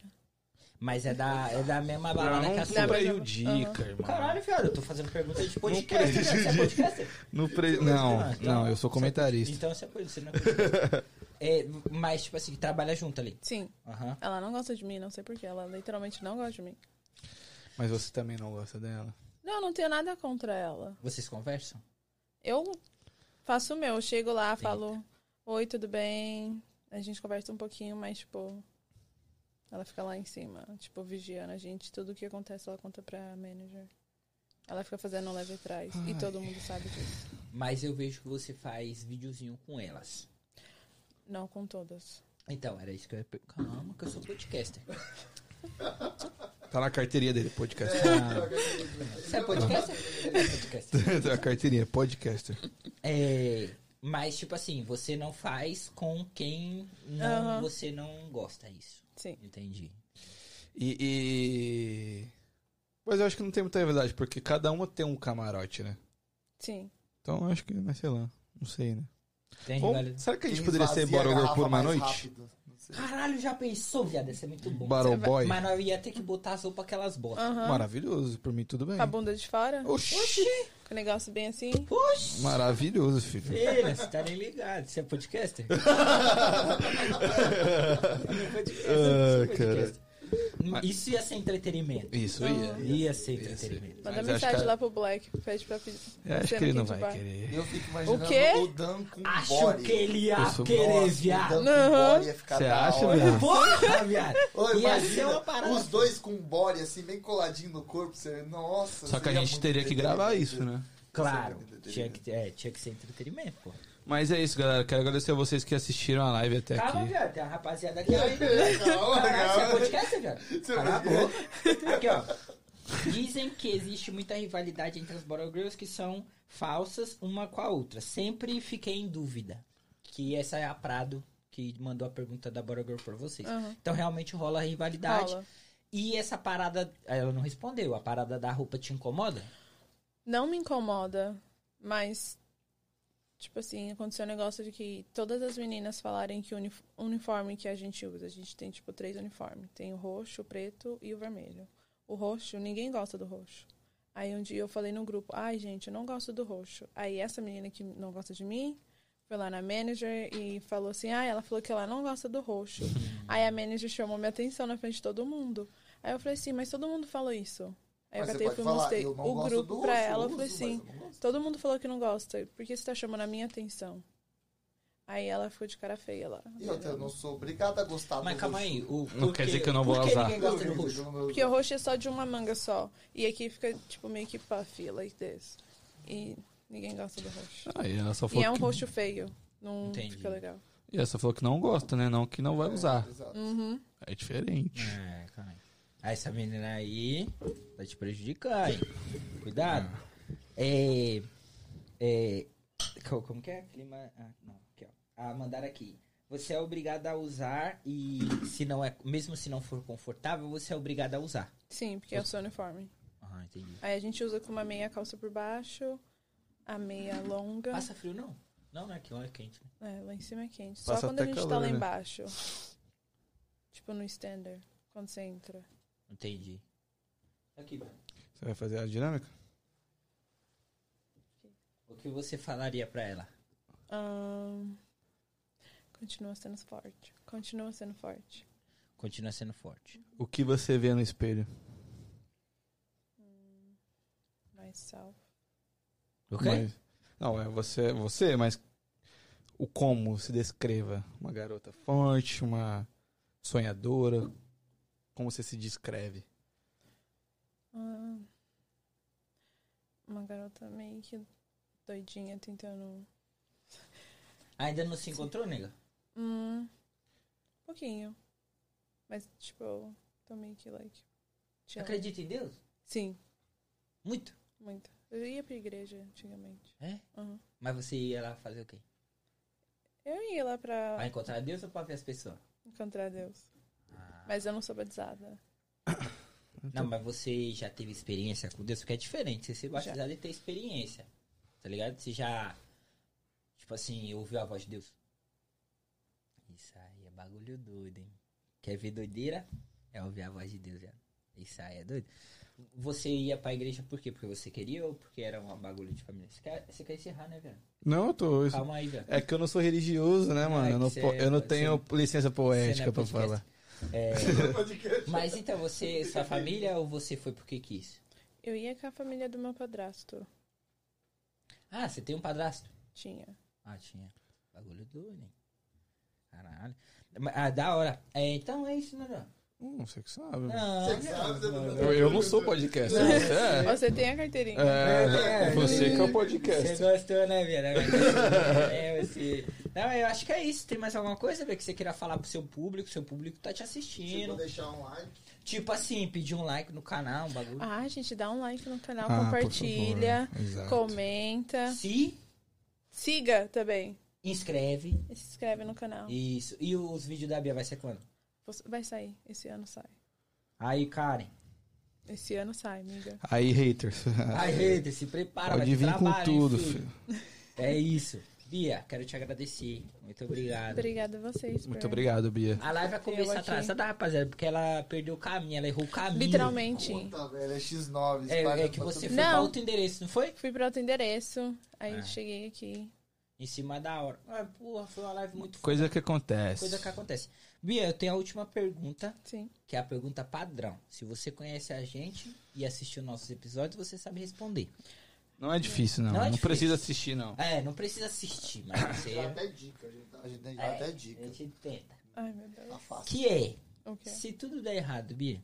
Speaker 2: Mas é da, é da mesma balada que
Speaker 1: não
Speaker 2: a sua.
Speaker 1: prejudica, irmão.
Speaker 2: Caralho, viado, eu tô fazendo pergunta de podcast, né? Você é podcaster?
Speaker 1: Não, pre-
Speaker 2: Ah,
Speaker 1: não,
Speaker 2: então-
Speaker 1: não, eu sou comentarista.
Speaker 2: Então você é podcaster, não é podcaster. É, mas, tipo assim, trabalha junto ali.
Speaker 4: Sim,
Speaker 2: Aham.
Speaker 4: ela não gosta de mim, não sei porquê. Ela literalmente não gosta de mim.
Speaker 1: Mas você também não gosta dela.
Speaker 4: Não, eu não tenho nada contra ela.
Speaker 2: Vocês conversam?
Speaker 4: Eu faço o meu, eu chego lá, falo, oi, tudo bem? A gente conversa um pouquinho, mas, tipo, ela fica lá em cima, tipo, vigiando a gente. Tudo que acontece, ela conta pra manager. Ela fica fazendo um leve atrás. E todo mundo sabe disso.
Speaker 2: Mas eu vejo que você faz videozinho com elas.
Speaker 4: Não com todas.
Speaker 2: Então, era isso que eu ia per- Calma, que eu sou podcaster.
Speaker 1: Tá na carteirinha dele, podcaster.
Speaker 2: Você é podcaster? É podcaster.
Speaker 1: tá na carteirinha, podcaster.
Speaker 2: É, mas, tipo assim, você não faz com quem não,
Speaker 4: Aham.
Speaker 2: você não gosta isso.
Speaker 4: Sim.
Speaker 2: Entendi.
Speaker 1: E, e- Mas eu acho que não tem muita verdade, porque cada uma tem um camarote, né?
Speaker 4: Sim.
Speaker 1: Então eu acho que, mas sei lá, não sei, né?
Speaker 2: Tem
Speaker 1: Ou,
Speaker 2: rivalidade.
Speaker 1: será que a gente
Speaker 3: Quem
Speaker 1: poderia ser
Speaker 3: esvazia a
Speaker 1: Barogirl por
Speaker 3: garrafa
Speaker 1: uma
Speaker 3: mais
Speaker 1: noite?
Speaker 3: rápido. Não sei.
Speaker 2: Caralho, já pensou, viado? Ia ser muito bom.
Speaker 1: Battle
Speaker 4: Você vai-
Speaker 1: Boy?
Speaker 2: Mas nós ia ter que botar as roupas que elas botam.
Speaker 4: Aham.
Speaker 1: Maravilhoso, por mim tudo bem.
Speaker 4: Com a bunda de fora?
Speaker 1: Oxi!
Speaker 4: Com o negócio bem assim?
Speaker 2: Oxi!
Speaker 1: Maravilhoso, filho.
Speaker 2: Feira, você tá nem ligado. Você é podcaster? Você
Speaker 1: Ah,
Speaker 2: é podcaster, você é podcaster. Isso ia ser entretenimento.
Speaker 1: Isso ia.
Speaker 2: Ia ser
Speaker 1: Ia ser.
Speaker 2: entretenimento.
Speaker 4: Manda
Speaker 1: Mas acho
Speaker 4: mensagem
Speaker 1: que-
Speaker 4: lá pro Black. Pede pra pedir.
Speaker 1: Eu acho
Speaker 4: você
Speaker 1: que ele
Speaker 4: quer
Speaker 1: não vai
Speaker 4: bar.
Speaker 1: querer.
Speaker 3: Eu fico
Speaker 4: O quê?
Speaker 3: imaginando o Dan com
Speaker 2: Acho
Speaker 3: body.
Speaker 2: que ele ia
Speaker 1: Eu sou-
Speaker 2: querer,
Speaker 3: Nossa,
Speaker 2: viado.
Speaker 3: O Dan com
Speaker 4: Aham.
Speaker 3: body ia ficar
Speaker 1: Você
Speaker 3: da
Speaker 1: acha,
Speaker 3: hora.
Speaker 1: velho?
Speaker 2: Porra, viado.
Speaker 3: Ô,
Speaker 2: Ia ser
Speaker 3: imagina
Speaker 2: uma parada.
Speaker 3: os dois com body, assim, bem coladinho no corpo. Você... Nossa.
Speaker 1: Só que a
Speaker 3: seria
Speaker 1: gente
Speaker 3: muito
Speaker 1: teria que gravar
Speaker 3: entretenimento.
Speaker 1: isso, né?
Speaker 2: Claro,
Speaker 3: Entretenimento.
Speaker 2: tinha que, é, tinha que ser entretenimento, pô.
Speaker 1: Mas é isso, galera. Quero agradecer a vocês que assistiram a live até
Speaker 2: Calma,
Speaker 1: aqui.
Speaker 2: viado, tem uma rapaziada
Speaker 3: É
Speaker 2: aqui ainda.
Speaker 3: Legal,
Speaker 2: Caralho, você é
Speaker 3: legal.
Speaker 2: podcast, viado? Cala a boca. Aqui, ó. Dizem que existe muita rivalidade entre as Battle Girls que são falsas uma com a outra. Sempre fiquei em dúvida que essa é a Prado que mandou a pergunta da Battle Girl pra vocês.
Speaker 4: Aham.
Speaker 2: Então realmente rola rivalidade.
Speaker 4: Paula,
Speaker 2: E essa parada, ela não respondeu, a parada da roupa te incomoda?
Speaker 4: não me incomoda, mas. Tipo assim, aconteceu um negócio de que todas as meninas falarem que o uni- uniforme que a gente usa, a gente tem tipo três uniformes: tem o roxo, o preto e o vermelho. O roxo, ninguém gosta do roxo. Aí um dia eu falei no grupo: ai gente, eu não gosto do roxo. Aí essa menina que não gosta de mim foi lá na manager e falou assim: ah, ela falou que ela não gosta do roxo.
Speaker 3: Uhum.
Speaker 4: Aí a manager chamou minha atenção na frente de todo mundo. Aí eu falei assim: mas todo mundo falou isso. Aí
Speaker 3: Mas
Speaker 4: É, eu
Speaker 3: você
Speaker 4: catei e
Speaker 3: pode
Speaker 4: fui
Speaker 3: falar,
Speaker 4: mostrei
Speaker 3: eu não
Speaker 4: o
Speaker 3: gosto
Speaker 4: grupo
Speaker 3: do
Speaker 4: pra
Speaker 3: roxo, eu
Speaker 4: ela. Eu falei
Speaker 3: uso, mas
Speaker 4: assim:
Speaker 3: eu não gosto.
Speaker 4: todo mundo falou que não gosta, por que você tá chamando a minha atenção? Aí ela ficou de cara feia lá.
Speaker 3: E outra, eu não sou obrigado a gostar
Speaker 2: Mas
Speaker 3: do
Speaker 2: calma
Speaker 3: roxo.
Speaker 2: aí, o
Speaker 1: Não quer
Speaker 2: por que-
Speaker 1: dizer que eu não vou
Speaker 2: por que
Speaker 1: usar.
Speaker 2: ninguém gosta do roxo?
Speaker 4: Porque o roxo é só de uma manga só. E aqui fica, tipo, meio que puffy, like this. E ninguém gosta do roxo.
Speaker 1: Aí ela só
Speaker 4: E
Speaker 1: falou,
Speaker 4: é um
Speaker 1: que...
Speaker 4: roxo feio. Não
Speaker 2: Entendi.
Speaker 4: fica legal.
Speaker 1: e ela só falou que não gosta, né? Não que não vai usar.
Speaker 3: Exato.
Speaker 4: Uhum.
Speaker 1: É diferente.
Speaker 2: É, calma aí. Ah, Essa menina aí vai te prejudicar, hein? Cuidado. É. É. co- Como que é? Clima. Ah, não, aqui, ó. Ah, mandaram aqui. Você é obrigado a usar e se não é. Mesmo se não for confortável, você é obrigado a usar.
Speaker 4: Sim, porque é o seu uniforme.
Speaker 2: Ah, entendi.
Speaker 4: Aí a gente usa com uma meia calça por baixo, a meia longa.
Speaker 2: Passa frio não? Não, não é que lá é quente. né?
Speaker 4: É, lá em cima é quente.
Speaker 1: Passa
Speaker 4: Só quando a
Speaker 1: até
Speaker 4: gente tá
Speaker 1: calor,
Speaker 4: lá
Speaker 1: né?
Speaker 4: embaixo. Tipo no stander, quando você entra.
Speaker 2: Entendi. Aqui, mano.
Speaker 1: Você vai fazer a dinâmica?
Speaker 2: O que você falaria pra ela?
Speaker 4: Ahn, Continua sendo forte. Continua sendo forte.
Speaker 2: Continua sendo forte.
Speaker 1: O que você vê no espelho?
Speaker 4: Hum, Myself.
Speaker 2: O quê?
Speaker 1: Mas- não, é você, você, mas o como se descreva? Uma garota forte, uma sonhadora? Como você se descreve?
Speaker 4: Ah, uma garota meio que doidinha tentando.
Speaker 2: Ainda não se encontrou, nega?
Speaker 4: Hum, um pouquinho. Mas, tipo, eu tô meio que like. te amo.
Speaker 2: Acredita em Deus?
Speaker 4: Sim,
Speaker 2: Muito.
Speaker 4: muito. Eu ia pra igreja antigamente.
Speaker 2: É?
Speaker 4: Aham.
Speaker 2: Mas você ia lá fazer o quê?
Speaker 4: Eu ia lá pra
Speaker 2: Pra encontrar Deus ou pra ver as pessoas?
Speaker 4: encontrar Deus. Mas eu não sou batizada.
Speaker 1: Então-
Speaker 2: Não, mas você já teve experiência com Deus? Porque é diferente. Você ser batizado e ter experiência. Tá ligado? Você já, tipo assim, ouviu a voz de Deus. Isso aí é bagulho doido, hein? Quer ver doideira? É ouvir a voz de Deus, já. Isso aí é doido. Você ia pra igreja por quê? Porque você queria ou porque era um bagulho de família? Você quer, você quer encerrar, né, velho?
Speaker 1: Não, eu tô.
Speaker 2: Calma aí, velho.
Speaker 1: É que eu não sou religioso, né, mano?
Speaker 2: É
Speaker 1: eu não,
Speaker 2: que
Speaker 1: po-
Speaker 2: você-
Speaker 1: eu não
Speaker 2: você
Speaker 1: tenho licença
Speaker 2: Você
Speaker 1: poética
Speaker 2: não é
Speaker 1: pra falar.
Speaker 2: podcast. É, mas então, você, sua família ou você foi porque quis?
Speaker 4: Eu ia com a família do meu padrasto.
Speaker 2: Ah, você tem um padrasto?
Speaker 4: Tinha.
Speaker 2: Ah, tinha. Bagulho doido, hein? Caralho. Mas, Ah, da hora. É, então é isso, né, Não,
Speaker 1: Hum, você que sabe. mano.
Speaker 2: não.
Speaker 3: Você que sabe, você
Speaker 2: não.
Speaker 3: não-
Speaker 1: Eu, eu não sou podcast.
Speaker 2: Não,
Speaker 1: você é.
Speaker 4: Você tem a carteirinha.
Speaker 1: É,
Speaker 2: É,
Speaker 1: você que é o
Speaker 2: Você
Speaker 1: podcast.
Speaker 2: gostou, né, Bia? É, você... Não, eu acho que é isso. Tem mais alguma coisa, Bia, que você queira falar pro seu público? Seu público tá te
Speaker 3: Se for
Speaker 2: assistindo.
Speaker 3: deixar um like,
Speaker 2: Tipo assim, pedir um like no canal, um bagulho.
Speaker 4: Ah, gente, dá um like no canal,
Speaker 1: Ah,
Speaker 4: compartilha,
Speaker 1: por favor. Exato.
Speaker 4: comenta.
Speaker 2: Se
Speaker 4: Siga também.
Speaker 2: inscreve.
Speaker 4: E se inscreve no canal.
Speaker 2: Isso. E os vídeos da Bia vai ser quando?
Speaker 4: Você- Vai sair. Esse ano sai.
Speaker 2: Aí, Karen.
Speaker 4: Esse ano sai, amiga.
Speaker 1: Aí, haters.
Speaker 2: Aí, Rita, se prepara.
Speaker 1: Pode
Speaker 2: vai ter
Speaker 1: vir com
Speaker 2: trabalho, hein,
Speaker 1: tudo,
Speaker 2: filho?
Speaker 1: filho.
Speaker 2: É isso. Bia, quero te agradecer. Muito obrigado.
Speaker 4: Obrigada a vocês.
Speaker 1: Muito
Speaker 2: É.
Speaker 4: por-
Speaker 1: obrigado, Bia.
Speaker 2: A live é vai
Speaker 4: Eu
Speaker 2: começar
Speaker 4: aqui.
Speaker 2: atrasada, rapaziada, porque ela perdeu o caminho, ela errou o caminho.
Speaker 4: Literalmente.
Speaker 3: puta, velho, é X9.
Speaker 2: É,
Speaker 3: espalha
Speaker 2: é que
Speaker 3: pra
Speaker 2: você
Speaker 3: tudo.
Speaker 2: foi pra
Speaker 4: Não.
Speaker 2: outro endereço, não foi?
Speaker 4: Fui pra outro endereço. Aí
Speaker 2: Ah.
Speaker 4: cheguei aqui.
Speaker 2: Em cima da hora. Ah, porra, foi uma live muito
Speaker 1: Coisa que acontece.
Speaker 2: coisa que acontece. Bia, eu tenho a última pergunta,
Speaker 4: Sim.
Speaker 2: que é a pergunta padrão. Se você conhece a gente e assistiu nossos episódios, você sabe responder.
Speaker 1: Não é difícil, não.
Speaker 2: Não
Speaker 1: Não,
Speaker 2: é difícil.
Speaker 1: precisa assistir, não.
Speaker 2: É, não precisa assistir, mas
Speaker 3: A
Speaker 2: você.
Speaker 3: gente dá até dica, a gente dá- a gente dá
Speaker 2: É,
Speaker 3: até
Speaker 2: A
Speaker 3: dica.
Speaker 2: gente tenta.
Speaker 4: Ai, meu Deus.
Speaker 3: Tá fácil.
Speaker 2: Que é,
Speaker 4: O quê?
Speaker 2: se tudo der errado, Bia,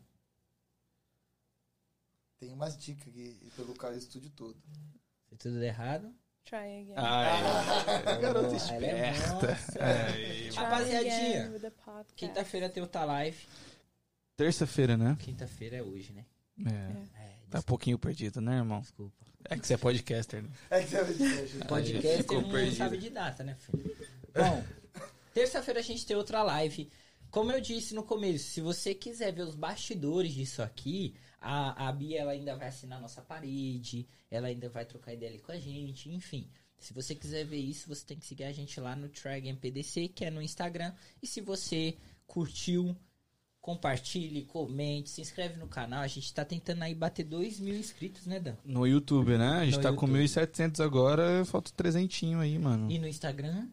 Speaker 3: Tem umas dicas aqui pelo cara estúdio todo.
Speaker 2: se tudo der errado.
Speaker 4: Try again.
Speaker 1: Ah, Ai, É garota
Speaker 2: Porra, ela é
Speaker 1: esperta.
Speaker 2: nossa.
Speaker 1: Ai.
Speaker 4: Try
Speaker 2: Rapaziadinha, tá
Speaker 4: again with the podcast.
Speaker 2: Quinta-feira tem outra live.
Speaker 1: Terça-feira, né?
Speaker 2: Quinta-feira é hoje, né?
Speaker 1: É.
Speaker 2: É,
Speaker 1: Tá um pouquinho perdido, né, irmão?
Speaker 2: desculpa.
Speaker 1: É que você é podcaster, né?
Speaker 3: É que você vai dizer,
Speaker 2: O
Speaker 3: gente.
Speaker 1: Aí,
Speaker 2: podcast
Speaker 1: ficou
Speaker 2: não
Speaker 1: perdido.
Speaker 2: sabe de data, né, filho? Bom, terça-feira a gente tem outra live. Como eu disse no começo, se você quiser ver os bastidores disso aqui, a, a Bia ela ainda vai assinar nossa parede, ela ainda vai trocar ideia ali com a gente, enfim. Se você quiser ver isso, você tem que seguir a gente lá no Dragon PDC, que é no Instagram. E se você curtiu, compartilhe, comente, se inscreve no canal. A gente tá tentando aí bater 2 mil inscritos, né, Dan?
Speaker 1: No YouTube, né? A gente
Speaker 2: No
Speaker 1: tá com
Speaker 2: YouTube.
Speaker 1: 1.700 agora, falta 300 aí, mano.
Speaker 2: E no Instagram,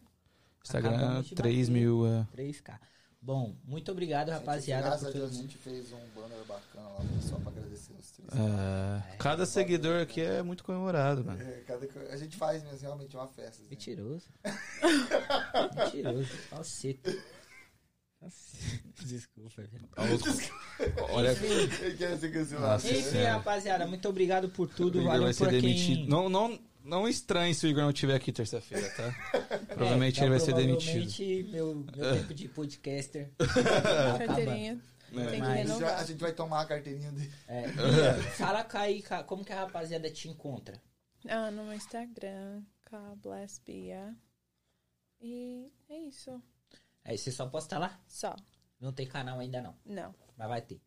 Speaker 1: Instagram,
Speaker 2: acabamos de
Speaker 1: 3
Speaker 2: bater.
Speaker 1: mil, é.
Speaker 2: 3K. Bom, muito obrigado, rapaziada.
Speaker 3: Graças a
Speaker 2: Por
Speaker 3: Deus
Speaker 2: todo
Speaker 3: a
Speaker 2: mundo.
Speaker 3: gente fez um banner bacana lá só pra agradecer os três.
Speaker 1: É, Cada seguidor aqui é muito comemorado, mano.
Speaker 3: É, cada co- a gente faz mesmo, realmente uma festa. Assim.
Speaker 2: Mentiroso. Mentiroso. Falseta. Desculpa, velho.
Speaker 1: Olha os- Olha,
Speaker 3: Eu quero ser cancelado.
Speaker 1: Nossa
Speaker 2: Enfim,
Speaker 1: senhora.
Speaker 2: rapaziada, muito obrigado por tudo.
Speaker 1: o Igor
Speaker 2: Valeu
Speaker 1: vai ser
Speaker 2: por
Speaker 1: demitido.
Speaker 2: quem...
Speaker 1: Não, não, não estranhe se o Igor não estiver aqui terça-feira, tá?
Speaker 2: É,
Speaker 1: Provavelmente
Speaker 2: então,
Speaker 1: ele vai ser demitido.
Speaker 2: provavelmente meu, meu tempo de podcaster acaba.
Speaker 4: Carteirinha.
Speaker 1: É.
Speaker 4: Tem
Speaker 2: Mas-
Speaker 3: A
Speaker 4: que
Speaker 3: gente, vai, a
Speaker 4: renovar.
Speaker 3: gente vai tomar a carteirinha dele.
Speaker 2: É, Bia, fala cá aí, ca- como que a rapaziada te encontra?
Speaker 4: Ah, no meu Instagram. KBlessBia. E é isso.
Speaker 2: Aí É, você só posta lá?
Speaker 4: Só.
Speaker 2: Não tem canal ainda não,
Speaker 4: Não.
Speaker 2: mas vai ter.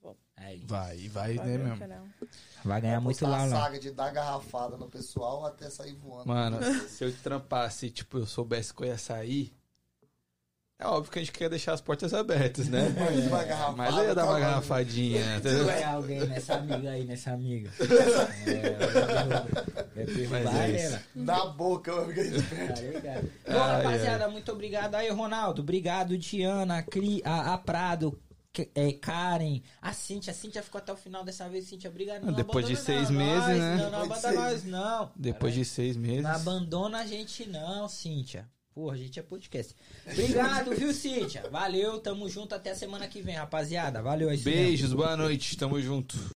Speaker 4: Vou.
Speaker 2: Aí,
Speaker 1: Vai, vai,
Speaker 4: Vai
Speaker 1: né,
Speaker 4: ver o
Speaker 1: mesmo?
Speaker 4: canal.
Speaker 2: vai ganhar muito
Speaker 3: Postar
Speaker 2: lá,
Speaker 3: a
Speaker 2: lá.
Speaker 3: saga de dar garrafada no pessoal até sair voando.
Speaker 1: Mano, se eu trampasse, tipo, eu soubesse que eu ia sair, É óbvio que a gente quer deixar as portas abertas, né?
Speaker 3: Mas uma garrafada,
Speaker 1: Mas eu ia dar uma
Speaker 3: tá, mano?
Speaker 1: garrafadinha. entendeu?
Speaker 2: É alguém nessa amiga aí, nessa amiga. É, eu derrubo- eu
Speaker 1: Mas
Speaker 2: derrubo
Speaker 1: é
Speaker 2: ela.
Speaker 3: Na boca, eu fiquei de perto.
Speaker 2: Tá ligado?
Speaker 1: Ai,
Speaker 2: Bom, rapaziada, muito obrigado aí, Ronaldo. Obrigado, Diana, a, Cri, a, a Prado, que- é, Karen, a Cintia. A Cintia ficou até o final dessa vez, Cintia. Obrigado. Não
Speaker 1: Depois de
Speaker 2: abandona
Speaker 1: seis
Speaker 2: não,
Speaker 1: meses,
Speaker 2: nós,
Speaker 1: né?
Speaker 2: Não, não
Speaker 3: Depois de
Speaker 2: abandona nós,
Speaker 3: seis.
Speaker 2: não.
Speaker 1: Depois de seis meses.
Speaker 2: Não abandona a gente, não, Cíntia. Porra, a gente é podcast. Obrigado, viu, Cíntia? Valeu, tamo junto até a semana que vem, rapaziada. Valeu, é isso mesmo.
Speaker 1: Beijos, boa noite. Tamo junto.